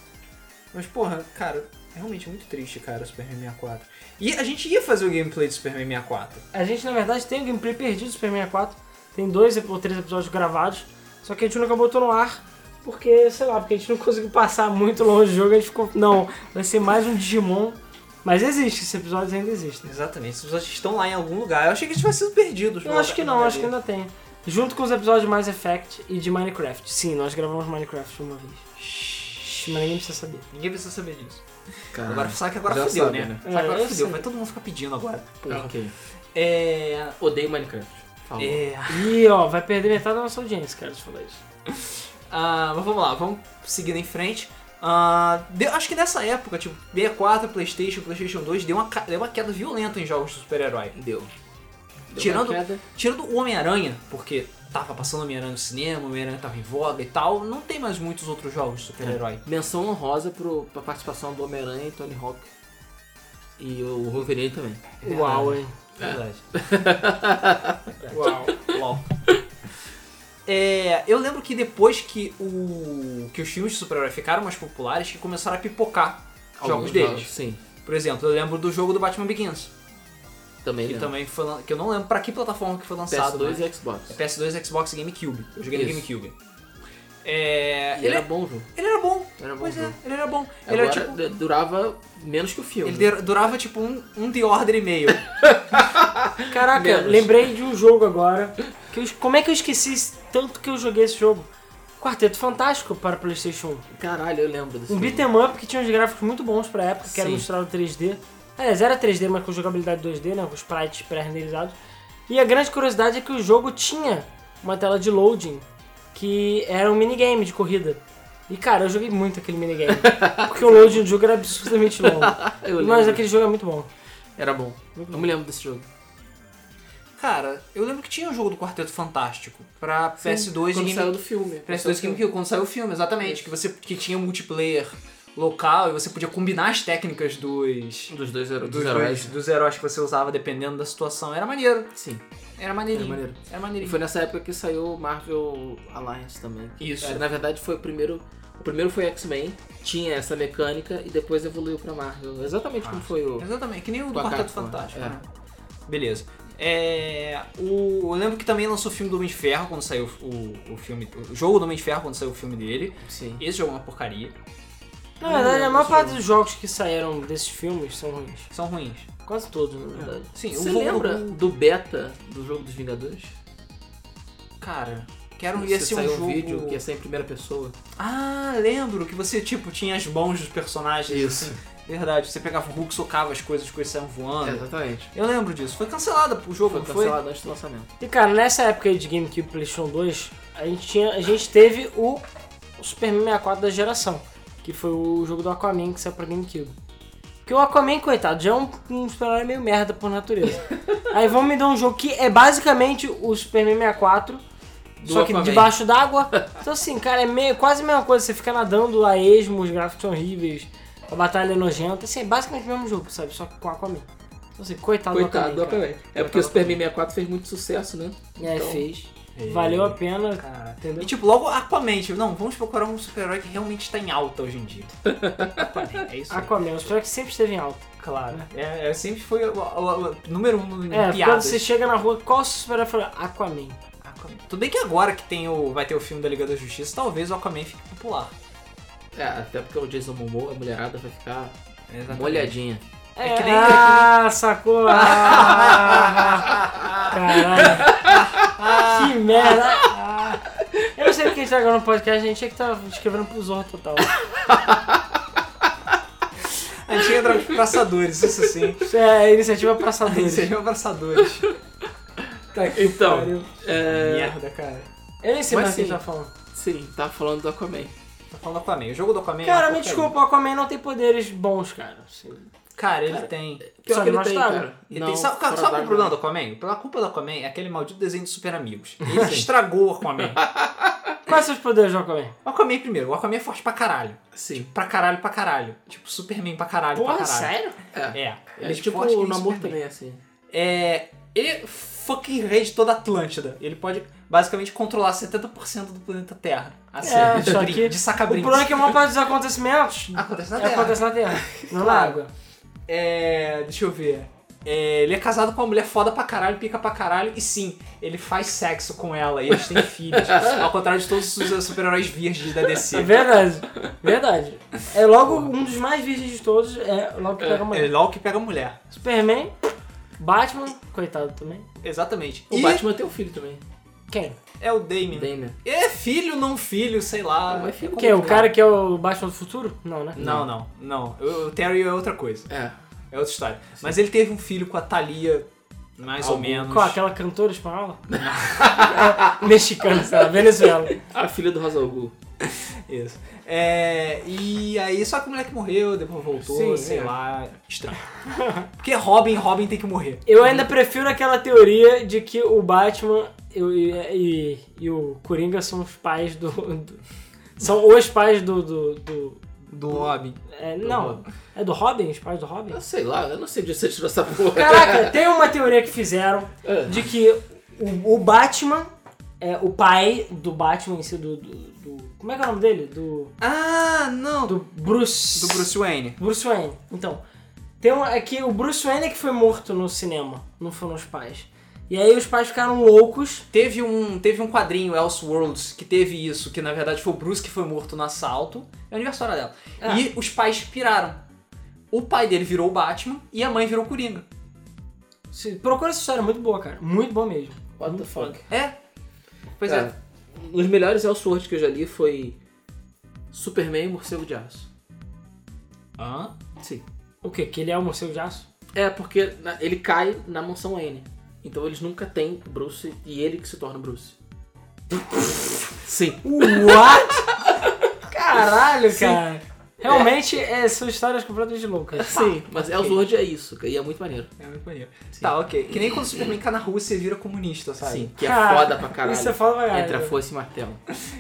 Mas, porra, cara, realmente é muito triste, cara, o Superman 64. E a gente ia fazer o gameplay do Superman 64. A gente, na verdade, tem o gameplay perdido do Super 64. Tem dois ou três episódios gravados. Só que a gente nunca botou no um ar. Porque, sei lá, porque a gente não conseguiu passar muito longe do jogo. A gente ficou, não, vai ser mais um Digimon. Mas existe, esses episódios ainda existem. Exatamente, esses episódios estão lá em algum lugar. Eu achei que eles tivessem sido perdidos. Eu acho que não, acho que ainda tem. Junto com os episódios de Mass Effect e de Minecraft. Sim, nós gravamos Minecraft uma vez. Shhh, Mas ninguém precisa saber. Ninguém precisa saber disso. (laughs) Cara, agora sabe que agora Ah, já fudeu, sabe, né? né? Sabe que agora É, eu fudeu, sei. vai todo mundo ficar pedindo agora. Ah, ok. É. Odeio Minecraft. Falou. É. Ih, ó, vai perder metade da nossa audiência, cara, se falar isso. Ah, mas vamos lá, vamos seguindo em frente. Ah, de- acho que nessa época, tipo, 64, Playstation, Playstation 2, deu uma, ca- deu uma queda violenta em jogos de super-herói. Deu. Deu Tirando- uma queda. Tirando o Homem-Aranha, porque tava passando Homem-Aranha no cinema, Homem-Aranha tava em voga e tal, não tem mais muitos outros jogos de super-herói. Menção honrosa pro, pra participação do Homem-Aranha e Tony Hawk. E o Wolverine também. Uau, hein? É. Verdade. Uau. LOL. É, eu lembro que depois que, o, que os filmes de super-herói ficaram mais populares, que começaram a pipocar jogos Alguns deles. Sim, Por exemplo, eu lembro do jogo do Batman Begins, também. é que lembro. também foi lan- que eu não lembro pra que plataforma que foi lançado. PS2 né? e Xbox. É PS2, Xbox e GameCube. Eu joguei no Isso. GameCube. É, E ele, era bom o jogo. ele era bom. Era bom Pois o é, jogo. ele era bom. Ele Agora era tipo d- durava menos que o filme. Ele dura- durava tipo um, um The Order e meio. (laughs) Caraca, Menos. lembrei de um jogo agora. Que eu- como é que eu esqueci esse- tanto que eu joguei esse jogo? Quarteto Fantástico para PlayStation Caralho, eu lembro desse 1. Um jogo. beat'em up que tinha uns gráficos muito bons pra época, que era Sim. mostrado 3D. Aliás, era 3D, mas com jogabilidade 2D, né? Com sprites pré-renderizados. E a grande curiosidade é que o jogo tinha uma tela de loading que era um minigame de corrida. E cara, eu joguei muito aquele (laughs) minigame. porque o loading do jogo era absurdamente longo. Eu lembro. mas aquele jogo é muito bom. Era bom. Uhum. Eu me lembro desse jogo. Cara, eu lembro que tinha um jogo do Quarteto Fantástico pra PS2 Quando e saiu Game... do filme. PS2 e GameCube, quando saiu o filme, exatamente. Que, você, que tinha multiplayer local e você podia combinar as técnicas dos... Dos dois hero- dos Dos, heróis. né? dos, dos heróis que você usava dependendo da situação. Era maneiro. Sim. Era maneirinho. Era maneiro. Era E maneirinho. foi nessa época que saiu o Marvel Alliance também. Isso. É, na verdade, foi o primeiro. O primeiro foi X-Men, tinha essa mecânica e depois evoluiu pra Marvel. Exatamente Ah, como foi o. Exatamente, que nem o do Do Quarteto Agatha, Fantástico. é. né? Beleza. É, o, eu lembro que também lançou o filme do Homem de Ferro quando saiu o, o filme. O jogo do Homem de Ferro quando saiu o filme dele. Sim. Esse jogo é uma porcaria. Na verdade, a maior parte dos jogos que saíram desses filmes são ruins. São ruins. Quase todos, na verdade. É. Sim, Você o jogo um- lembra do- do beta do jogo dos Vingadores? Cara, quero Você ia ser um saiu jogo. vídeo é que ia ser em primeira pessoa. Ah, lembro que você, tipo, tinha as mãos dos personagens. Isso. assim. Verdade, você pegava o Hulk, socava as coisas, as coisas saiam voando. Exatamente. Eu lembro disso. Foi cancelada o jogo, É. Foi não foi? cancelado antes do lançamento. E cara, nessa época aí de GameCube e PlayStation 2, a gente, tinha, a gente teve o Superman 64 da geração, que foi o jogo do Aquaman que saiu pra GameCube. Porque o Aquaman, coitado, já é um, um super-herói meio merda por (laughs) natureza. aí vão me dar um jogo que é basicamente o Superman 64, Do só que Aquaman. debaixo (laughs) d'água. Então assim, cara, é meio, quase a mesma coisa, você fica nadando a esmo, os gráficos são horríveis, a batalha é nojenta, assim, é basicamente o mesmo jogo, sabe? Só que com Aquaman. Então assim, coitado, Coitado do do Aquaman. cara. Aquaman. É porque o Superman 64 fez muito sucesso, né? É, Então, fez. Valeu a pena, Cara. Entendeu? E tipo, logo Aquaman, tipo, não, vamos procurar um super-herói que realmente está em alta hoje em (laughs) dia. Aquaman, é isso aí. Aquaman, o super que sempre esteve em alta. Claro. É, é, sempre foi o, o- o número um em É, quando piadas. você chega na rua, qual super-herói fala Aquaman? Aquaman. Tudo bem que agora que tem o, vai ter o filme da Liga da Justiça, talvez o Aquaman fique popular. É, até porque o Jason Momoa, a mulherada, vai ficar molhadinha. É que nem- ah, (laughs) sacou? Ah, caralho. que merda. Ah. Eu não sei porque a gente tá gravando podcast, a gente tinha que tá escrevendo pro Zorro total. A gente entra nos praçadores, isso sim. Isso é iniciativa A gente (laughs) passadores. seria abraçadores. (laughs) Tá que Então, pariu. É, Merda, cara. Eu nem sei Mas mais o que a gente sim. tá falando. sim, tá falando do Aquaman. Tá falando do Aquaman. O jogo do Aquaman é Cara, uma me porcaria. desculpa, o Aquaman não tem poderes bons, cara. Assim, Cara, ele tem. Só que não mostraram. Ele Não, tem sabe cara, sabe fora da qual é o problema do água. Aquaman? A culpa do Aquaman é aquele maldito desenho de Super (laughs) Amigos. Ele que estragou o Aquaman. Quais são os poderes do Aquaman? O Aquaman primeiro. O Aquaman é forte pra caralho. Sim. Pra caralho, pra caralho. Tipo, Superman pra caralho, pra caralho. É. É. Ele é é tipo forte que nem o Namor Superman. também, assim. É. Ele é fucking rei de toda a Atlântida. Ele pode basicamente controlar 70% do planeta Terra. Assim, É, de, só brin- que de O sacabrinho. problema é que a maior parte dos acontecimentos Acontece na é, Terra. acontece na Terra, não na Claro. água. É. Deixa eu ver. É, ele é casado com uma mulher foda pra caralho, pica pra caralho, e sim, ele faz sexo com ela e (laughs) eles têm filhos. ao contrário de todos os super-heróis virgens da É DC. verdade, verdade. É logo um dos mais virgens de todos, é logo que pega a É mulher. LOL que pega mulher. Superman, Batman, coitado também. Exatamente. O e Batman tem um filho também. Quem? é o Damien. Damien. É filho, não filho, sei lá. Não, é filho. Quem? O complicado. cara que é o Batman do futuro? Não, né? Não, não, não. O o Terry é outra coisa. É. É outra história. Mas ele teve um filho com a Thalia, mais ou Algum- menos. Qual? Aquela cantora espanhola? (laughs) É, Mexicana, sei lá, Venezuela. A filha do Ra's al Ghul. Isso. É, e aí, só que o moleque morreu, depois voltou, Sim, sei é. lá. Estranho. (laughs) Porque Robin, Robin tem que morrer. Eu ainda prefiro aquela teoria de que o Batman e, e- e o Coringa são os pais do. do- são os pais do. do, do- Do Robin. é, não, é do Robin? Os pais do Robin? Eu sei lá, eu não sei de onde você tirou essa porra. Caraca, tem uma teoria que fizeram de que o, o Batman, é, o pai do Batman em si, do, do- do- Como é que é o nome dele? Do. Ah, não. Do, Do Bruce. do Bruce Wayne. Bruce Wayne. Então, tem um, é que o Bruce Wayne é que foi morto no cinema, não foram os pais. E aí os pais ficaram loucos. Teve um, teve um quadrinho, Elseworlds, que teve isso, que na verdade foi o Bruce que foi morto no assalto. É a aniversário dela. Ah. E os pais piraram. O pai dele virou o Batman e a mãe virou o Coringa. Se- Procura essa história, é muito boa, cara. Muito boa mesmo. What the fuck? É. Pois Cara, é. Um dos melhores Elseworlds que eu já li foi Superman e Morcego de Aço. Hã? Sim. O quê? Que ele é o morcego de aço? É, porque na- ele cai na mansão N. Então eles nunca têm Bruce e ele que se torna Bruce. (laughs) Sim. Uh. What? (laughs) Caralho, Sim. cara. Realmente, é, são histórias completamente loucas. Sim, mas Elseworld é isso, e é muito maneiro. É muito maneiro. Tá, ok. Que nem quando o Superman cai na rua, você vira comunista, sabe? Sim, que é Cara, foda pra caralho. Isso é foda pra caralho. Entre a força e o martelo. Isso.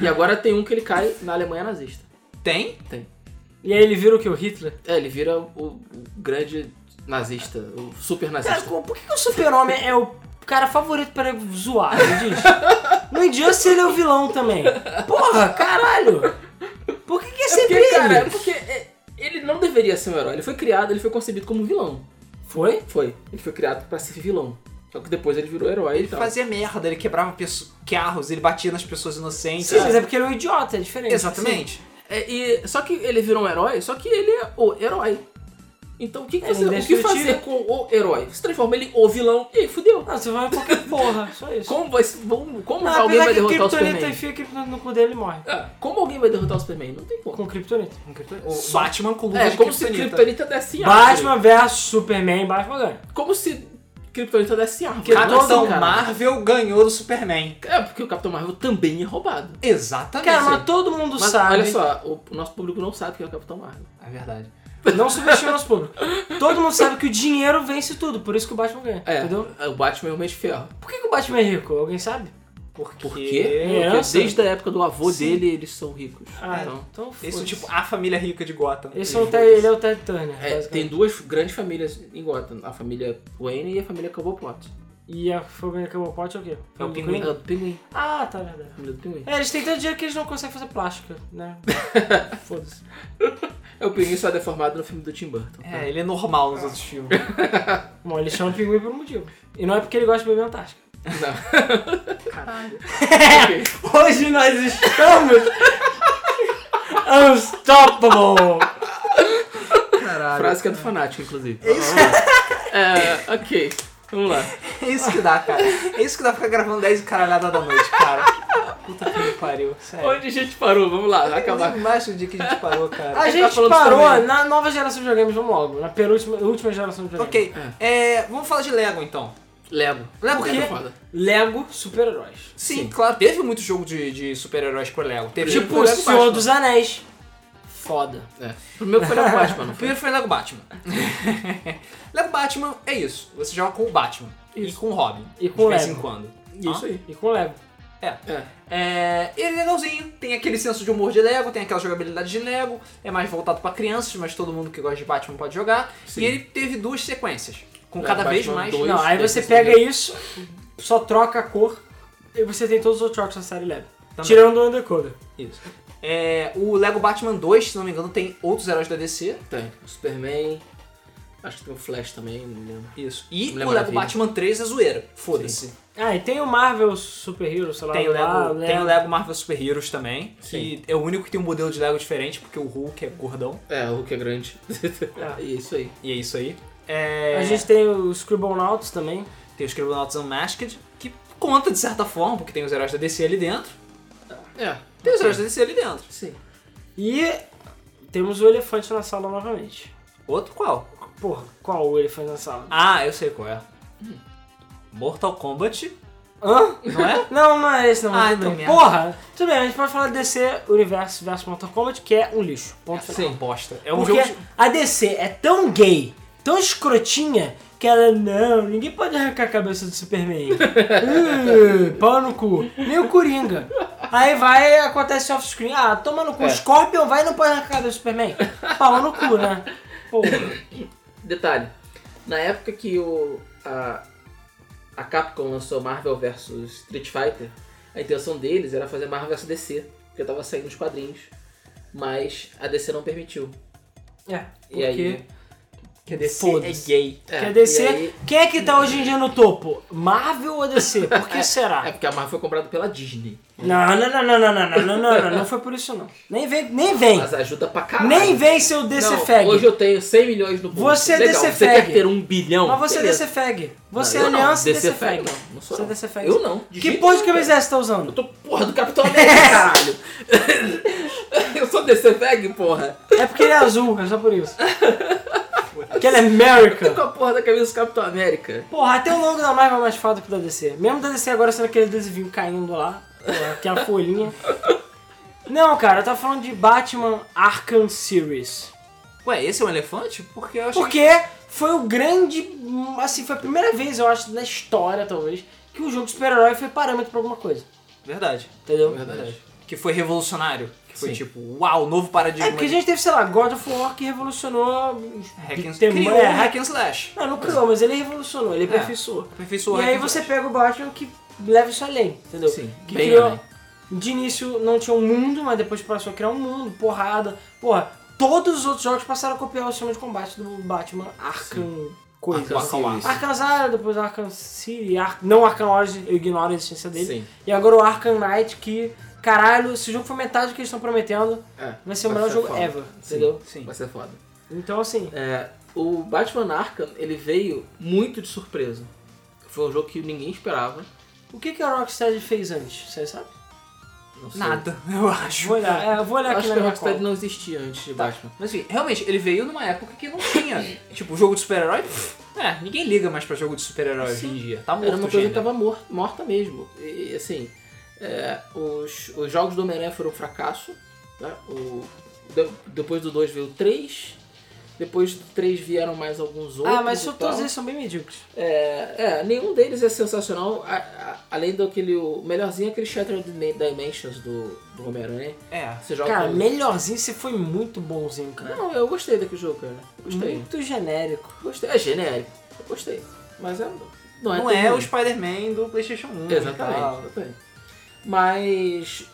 e agora tem um que ele cai na Alemanha nazista. Tem? Tem. (laughs) E aí ele vira o que? O Hitler? É, ele vira o, o grande nazista, o super Cara, nazista. É, como- por que que o super-homem é o cara favorito para zoar? Me diz. No Injustice ele é o vilão também. Porra, caralho. Por que que é sempre Porque, cara, é ele? porque é, ele não deveria ser um herói. Ele foi criado, ele foi concebido como vilão. Foi? Foi. Ele foi criado pra ser vilão. Só que depois ele virou herói Ele e tal. fazia merda, ele quebrava pesso- carros, ele batia nas pessoas inocentes. Sim, mas é porque ele é um idiota, é diferente. Exatamente. É, e, só que ele virou um herói, só que ele é o herói. Então o que, que Ele é você, o que indestrutível. fazer com o herói? Você transforma ele em o vilão e aí fudeu. Não, você vai qualquer porra, só isso. Como, vai, como, como não, alguém apesar vai que o derrotar o Kryptonita é Superman? enfia a Kryptonita no cu dele e morre. Ah, como alguém vai derrotar o Superman? Não tem como. Com Kryptonita. Um criptonita. O Só. Batman com luva É, de como se criptonita. Kryptonita desse em árvore. Batman vs Superman, Batman ganha. Como se Kryptonita desse em árvore. Cada Como assim, Capitão cara? Marvel ganhou do Superman. É, porque o Capitão Marvel também é roubado. Exatamente. Cara, mas todo mundo Mas sabe. olha só, o, o nosso público não sabe quem é o Capitão Marvel. É verdade. Não subestima o nosso público. Todo mundo sabe que o dinheiro vence tudo, por isso que o Batman ganha. É, Entendeu? o Batman é o Homem de Ferro. Por que, que o Batman é rico? Alguém sabe? Porque... Por quê? Porque Herança? desde a época do avô Sim. dele, eles são ricos. É Ah, então... então, então Esse é foda-se. tipo ah, a família rica de Gotham. Esse é o Ted, ele é o Ted Turner, É, basicamente. tem duas grandes famílias em Gotham. A família Wayne e a família Cobblepot. E a família Cobblepot é o quê? É o Do pinguim. É do pinguim. Ah, tá, verdade. A família do pinguim. É, eles têm tanto dinheiro que eles não conseguem fazer plástica, (laughs) né? Foda-se. É o pinguim só deformado no filme do Tim Burton. tá? É, ele é normal nos outros filmes. Bom, eles chamam de pinguim por um motivo. E não é porque ele gosta de beber Antártica. Não. Caralho. Ok. Hoje nós estamos... (laughs) Unstoppable! Caralho. Frase que é do fanático, inclusive. É, ok. Vamos lá. É isso que dá, cara. É isso que dá pra ficar gravando 10 caralhadas da noite, cara. Puta que me pariu. É. Sério. Onde a gente parou? Vamos lá, vai Eu acabar. nem imagino o dia que a gente parou, cara. A Tá gente falando parou sobre- na nova geração de videogames, vamos logo. Na penúltima última geração de videogames. Ok, é, vamos falar de Lego então. Lego. é Lego Por o quê? quê? foda. Lego super-heróis. Sim, claro, teve muito jogo de, de super-heróis com Lego. Teve Tipo foi Tipo, o Lego Senhor Batman. dos Anéis. Foda. É. Primeiro foi Lego Batman, não O (laughs) foi? primeiro foi Lego Batman. Lego Batman é isso. Você joga com o Batman e com o Robin. E com o de vez Lego. em quando. Isso aí. E com o Lego. É. É. É, ele é legalzinho, tem aquele senso de humor de Lego, tem aquela jogabilidade de Lego, é mais voltado pra crianças, mas todo mundo que gosta de Batman pode jogar. Sim. E ele teve duas sequências, com Lego cada vez Batman mais. dois. Não, aí tem você esse pega é. Lego. isso, só troca a cor e você tem todos os outros jogos da série Lego. Também. Tirando o Undercoder. Isso. É, o Lego Batman 2, se não me engano, tem outros heróis da DC. Tem. o Superman. Acho que tem o Flash também, não lembro. Isso. E Mulher o Lego Maravilha. Batman 3 é zoeira. Foda-se. Ah, e tem o Marvel Super Hero, sei lá. Tem o, Lego, lá, tem o Lego Marvel Super Heroes também, Sim. que é o único que tem um modelo de Lego diferente, porque o Hulk é gordão, É, o Hulk é grande. É. É. (laughs) Isso aí. e é isso aí. É, A gente tem o Scribblenauts também. Tem os Criminauts Unmasked, que conta de certa forma, porque tem os heróis da DC ali dentro. É. Tem os heróis da DC ali dentro. Sim. E temos o elefante na sala novamente. Outro qual? Porra, qual o elefante na sala? Ah, eu sei qual é. Mortal Kombat, Hã? não é? Não, não é esse não. Ah, mas então tudo bem. merda. Porra! Tudo bem, a gente pode falar de DC Universo versus Mortal Kombat, que é um lixo. Ponto final. Sim. Bosta. É um Porque jogo. a DC é tão gay, tão escrotinha, que ela, não, ninguém pode arrancar a cabeça do (laughs) Superman. uh, pau no cu. Nem o Coringa. Aí vai, acontece off-screen. Ah, toma no cu. É. Scorpion vai e não pode arrancar a cabeça do Superman. Pau no cu, né? Porra. Detalhe, na época que o, a, a Capcom lançou Marvel vs Street Fighter, a intenção deles era fazer Marvel vs DC, porque tava saindo os quadrinhos, mas a DC não permitiu. É, E aí, Que a DC é gay. é, Quer descer? e aí- Quem é que tá hoje em dia no topo? Marvel ou DC? Por que (laughs) é será? porque a Marvel foi comprada pela Disney, Não, não, não, não, não, não, não, não, não, não, não foi por isso não. Nem vem, nem vem. mas ajuda pra caralho. Nem vem seu DC Não, fag. Hoje eu tenho 100 milhões no bolso. Você é Legal, DC Você fag. quer ter um bilhão? Mas você é Beleza. DC fag. Você Não, é eu não. aliança DC DC fag. não, não sou Você é não. DC fag. Eu não. de Que jeito porra de nenhum. camiseta você tá usando? Eu tô porra do Capitão América, (laughs) caralho. eu sou DC Fag, porra. É porque ele é azul, é só por (laughs) isso. Porque ele é America. Com a porra da camisa do Capitão América. Porra, até o logo da Marvel é mais foda que o da DC. Mesmo da DC agora sendo aquele adesivinho caindo lá, porra, aquela folhinha. Não, cara, eu tava falando de Batman Arkham Series. Ué, esse é um elefante? Porque eu achei Porque foi o grande. hum, Assim, foi a primeira vez, eu acho, na história, talvez, que o jogo de super-herói foi parâmetro pra alguma coisa. que... é Verdade. Entendeu? Verdade. Que foi revolucionário. Que foi Sim. tipo, uau, novo paradigma. É porque a gente teve, sei lá, God of War que revolucionou. os Hack and... tem- Criou é, hack- hack and slash. Não, não criou, mas ele revolucionou, É. ele aperfeiçoou. Aperfeiçoou E hack aí and você slash. pega o Batman que leva isso além, entendeu? Sim, que bem criou. além. De início não tinha um mundo, mas depois passou a criar um mundo, porrada. Porra, todos os outros jogos passaram a copiar o sistema de combate do Batman Arkham. Coisa. Então, Arkham Series. assim, Arkham Asylum, depois Arkham City, Ar- não Arkham Origins, eu ignoro a existência dele. Sim. E agora o Arkham Knight, que, caralho, se o jogo for metade do que eles estão prometendo, É, vai ser o melhor jogo foda. ever, Sim, entendeu? Sim. Vai ser foda. Então, assim, É, o Batman Arkham, ele veio muito de surpresa. Foi um jogo que ninguém esperava. o que, que a Rocksteady fez antes? Você sabe? Não sei. Nada, eu acho. Vou olhar, é, eu vou olhar aqui Acho na que a minha cola. Rocksteady Tá. não existia antes de Batman. Mas enfim, realmente, ele veio numa época que não tinha. tipo, jogo de super-herói. pff, É, ninguém liga mais pra jogo de super-herói hoje em dia. Tá morto, Era uma coisa gente. que tava mor- morta mesmo. E, assim, é, os, os jogos do Homem-Aranha foram um fracasso. tá? O- de- depois do 2 veio o 3. Depois do 3 vieram mais alguns outros. Ah, mas e só todos tal. eles são bem medíocres. É, é, nenhum deles é sensacional. a- a- além daquele. O melhorzinho é aquele Shattered Dim- Dimensions do, do Homem-Aranha. É. Você joga. Cara, com- melhorzinho, você foi muito bonzinho, cara. Não, eu gostei daquele jogo, cara. Gostei. Muito genérico. Gostei. É genérico. Eu gostei. Mas é. Não é, Não tão é ruim. o Spider-Man do PlayStation né, 1. e tal. Exatamente. exatamente. Mas.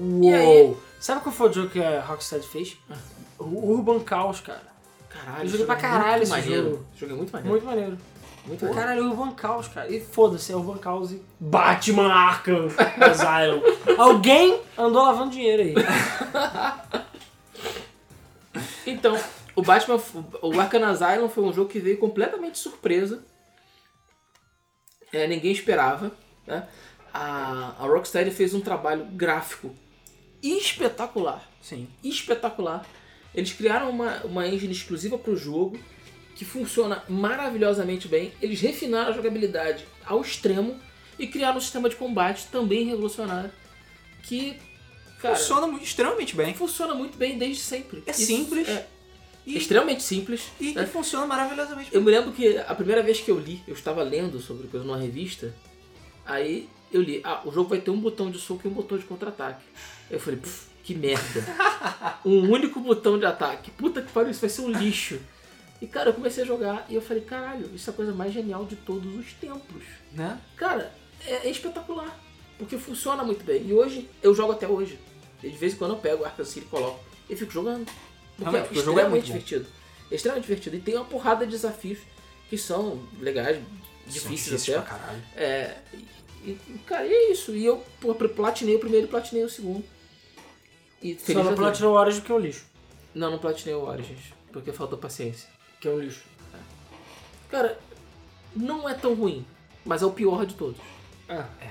E aí? Uou! Sabe qual foi o jogo que a Rocksteady fez? O Urban Chaos, cara. Caralho, Eu esse joguei pra jogo é caralho muito esse maneiro. jogo. Joguei muito maneiro. Muito maneiro. Muito Pô, maneiro. Caralho, Urban Chaos, cara. E foda-se, é Urban Chaos e Batman Arkham Asylum. Alguém andou lavando dinheiro aí. Então, o Batman. O Arkham Asylum foi um jogo que veio completamente surpresa. É, ninguém esperava. Né? A, a Rocksteady fez um trabalho gráfico espetacular. Sim. espetacular. Eles criaram uma, uma engine exclusiva para o jogo que funciona maravilhosamente bem. Eles refinaram a jogabilidade ao extremo e criaram um sistema de combate também revolucionário que cara, funciona, Funciona muito, extremamente bem. muito bem desde sempre. É simples. é E, extremamente simples. e, né? e funciona maravilhosamente bem. Eu me lembro que a primeira vez que eu li, eu estava lendo sobre coisa numa revista, aí eu li, ah, o jogo vai ter um botão de soco e um botão de contra-ataque. Eu falei, "Pff, (laughs) que merda. um único botão de ataque. Puta que pariu, isso vai ser um lixo. E cara, eu comecei a jogar e eu falei, caralho, isso é a coisa mais genial de todos os tempos. Né? Cara, é, é espetacular. Porque funciona muito bem. E hoje, eu jogo até hoje. De vez em quando eu pego o Arkham City e coloco. E fico jogando. Porque Realmente, é porque o jogo é extremamente muito bom. divertido. É extremamente divertido. E tem uma porrada de desafios que são legais, difíceis Difícil pra até. caralho. É, e, e, cara, e é isso. E eu pô, platinei o primeiro e platinei o segundo. E Só feliz não da vida. platinou horas do que é um lixo. Não, não platinei o Origins. Porque faltou paciência. Que é um lixo. Cara, não é tão ruim. Mas é o pior de todos. Ah. É,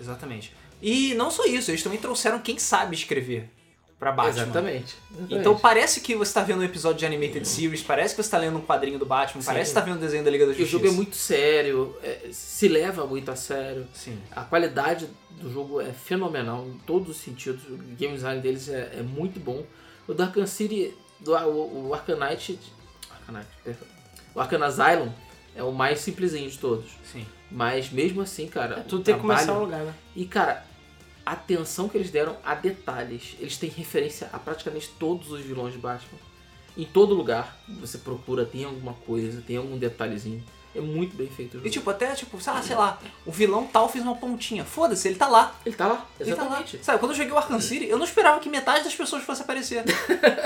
exatamente. E não só isso, eles também trouxeram quem sabe escrever pra Batman. Exatamente. Então parece que você tá vendo um episódio de Animated Series, parece que você tá lendo um quadrinho do Batman, parece que você tá vendo um desenho da Liga da Porque o Justiça. jogo é muito sério, é, se leva muito a sério. Sim. A qualidade do jogo é fenomenal em todos os sentidos. O game design deles é, é muito bom. O Dark City, do, o, o Arkham Knight, Arkham Knight, perdão. o Arkham Asylum é o mais simplesinho de todos. Sim. Mas mesmo assim, cara, o Tudo tem que trabalho- começar um lugar, né? E cara, a atenção que eles deram a detalhes. Eles têm referência a praticamente todos os vilões de Batman. Em todo lugar você procura, tem alguma coisa, tem algum detalhezinho. É muito bem feito o jogo. E tipo, até tipo, sei lá, sei lá, o vilão tal fez uma pontinha. Foda-se, ele tá lá. Ele tá lá, Ele tá lá. exatamente. Sabe, quando eu joguei o Arkham City, eu não esperava que metade das pessoas fosse (laughs) aparecer.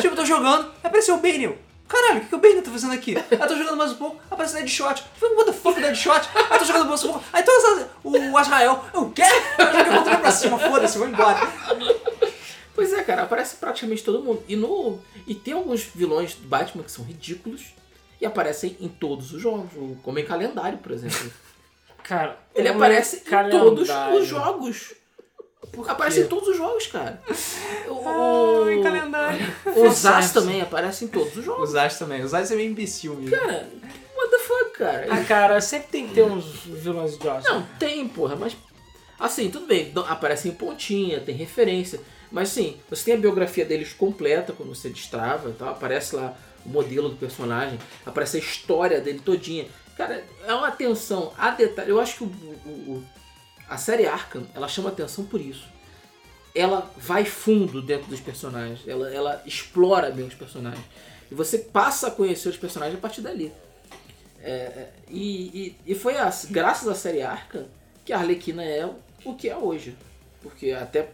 tipo, eu tô jogando, apareceu o Bane. Caralho, o que, que o Bane tá fazendo aqui? Aí eu tô jogando mais um pouco, aparece o Deadshot. Eu Falei, what the fuck, Deadshot? Aí eu tô jogando mais um pouco, aí todas as... O Azrael, eu quero! Eu joguei o controle pra cima, foda-se, vou embora. Pois é, cara, aparece praticamente todo mundo. E no e tem alguns vilões do Batman que são ridículos e aparecem em todos os jogos, o- como em calendário, (laughs) por exemplo. Cara, Ele é um aparece em calendário. todos os jogos. Aparece em todos os jogos, cara. O, (laughs) Ai, calendário. o Zaz também aparece em todos os jogos. Os Zaz também. Os Zaz é meio imbecil mesmo. Cara, what the fuck, cara? Ah, cara, sempre tem que ter uns vilões idiotas. Não, tem, porra, mas. Assim, tudo bem, do- aparece em pontinha, tem referência. Mas sim, você tem a biografia deles completa quando você destrava e tal. Aparece lá o modelo do personagem, aparece a história dele todinha. Cara, é uma atenção a detalhe. Eu acho que o- o- o- a série Arkham, ela chama atenção por isso. Ela vai fundo dentro dos personagens, ela, ela explora bem os personagens. E você passa a conhecer os personagens a partir dali. E, e- e foi as- graças à série Arca que a Arlequina é o que é hoje. Porque até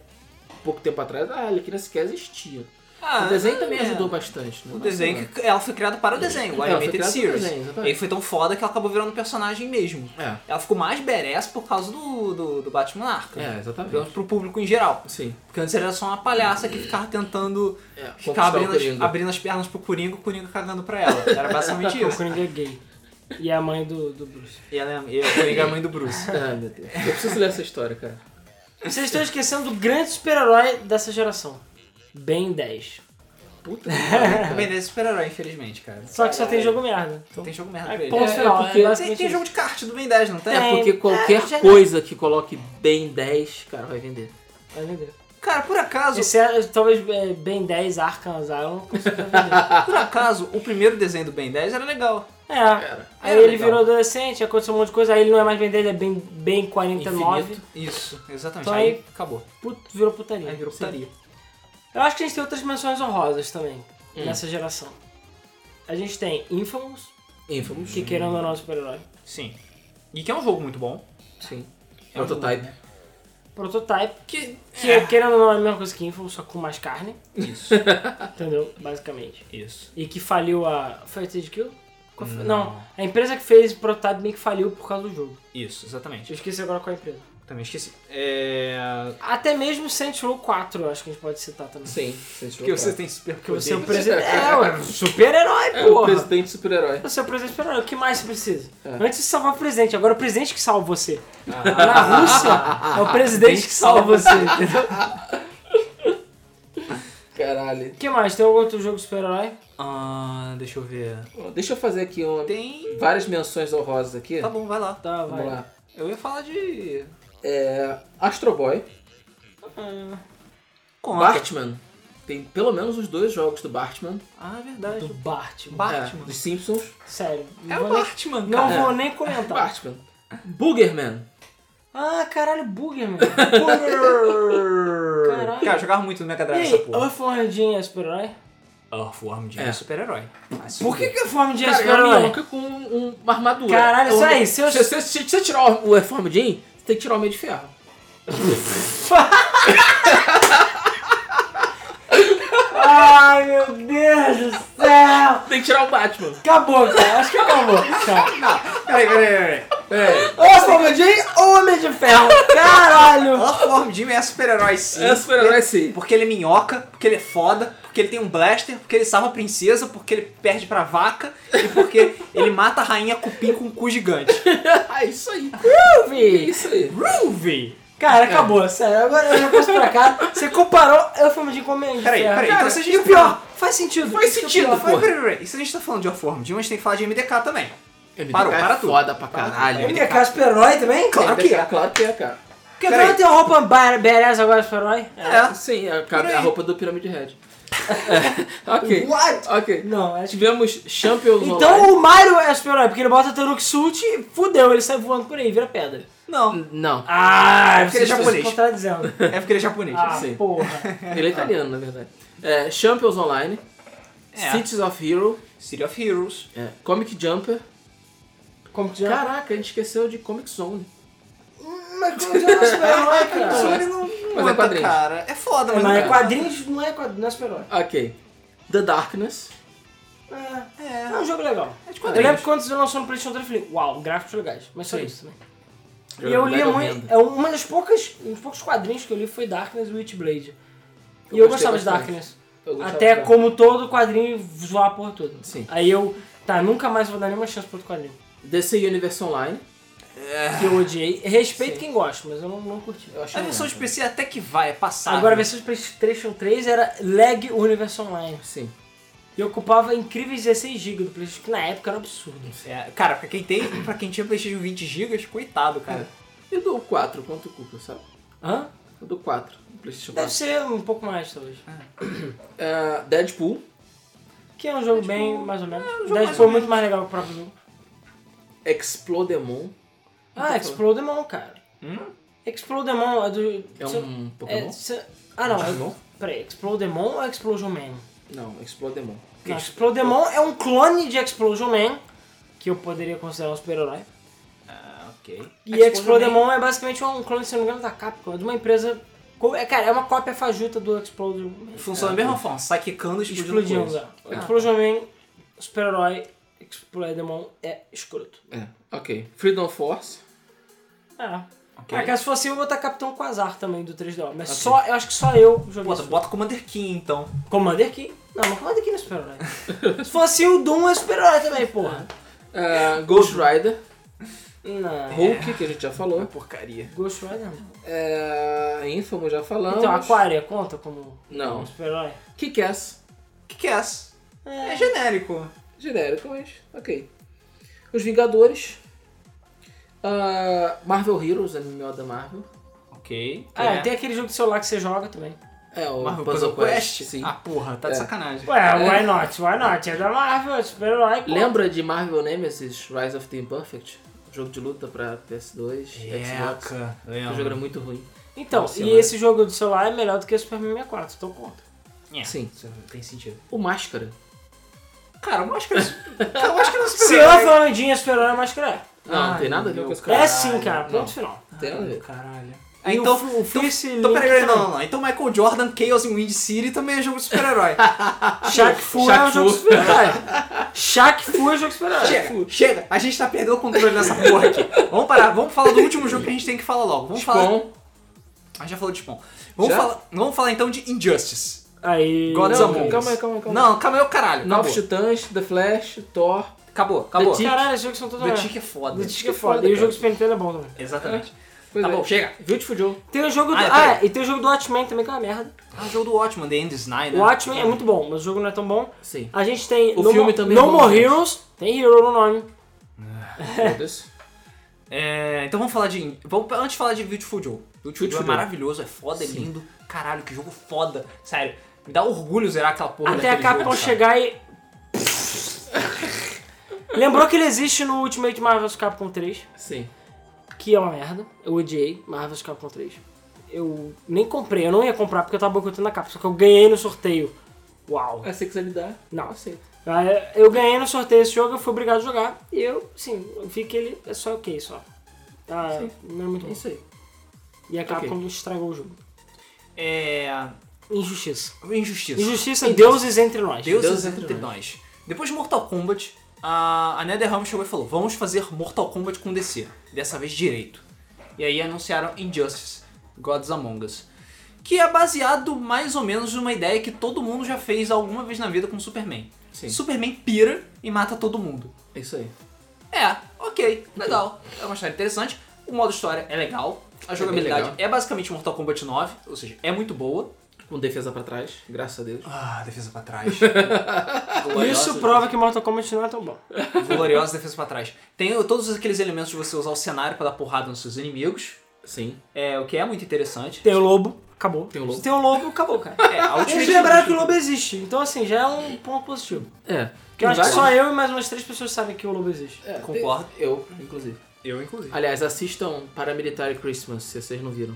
pouco tempo atrás a Arlequina sequer existia. Ah, o desenho também é. ajudou bastante. né? O desenho, Nossa, que ela foi criada para o desenho, o É, ela foi Animated criada para o Series. desenho, e exatamente. aí foi tão foda que ela acabou virando um personagem mesmo. É, Ela ficou mais badass por causa do, do, do Batman Arkham. é, Pelo menos exatamente. pro público em geral. Sim. Porque antes era só uma palhaça que ficava tentando É, ficar conquistar o abrindo as, Coringa. abrindo as pernas pro Coringa, o Coringa cagando pra ela. Era (laughs) basicamente O isso. Coringa é gay. E a mãe do, do Bruce. E, ela, é- e o Coringa é a mãe do Bruce. Ai, meu Deus. Eu preciso ler essa história, (laughs) cara. Vocês estão esquecendo do grande super-herói dessa geração. Ben 10. (laughs) Puta que pariu, cara. Também é super-herói, infelizmente, cara. Só que só tem jogo merda. Então, Tem jogo merda pra é ele. ponto É, final. porque- é Tem, basicamente tem isso. jogo de kart do Ben 10, não tem? Tem. É porque é, qualquer já- coisa que coloque bem 10, cara, vai vender. Vai vender. Cara, por acaso, Esse é, talvez é, Ben 10 Arkham Asylum é não consiga vender. por acaso, o primeiro desenho do Ben 10 era legal. É. Aí (laughs) Era ele legal. virou adolescente, aconteceu um monte de coisa, aí ele não é mais Ben 10, ele é Ben, ben 49. Infinito. Isso, exatamente. Então aí aí- acabou. Put- virou putaria. Aí virou putaria. Eu acho que a gente tem outras menções honrosas também nessa geração. A gente tem Infamous, Infamous. que querendo ou não é um super-herói. Sim. E que é um jogo muito bom. Sim. É um Prototype. Prototype, Que. que querendo ou não é a mesma coisa que Infamous, só com mais carne. Isso. (laughs) Entendeu? Basicamente. Isso. E que faliu a. Foi a Tade Kill? Qual foi? Não. A empresa que fez o prototype meio que faliu por causa do jogo. Isso, exatamente. Eu esqueci agora qual é a empresa. Também esqueci. É. Até mesmo Saints Row 4, eu acho que a gente pode citar também. Sim. Saints Row Porque você quatro. tem super Porque você é o poderes. (laughs) presidente. É, (laughs) ué, super-herói, É o porra! presidente super-herói. Você é o presidente super-herói. O que mais você precisa? É. Antes de salvar o presidente, agora é o presidente que salva você. Ah, Na Rússia, é o presidente que salva você. entendeu? Caralho. O que mais? Tem algum outro jogo de super-herói? ah, deixa eu ver. Ó, Deixa eu fazer aqui uma, Tem. várias menções honrosas aqui. Tá bom, vai lá. Tá, vai. Vamos lá. Eu ia falar de. É, Astro Boy. Conta. Bartman. Tem pelo menos os dois jogos do Bartman. Ah, é Do verdade. Batman. Bartman. É, dos Simpsons. Sério. É não o vou nem- Batman, Não cara. vou nem Tá. comentar. Bartman. Boogerman. Ah, caralho, bugger, mano. (laughs) Caralho. Cara, eu jogava muito no Mega E Drive aí, essa porra. Earthworm Jim é super-herói? Earthworm Jim É. é super-herói. Por que que Earthworm Jim é Cara, é uma super-herói? minhoca com um- uma armadura. Caralho, Um- isso aí, se eu- Se você se você tirar o Reform Jean, você tem que tirar o meio de ferro. Ai, meu Deus do céu. Tem que tirar o Batman. Acabou, cara. Acho que acabou. Tá. Peraí, peraí, peraí. (laughs) É. Earthworm Jim ou Homem de Ferro? Caralho. Earthworm Jim é super-herói sim. É super-herói sim. Porque ele é minhoca, porque ele é foda, porque ele tem um blaster, porque ele salva a princesa, porque ele perde pra vaca e (laughs) porque ele mata a rainha cupim com um cu gigante. Ah, isso aí. É Filho. Isso aí. Groovy! Cara, acabou, sério. Agora eu já posso pra cá. Você comparou eu filme de comédia. Peraí, cara. peraí. é- Cara, então se a gente e o pior, faz sentido. Faz Isso que é o sentido, pior. mas peraí, peraí, peraí. E se a gente tá falando de Earthworm Jim, a gente tem que falar de MDK também. MDK Parou, é para tudo. foda pra Para tudo. caralho. Ele é cara super-herói também? Claro que é. Claro que é, cara. Porque Peraí. não tem uma roupa ba- badass agora super-herói? É. Sim, é a, Por aí. a roupa do Pyramid Head. É, (laughs) ok. What? Ok. Não, acho que... Tivemos Champions Online. Então o Mario é super-herói, porque ele bota Tanuki Suit e fudeu, ele sai voando por aí, vira pedra. Hum. Não. Não, Ah, Porque ele é vocês estão se japonês. (laughs) contradizendo. É porque ele é japonês. Ah, Sim. porra. ele é italiano, na verdade. É, Champions Online, É. Cities of Hero, City of Heroes. é, Comic Jumper. Como que já... Caraca, a gente esqueceu de Comic Zone. Mas como que já não é super-herói, Cara, cara? não, não Mas é anda, quadrinhos. cara. É foda, mas, Mas é não quadrinhos, não é quadrinhos, não é super-herói. Ok. The Darkness. É, É. é um jogo legal. É de Eu lembro quadrinhos. que quando lançou no PlayStation 3, eu falei, uau, gráficos legais. Mas só Sim. isso né? também. E eu li muito. É uma das poucas, um dos poucos quadrinhos que eu li foi Darkness e Witchblade. Eu e eu gostei gostava de bastante. Darkness. Eu gostava Até de- como todo quadrinho zoar a porra toda. Sim. Aí eu, tá, nunca mais vou dar nenhuma chance pra outro quadrinho. DC Universe Online. Que eu odiei. Respeito quem gosta, mas eu não, não curti. Eu acho A versão de PC até que vai, é passada. Agora a versão de PlayStation 3 era Lag Universe Online. Sim. E ocupava incríveis 16 GB do PlayStation, que na época era um absurdo. É, cara, pra quem, tem, pra quem tinha Playstation 20 GB, coitado, cara. Eu dou 4 quanto custa, sabe? Hã? Eu dou 4 no PlayStation Deve 4. ser um pouco mais, talvez. É, Deadpool. Que é um jogo bem, mais ou menos. jogo Daí mais foi ou muito mais legal que o próprio jogo. Explodemon. Ah, Explodemon, cara. Hum? Explodemon é do. É um Pokémon? é- se- ah, não. Digimon? É, peraí, Explodemon ou Explosion Man? Não, Explodemon. Não, Explodemon é um clone de Explosion Man, que eu poderia considerar um super-herói. Ah, ok. E Explodemon é basicamente um clone, se não me engano, da Capcom, é de uma empresa Co- é, Cara, é uma cópia fajuta do Explode. Funciona da mesma forma, sai quicando e explodindo. Explodindo. coisa. é. Explosion Man, super-herói, Exploidemon é escroto. É, ok. Freedom Force. É. Ok. Ah, cara, se fosse eu, eu vou botar Capitão Quasar também do 3DO. Mas só, eu acho que só eu joguei Bota, isso. bota Commander King então. Commander King. Não, mas Commander King não é super-herói. se fosse o Doom, é super-herói também, porra. Ah, Ghost Rider. Não. Hulk, que a gente já falou. Porcaria. Ghost Rider não. É, Infamous, já falamos. Então, Aquaria conta como Não. um super-herói? Kick-Ass. O que, que é essa? É genérico. Genérico, mas ok. Os Vingadores. Ah, Marvel Heroes, MMO da Marvel. Ok. Ah, é, tem aquele jogo do celular que você joga também. É, o Marvel Puzzle, Quest. sim. Ah, porra, tá de É. sacanagem. Ué, why not? Why not? É da Marvel, é super-herói. pô. Lembra de Marvel Nemesis Rise of the Imperfect? Jogo de luta pra É, PS2, Xbox. Jeca. O é. jogo era muito ruim. Então, Nossa, e mano. esse jogo do celular é melhor do que o Superman 64, tô contra. É. Sim. Isso não tem sentido. O Máscara. Cara, máscara. (laughs) cara, máscara Se eu Fernandinha super-herói, eu acho que é. Não, não tem nada a ver com esse cara. É sim, cara. Ponto Não. final. Tem nada a ver. Caralho. E então, o, o Fierce então Link peraí, peraí, não, também. não, não. Então Michael Jordan, Chaos in Wind City também é jogo de super-herói. Shaq Fu é um Shaq jogo Fu. super-herói. Shaq Fu é um jogo super-herói. chega, chega. A gente tá perdendo o controle nessa porra aqui. Vamos parar, vamos falar do último jogo que a gente tem que falar logo. Vamos falar. Spawn. A gente já falou de Spawn. Vamos, Já? falar, vamos falar então de Injustice. Aí. Gods Não, Among Us. calma aí, calma aí, calma Não, calma aí, o caralho. Novos Acabou, Titãs, The Flash, Thor. acabou. acabou. Tick. Caralho, esses jogos são todos The heróis. Tick é foda. The Tick é foda. E o cara. jogo do Super Nintendo é bom também. Exatamente. Pois Tá é. bom, chega. Beautiful Joe. Tem o jogo do. Ah, é, Ah, peraí. é, e tem o jogo do Watchmen também, que é uma merda. É o jogo do Watchman, The End is Nine, O né? Watchmen é muito bom, mas o jogo não é tão bom. Sim. A gente tem. O No filme Mo- também é No bom, More gente. Heroes. Tem Hero no nome. Foda-se. É, então vamos falar de. Vamos, antes de falar de Beautiful Joe. Beautiful, Joe Beautiful é Joe. maravilhoso, é foda, é lindo. Caralho, que jogo foda. Sério, me dá orgulho zerar aquela porra. Até a daquele jogo, é Capcom sabe? chegar e. Lembrou que ele existe no Ultimate Marvel's Capcom 3, Sim. que é uma merda. Eu odiei Marvel's Capcom 3. Eu nem comprei, eu não ia comprar porque eu tava boicotando a capa, só que eu ganhei no sorteio. Uau! É, se quiser me dar, Não, aceito. Ah, Eu ganhei no sorteio esse jogo, eu fui obrigado a jogar. E eu, sim, eu vi que ele é só ok só. Ah, Sim. não é muito É bom. isso aí. E a Capcom estragou o jogo. É. Injustiça. Injustiça. Injustiça, deuses entre nós. Deuses Deuses é entre, entre nós. Depois de Mortal Kombat, a, a NetherRealm chegou e falou: vamos fazer Mortal Kombat com DC. Dessa vez direito. E aí anunciaram Injustice, Gods Among Us. Que é baseado mais ou menos numa ideia que todo mundo já fez alguma vez na vida com Superman. Sim. Superman pira e mata todo mundo. É isso aí. É, ok, legal. É uma história interessante. O modo história é legal. A jogabilidade legal. é, basicamente Mortal Kombat 9, ou seja, é muito boa. Com defesa pra trás, graças a Deus. Ah, defesa pra (laughs) trás. é né? Isso prova que Mortal Kombat não é tão bom. Gloriosa defesa pra trás. Tem todos aqueles elementos de você usar o cenário pra dar porrada nos seus inimigos. Sim. É, o que é muito interessante. Tem o lobo, acabou. Tem o lobo. Se Tem o lobo, acabou, cara. É, a última Eles um lembraram que o lobo existe, então assim, já é um ponto positivo. É. Porque eu acho que Vários- só eu e mais umas três pessoas sabem que o lobo existe. É, Concordo. tem- Eu, inclusive. Eu, inclusive. Aliás, assistam Paramilitary Christmas, se vocês não viram.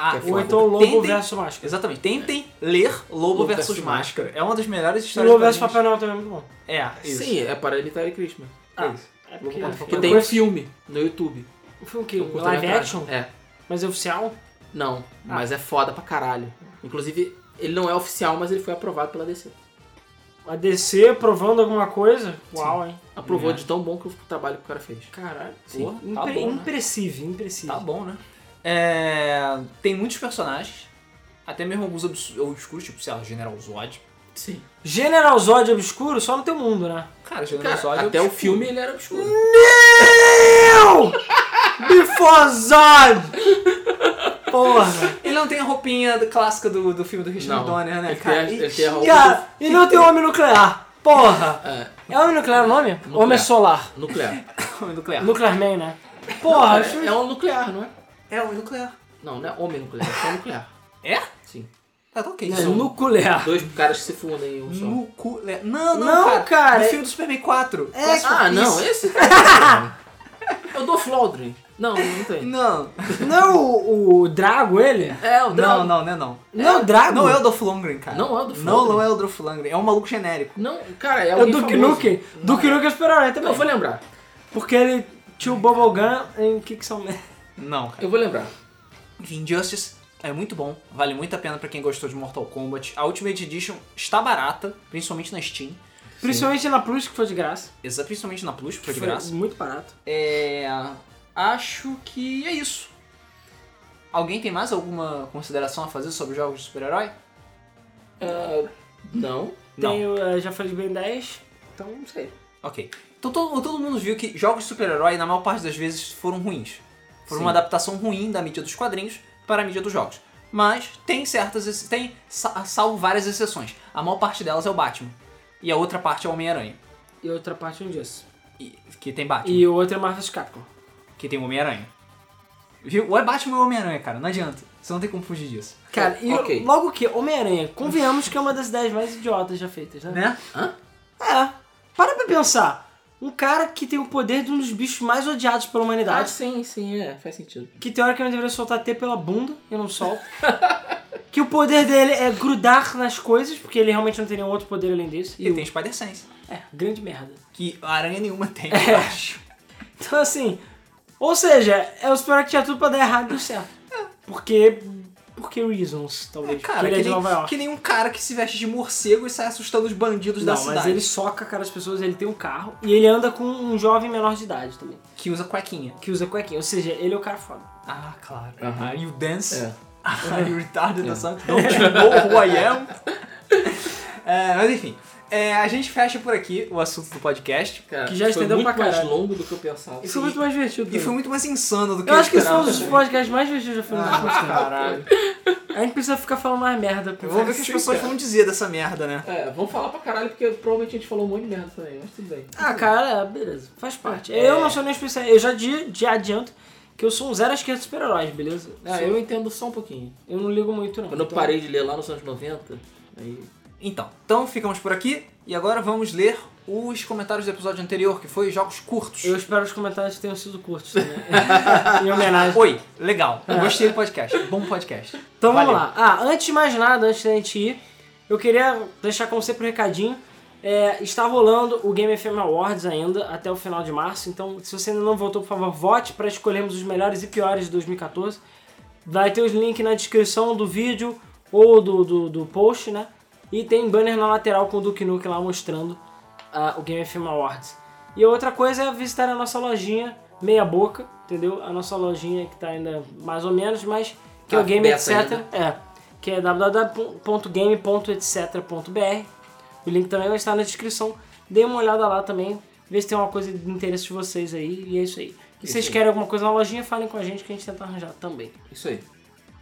Ah, Que é Ou foda. então o lobo Tentem- versus máscara. Exatamente. Tentem ler Lobo, Lobo versus versus Máscara. É uma das melhores E o histórias. lobo pra versus mim. Papai Noel também é muito bom. É, isso. Sim, é Paramilitary Christmas. É isso. É porque- Que Eu tem um conheço- filme no YouTube. O É filme que? um Live curta-metragem. action? É. Mas é oficial? Não, mas é foda pra caralho. Inclusive, ele não é oficial, mas ele foi aprovado pela DC. A DC provando alguma coisa? Uau, hein? Aprovou É. de tão bom que o trabalho que o cara fez. Caralho. Sim. Porra, Tá impre- bom, né? impressível, impressível. Tá bom, né? É, tem muitos personagens. Até mesmo alguns obs- obscuros, tipo, sei lá, General Zod. Sim. General Zod obscuro só no teu mundo, né? Cara, General Cara, Zod é até o obscuro. filme ele era obscuro. Eu! Before Zod! Porra! Ele não tem a roupinha do- clássica do, do filme do Richard Não. Donner, né, Ele cara? tem a- E- ele tem a roupa- Cara, e não tem homem nuclear! Porra! É, É homem nuclear o nome? Nuclear. Homem solar. (laughs) nuclear. Homem nuclear. Nuclear Man, né? Porra, é, é um nuclear, não é? É, homem nuclear. Não, não é homem nuclear, é só nuclear. É? Sim. Ah, tá ok. é São nuclear. Dois caras que se fundem em um só. nuclear. Não, não, Não, cara. cara, No é- filme do Superman 4. É, Clássico Ah, Piece. não, é esse. (laughs) Eu dou Flodrin. Não, não tem. Não. Não é o, o Drago, ele? É, (laughs) o Não, Drago. não, não é não. Não é o Drago? Não é o Dolph Lundgren, cara. Não é o Dolph Não, Lundgren. não é o Dolph Lundgren. É um maluco genérico. Não, cara, é É o alguém Duke famoso. Nukem. Duke Nukem é super-herói também. Eu vou lembrar. Porque ele tinha o Bubblegum em Kickson Man. Não, cara. Eu vou lembrar. Enfim, Injustice É muito bom, vale muito a pena pra quem gostou de Mortal Kombat. A Ultimate Edition está barata, principalmente na Steam. Principalmente na Plus, que foi de graça. Exa- Principalmente na Plus, foi de Foi graça. Muito barato. É, acho que é isso. Alguém tem mais alguma consideração a fazer sobre jogos de super-herói? Ah, não, Não. Tem, o, eh, já falei de Ben 10. então não sei. Ok. Então todo, todo mundo viu que jogos de super-herói, na maior parte das vezes, foram ruins. Foram Sim. uma adaptação ruim da mídia dos quadrinhos para a mídia dos jogos. Mas tem certas, ex- tem sa- salvo várias exceções. A maior parte delas é o Batman. E a outra parte é o Homem-Aranha. E outra parte é um Justice. E- Que tem Batman. E outra é Marvel vs Capcom. Que tem o Homem-Aranha. Viu? Ou é Batman ou é Homem-Aranha, cara. Não adianta. Você não tem como fugir disso. Cara, e É, Ok. logo que Homem-Aranha, convenhamos que é uma das ideias mais idiotas já feitas, né? Né? Hã? É. Para pra pensar. Um cara que tem o poder de um dos bichos mais odiados pela Ah, humanidade, sim, sim, é, faz sentido. que teoricamente deveria soltar T pela bunda, eu não solto. que o poder dele é grudar nas coisas, porque ele realmente não tem nenhum outro poder além disso. E tem Spider-Sense. É, grande merda. Que aranha nenhuma tem, É. eu acho. Então assim, ou seja, é o super que tinha tudo pra dar errado e deu certo. Porque. Porque reasons, talvez. porque É. Cara, ele é que de Nova nem, York. que nem um cara que se veste de morcego e sai assustando os bandidos da Não, cidade. mas ele soca a cara das pessoas, ele tem um carro e ele anda com um jovem menor de idade também, Que usa cuequinha. que usa cuequinha. Ou seja, ele é o cara foda. Ah, claro. Aham. Are you dance? (laughs) É. Are you tá retarded or something? Don't tipo, you know who I am? (laughs) É, mas enfim. É, a gente fecha por aqui o assunto do podcast. Cara, Que já foi estendeu muito pra mais caralho. longo do que eu pensava. E foi muito mais divertido. E foi muito mais insano do que Eu acho que esse foi um esperava. dos podcasts mais divertidos já feitos nos Ah, últimos tempos. caralho. A gente precisa ficar falando mais merda. porque- Eu vou ver o que as Sim, pessoas cara. vão dizer dessa merda, né? É, vamos falar pra caralho, porque provavelmente a gente falou um monte de merda também, mas tudo bem. Ah, cara, beleza. Faz parte. Eu não sou nem especial. Eu já, di- já adianto que eu sou um zero à esquerda de super-heróis, beleza? Ah, eu entendo só um pouquinho. Eu não ligo muito, não. Quando eu Então- parei de ler lá nos anos 90, aí Então, então ficamos por aqui e agora vamos ler os comentários do episódio anterior, que foi jogos curtos. Eu espero que os comentários tenham sido curtos também. (laughs) em homenagem. Oi, legal. Gostei do podcast. Bom podcast. Ah. Então Valeu. vamos lá. Ah, antes de mais nada, antes da gente ir, eu queria deixar como sempre um recadinho. É, está rolando o Game FM Awards ainda até o final de março, então se você ainda não votou, por favor, vote para escolhermos os melhores e piores de 2014. Vai ter os links na descrição do vídeo ou do, do, do post, né? E tem banner na lateral com o Duke Nukem lá mostrando ah, o Game FM Awards. E outra coisa é visitar a nossa lojinha meia boca, entendeu? A nossa lojinha que tá ainda mais ou menos, mas que é o Tá Game aberta Etc. ainda, né? É, que é www.game.etc.br. O link também vai estar na descrição. Dê uma olhada lá também, vê se tem uma coisa de interesse de vocês aí, e é isso aí. E se Isso vocês aí. querem alguma coisa na lojinha, falem com a gente que a gente tenta arranjar também. Isso aí.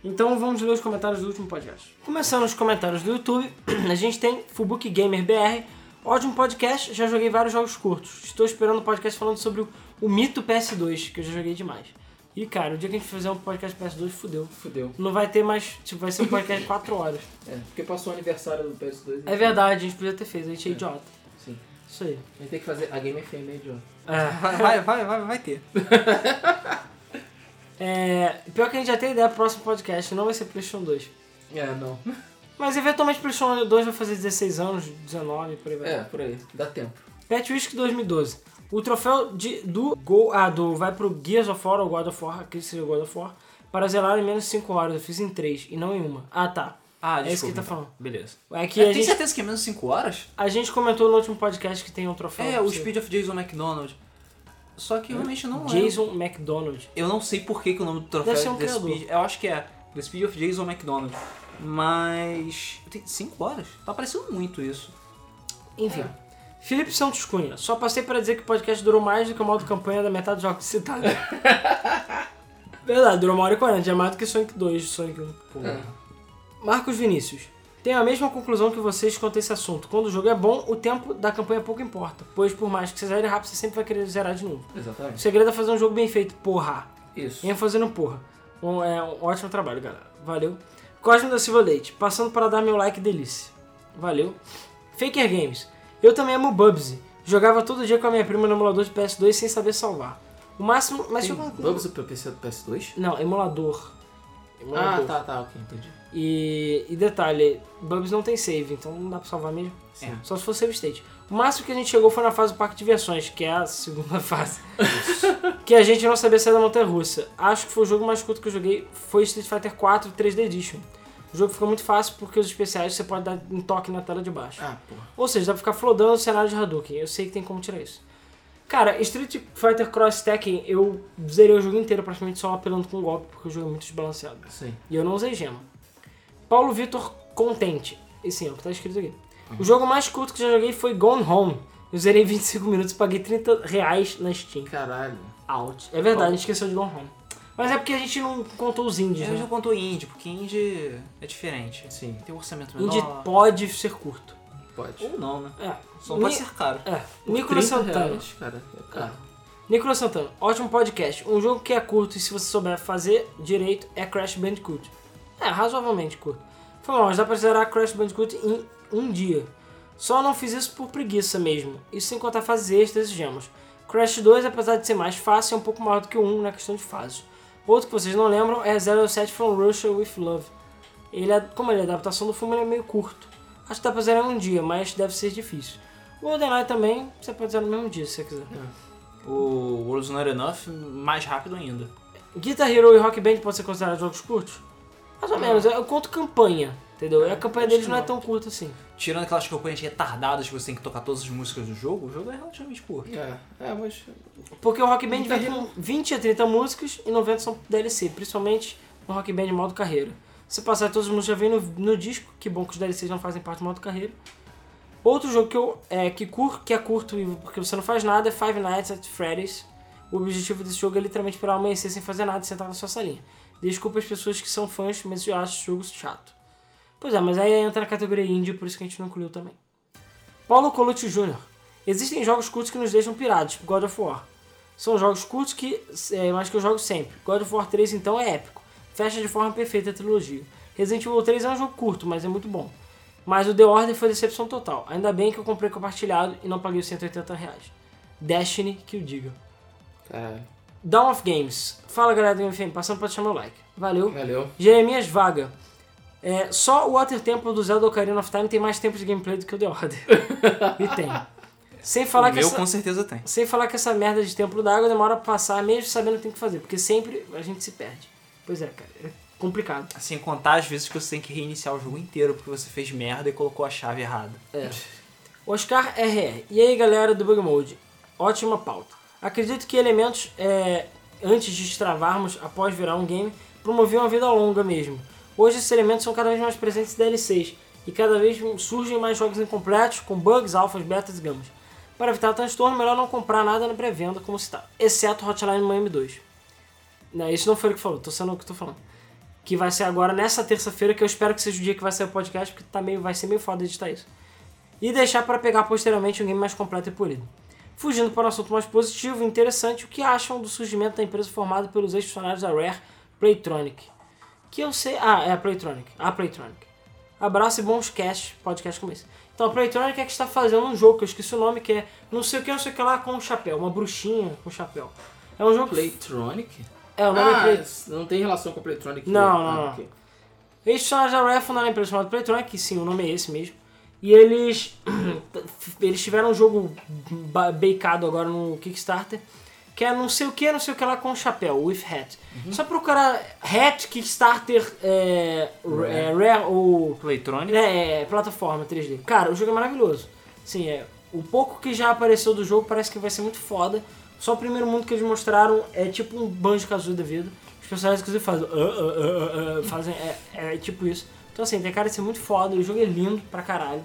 Então vamos ler os comentários do último podcast. Começando os comentários do YouTube, (clears throat) a gente tem Fubuki Gamer BR. Ótimo podcast, já joguei vários jogos curtos. Estou esperando um podcast falando sobre o, o mito PS2, que eu já joguei demais. E cara, o dia que a gente fizer um podcast PS2, fudeu. Fudeu. Não vai ter mais, tipo, vai ser um podcast de 4 horas. É, porque passou o aniversário do PS2. É verdade, a gente podia ter feito, a gente é, idiota. né? Sim. Isso aí. A gente tem que fazer a Game FM aí, John. É. Vai, vai, vai, vai, vai ter. é, Pior que a gente já tem ideia, próximo podcast não vai ser PlayStation 2. É, não. Mas eventualmente PlayStation 2 vai fazer 16 anos, 19, por aí vai. (laughs) É, por aí. Dá tempo. Pet Whisky 2012. O troféu de, do Go, ah, do vai pro Gears of War ou God of War, aquele que seria o God of War, para zelar em menos 5 horas. Eu fiz em 3 e não em uma. Ah, tá. Ah, é isso desculpa, que ele tá então. falando. Beleza. É que É, a, tem gente, certeza que é menos 5 horas? a gente comentou no último podcast que tem um troféu. É, o Sim. Speed é um of Jason McDonald. Só que eu realmente não lembro. Jason McDonald. Eu não sei por que, que o nome do troféu Deve ser um é The criador. Speed. Eu acho que é. The Speed of Jason McDonald. Mas. Tem 5 horas? Tá parecendo muito isso. Enfim. É. Felipe Santos Cunha. Só passei para dizer que o podcast durou mais do que o modo campanha da metade dos jogos (laughs) citados. Verdade, durou uma hora e 40. Já é mais do que Sonic 2, Sonic 1. Pô. Marcos Vinícius. Tenho a mesma conclusão que vocês quanto a esse assunto. Quando o jogo é bom, o tempo da campanha pouco importa. Pois por mais que você zere rápido, você sempre vai querer zerar de novo. O Exatamente. segredo é fazer um jogo bem feito, porra. Isso. Venha fazendo porra. Um, é, um ótimo trabalho, galera. Valeu. Cosme da Silva Leite, passando para dar meu like delícia. Valeu. Faker Games. Eu também amo Bubsy. Jogava todo dia com a minha prima no emulador de PS2 sem saber salvar. O máximo. Mas Tem eu- Bubsy pro PC do PS2? Não, emulador. Ah, Morreu. tá, tá, ok, entendi. E, e detalhe, Bubs não tem save, então não dá pra salvar mesmo. Sim. Só se for save state. O máximo que a gente chegou foi na fase do Parque de Diversões, que é a segunda (laughs) fase. que a gente não sabia sair da montanha russa. Acho que foi o jogo mais curto que eu joguei, foi Street Fighter 4 3D Edition. O jogo ficou muito fácil porque os especiais você pode dar um toque na tela de baixo. Ah, porra. Ou seja, dá pra ficar flodando o cenário de Hadouken. Eu sei que tem como tirar isso. Cara, Street Fighter Cross Tekken, eu zerei o jogo inteiro praticamente só apelando com golpe, porque o jogo é muito desbalanceado. Sim. E eu não usei gema. Paulo Vitor Contente. E sim, é o que tá escrito aqui. O jogo mais curto que já joguei foi Gone Home. Eu zerei (laughs) em 25 minutos e paguei 30 reais na Steam. Caralho. Out. É verdade, a gente esqueceu de Gone Home. Mas é porque a gente não contou os indies, Eu já né? contou indie, porque indie é diferente. Sim, Tem um orçamento menor. Indie pode ser curto. pode. Ou não, né? É. Só não pode Ni- ser caro. É. Nicolas 30 Santana. reais, cara. É caro. Nicolas Santana, ótimo podcast. Um jogo que é curto e se você souber fazer direito é Crash Bandicoot. É, razoavelmente curto. Foi mal, mas dá pra zerar Crash Bandicoot em um dia. Só não fiz isso por preguiça mesmo. Isso sem contar fases extras e gemas. Crash 2, apesar de ser mais fácil, é um pouco maior do que o 1 na questão de fases. Outro que vocês não lembram é 07 From Russia with Love. Ele é, como ele é adaptação do filme, ele é meio curto. Acho que dá pra zerar em um dia, mas deve ser difícil. O GoldenEye também, você pode zerar no mesmo dia se você quiser. O World's Not Enough, mais rápido ainda. Guitar Hero e Rock Band podem ser considerados jogos curtos? Mais ou menos, eu conto campanha, entendeu? E a campanha deles não é tão curta assim. Tirando aquelas campanhas retardadas que você tem que tocar todas as músicas do jogo, o jogo é relativamente curto. É, é, mas. Porque o Rock Band Guitar vem com 20 a 30 músicas e 90 são DLC, principalmente no Rock Band modo carreira. Se passar todas as músicas já vem no, no disco, que bom que os DLCs não fazem parte do modo carreira. Outro jogo que, eu, é, que, cur, que é curto e porque você não faz nada é Five Nights at Freddy's. O objetivo desse jogo é literalmente esperar amanhecer sem fazer nada e sentar na sua salinha. Desculpa as pessoas que são fãs, mas eu acho o jogo chato. Pois é, mas aí entra na categoria indie, por isso que a gente não incluiu também. Paulo Colucci Jr. Existem jogos curtos que nos deixam pirados, tipo God of War. São jogos curtos que, é, mas que eu jogo sempre. God of War 3 então é épico. Fecha de forma perfeita a trilogia. Resident Evil 3 é um jogo curto, mas é muito bom. Mas o The Order foi decepção total. Ainda bem que eu comprei compartilhado e não paguei os 180 reais. Destiny, que o diga. Caralho. Dawn of Games. Fala galera do MFM, passando pra deixar meu like. Valeu. Valeu. Jeremias Vaga. É, só o Water Temple do Zelda Ocarina of Time tem mais tempo de gameplay do que o The Order. (laughs) e tem. Sem falar o que meu essa- com certeza tem. sem falar que essa merda de templo d'água demora pra passar, mesmo sabendo o que tem que fazer, porque sempre a gente se perde. Pois é, cara, é complicado. Assim, contar as vezes que você tem que reiniciar o jogo inteiro porque você fez merda e colocou a chave errada. Tipo, Oscar RR. E aí, galera do Bug Mode? Ótima pauta. Acredito que elementos é, antes de destravarmos, após virar um game, promoviam uma vida longa mesmo. Hoje esses elementos são cada vez mais presentes em DLCs e cada vez surgem mais jogos incompletos com bugs, alfas, betas e gamas. Para evitar transtorno, melhor não comprar nada na pré-venda, como citado, exceto Hotline Miami 2. Não, isso Né, não foi ele que falou, tô sendo o que eu tô falando. Que vai ser agora nessa terça-feira, que eu espero que seja o dia que vai sair o podcast, porque tá meio, vai ser meio foda editar isso e deixar para pegar posteriormente um game mais completo e polido. Fugindo para um assunto mais positivo e interessante, o que acham do surgimento da empresa formada pelos ex-funcionários da Rare, Playtronic? Que eu sei... Ah, é a Playtronic. A Playtronic. Abraço e bons casts, podcast como esse. Então, a Playtronic é que está fazendo um jogo, que eu esqueci o nome, que é não sei o que, não sei o que lá, com um chapéu. Uma bruxinha com chapéu. É um jogo... Playtronic? É, o nome é ah, Play... não tem relação com a Playtronic. Não, né? não, não. Ah, ok. Ex-funcionários da Rare fundaram a empresa chamada Playtronic, que sim, o nome é esse mesmo. E eles, (clears throat) eles tiveram um jogo ba- beicado agora no Kickstarter, que é não sei o que, não sei o que lá com chapéu, with hat. Só procurar hat, Kickstarter, é, Rare. é, Rare ou Playtronic. é, é, plataforma 3D. Cara, o jogo é maravilhoso. Sim, é. O pouco que já apareceu do jogo parece que vai ser muito foda. Só o primeiro mundo que eles mostraram é tipo um banjo kazooie da vida. Os personagens inclusive fazem. "Ah, ah, ah, ah", fazem é, é tipo isso. Então assim, tem cara de ser muito foda. O jogo é lindo pra caralho.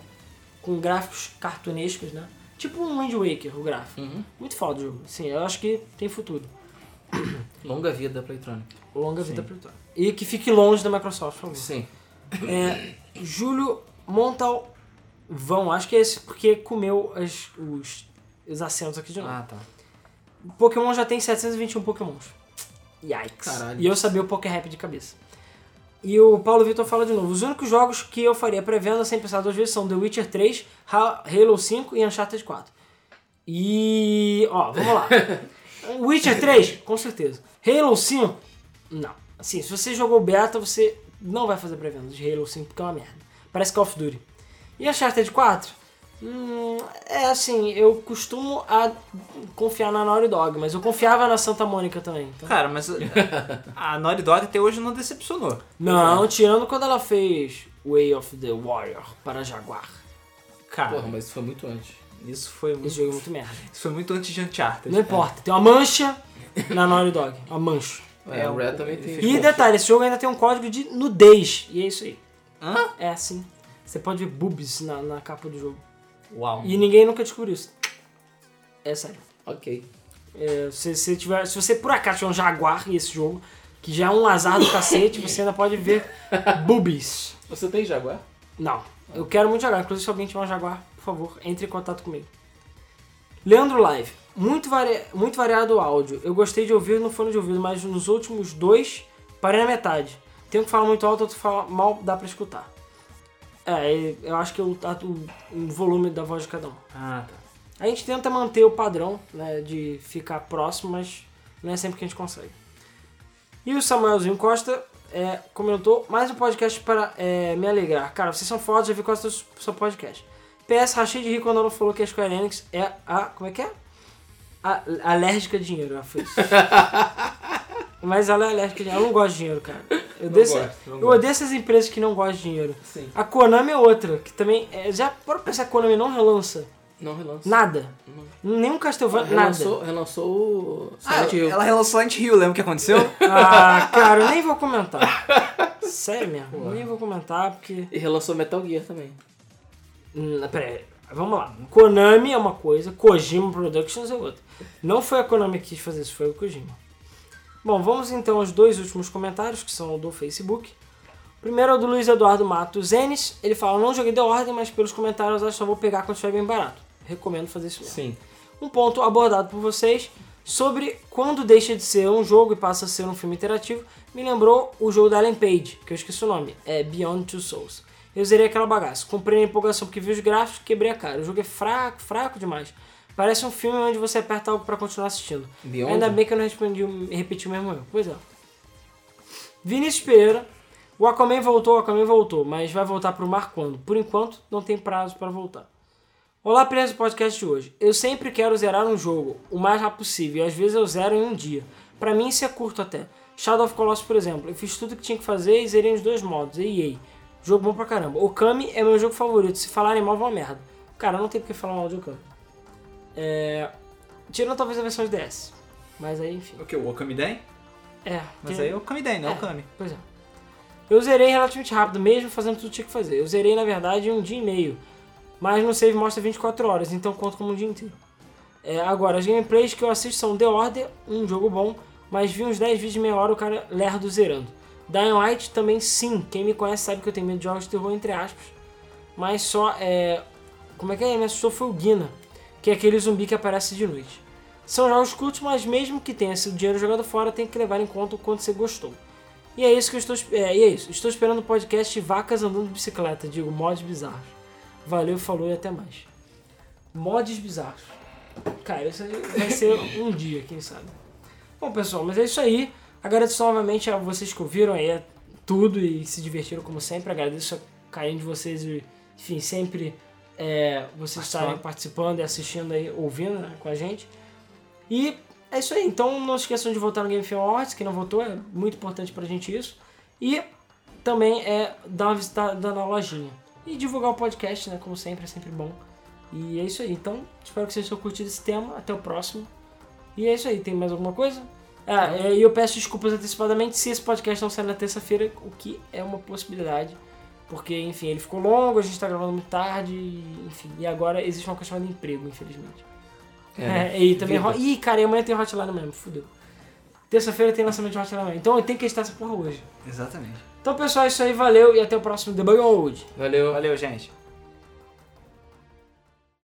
Com gráficos cartunescos, né? Tipo um Wind Waker, o gráfico. Uhum. Muito foda o jogo. Sim, eu acho que tem futuro. Longa vida da Playtronic. Longa vida pra Vitória. E que fique longe da Microsoft, por favor. Sim. É, Júlio Montalvão, acho que é esse porque comeu as- os, os assentos aqui de novo. Ah, tá. Pokémon já tem 721 Pokémons. Yikes. Caralho. E eu sabia o Pokérap de cabeça. E o Paulo Vitor fala de novo: os únicos jogos que eu faria pré-venda sem pensar duas vezes são The Witcher 3, Ha- Halo 5 e Uncharted 4. E. Ó, vamos lá. Witcher 3, com certeza. Halo 5, não. Assim, se você jogou o beta, você não vai fazer pré-venda de Halo 5, porque é uma merda. Parece Call of Duty. E Uncharted 4? Hum, é assim, eu costumo a confiar na Naughty Dog, mas eu confiava na Santa Mônica também. então- Cara, mas a- a Naughty Dog até hoje não decepcionou. Não, tirando quando ela fez Way of the Warrior para Jaguar. Cara, Porra, mas isso foi muito antes. isso foi muito, Esse jogo é muito merda. isso foi muito antes de Uncharted. Não é importa, tem uma mancha na Naughty Dog, uma mancha. É, É, o o- Red também tem. E detalhe, esse jogo ainda tem um código de nudez, e é isso aí. Hã? É assim. Você pode ver boobs na, na capa do jogo. Uau. E ninguém nunca descobriu isso. É sério. Ok. É, se, se, tiver, se você por acaso tiver um Jaguar e esse jogo, que já é um azar do cacete, você ainda pode ver boobies. Você tem Jaguar? Não, eu quero muito Jaguar. Inclusive, se alguém tiver um Jaguar, por favor, entre em contato comigo. Leandro Live. Muito, vari... muito variado o áudio. Eu gostei de ouvir no fone de ouvido, mas nos últimos dois, parei na metade. Tem um que fala muito alto, outro que fala mal, dá pra escutar. É, e eu acho que eu, tá, o, o volume da voz de cada um. Ah, tá. A gente tenta manter o padrão, né, de ficar próximo, mas não é sempre que a gente consegue. E o Samuelzinho Costa é, comentou mais um podcast para é, me alegrar. Cara, vocês são fodas, já vi quase todo o seu podcast. PS, rachei de rir quando ela falou que a Square Enix é a... como é que é? A- alérgica a dinheiro, ela (laughs) foi isso. Mas ela é alérgica a dinheiro. Ela não gosta de dinheiro, cara. Eu, Não desse- gosto, não eu gosto. odeio essas empresas que não gostam de dinheiro. Sim. A Konami é outra, que também... é, já para pensar que a Konami não relança Não relança. nada. Nenhum Castlevania, nada. Relançou, relançou o Ah, Silent Hill. ela relançou Silent Hill, lembra o que aconteceu? Ah, cara, eu nem vou comentar. Sério mesmo, eu nem vou comentar porque... E relançou Metal Gear também. Hum, Pera aí, vamos lá. Konami é uma coisa, Kojima Productions é outra. Não foi a Konami que quis fazer isso, foi o Kojima. Bom, vamos então aos dois últimos comentários, que são do Facebook. O primeiro é o do Luiz Eduardo Matos Enes. Ele fala, não joguei The Ordem, mas pelos comentários acho que só vou pegar quando estiver bem barato. Recomendo fazer isso mesmo. Sim. um ponto abordado por vocês sobre quando deixa de ser um jogo e passa a ser um filme interativo, me lembrou o jogo da Ellen Page, que eu esqueci o nome, é Beyond Two Souls. Eu zerei aquela bagaça, comprei na empolgação porque vi os gráficos, quebrei a cara. O jogo é fraco, fraco demais. Parece um filme onde você aperta algo pra continuar assistindo. Beyond? Ainda bem que eu não respondi, repeti o mesmo erro. Pois é. Vinícius Pereira. O Aquaman voltou, o Aquaman voltou, mas vai voltar pro mar quando? Por enquanto, não tem prazo para voltar. Olá, preso do podcast de hoje. Eu sempre quero zerar um jogo o mais rápido possível, e às vezes eu zero em um dia. Pra mim isso é curto até. Shadow of Colossus, por exemplo, eu fiz tudo que tinha que fazer e zerei os dois modos. E EA. Jogo bom pra caramba. Okami é meu jogo favorito. Se falarem mal, vão a merda. Cara, não tem porque falar mal de Okami. É... Tirando talvez a versão de DS. Mas aí, enfim. O que? O Okami Den? É. Mas tem- aí é o Okami Den, não é o É. Okami. Pois é. Eu zerei relativamente rápido, mesmo fazendo tudo que tinha que fazer. Eu zerei, na verdade, em um dia e meio. Mas no save mostra 24 horas, então conto como um dia inteiro. É, agora, as gameplays que eu assisto são The Order, um jogo bom, mas vi uns 10 vídeos de meia hora o cara lerdo zerando. Dying Light também sim, quem me conhece sabe que eu tenho medo de jogos de terror, entre aspas. Mas só, é... Como é que é? Me assustou foi o Guina, que é aquele zumbi que aparece de noite. São jogos curtos, mas mesmo que tenha sido dinheiro jogado fora, tem que levar em conta o quanto você gostou. E é isso que eu estou. É, e é isso. Estou esperando o podcast Vacas Andando de Bicicleta, digo, mods bizarros. Valeu, falou e até mais. Mods bizarros. Cara, isso aí vai ser um dia, quem sabe. Bom, pessoal, mas é isso aí. Agradeço novamente a vocês que ouviram aí é tudo e se divertiram como sempre. Agradeço a carinho de vocês e, enfim, sempre é, vocês estarem participando e assistindo aí, ouvindo né, com a gente. E é isso aí. Então não se esqueçam de votar no Game Film Awards. Quem não votou, é muito importante pra gente isso. E também é dar uma visitada na lojinha. E divulgar o podcast, né? Como sempre, é sempre bom. E é isso aí. Então, espero que vocês tenham curtido esse tema. Até o próximo. E é isso aí. Tem mais alguma coisa? Ah, é, e eu peço desculpas antecipadamente se esse podcast não sair na terça-feira, o que é uma possibilidade. Porque, enfim, ele ficou longo, a gente tá gravando muito tarde, e, enfim. E agora existe uma coisa chamada emprego, infelizmente. né? É, e também. Vida. Ro... Ih, cara, e amanhã tem Hotline mesmo, fudeu. Terça-feira tem lançamento de Hotline mesmo. Então eu tenho que editar essa porra hoje. Exatamente. Então, pessoal, é isso aí, valeu e até o próximo Debug Old. Valeu. Valeu, gente.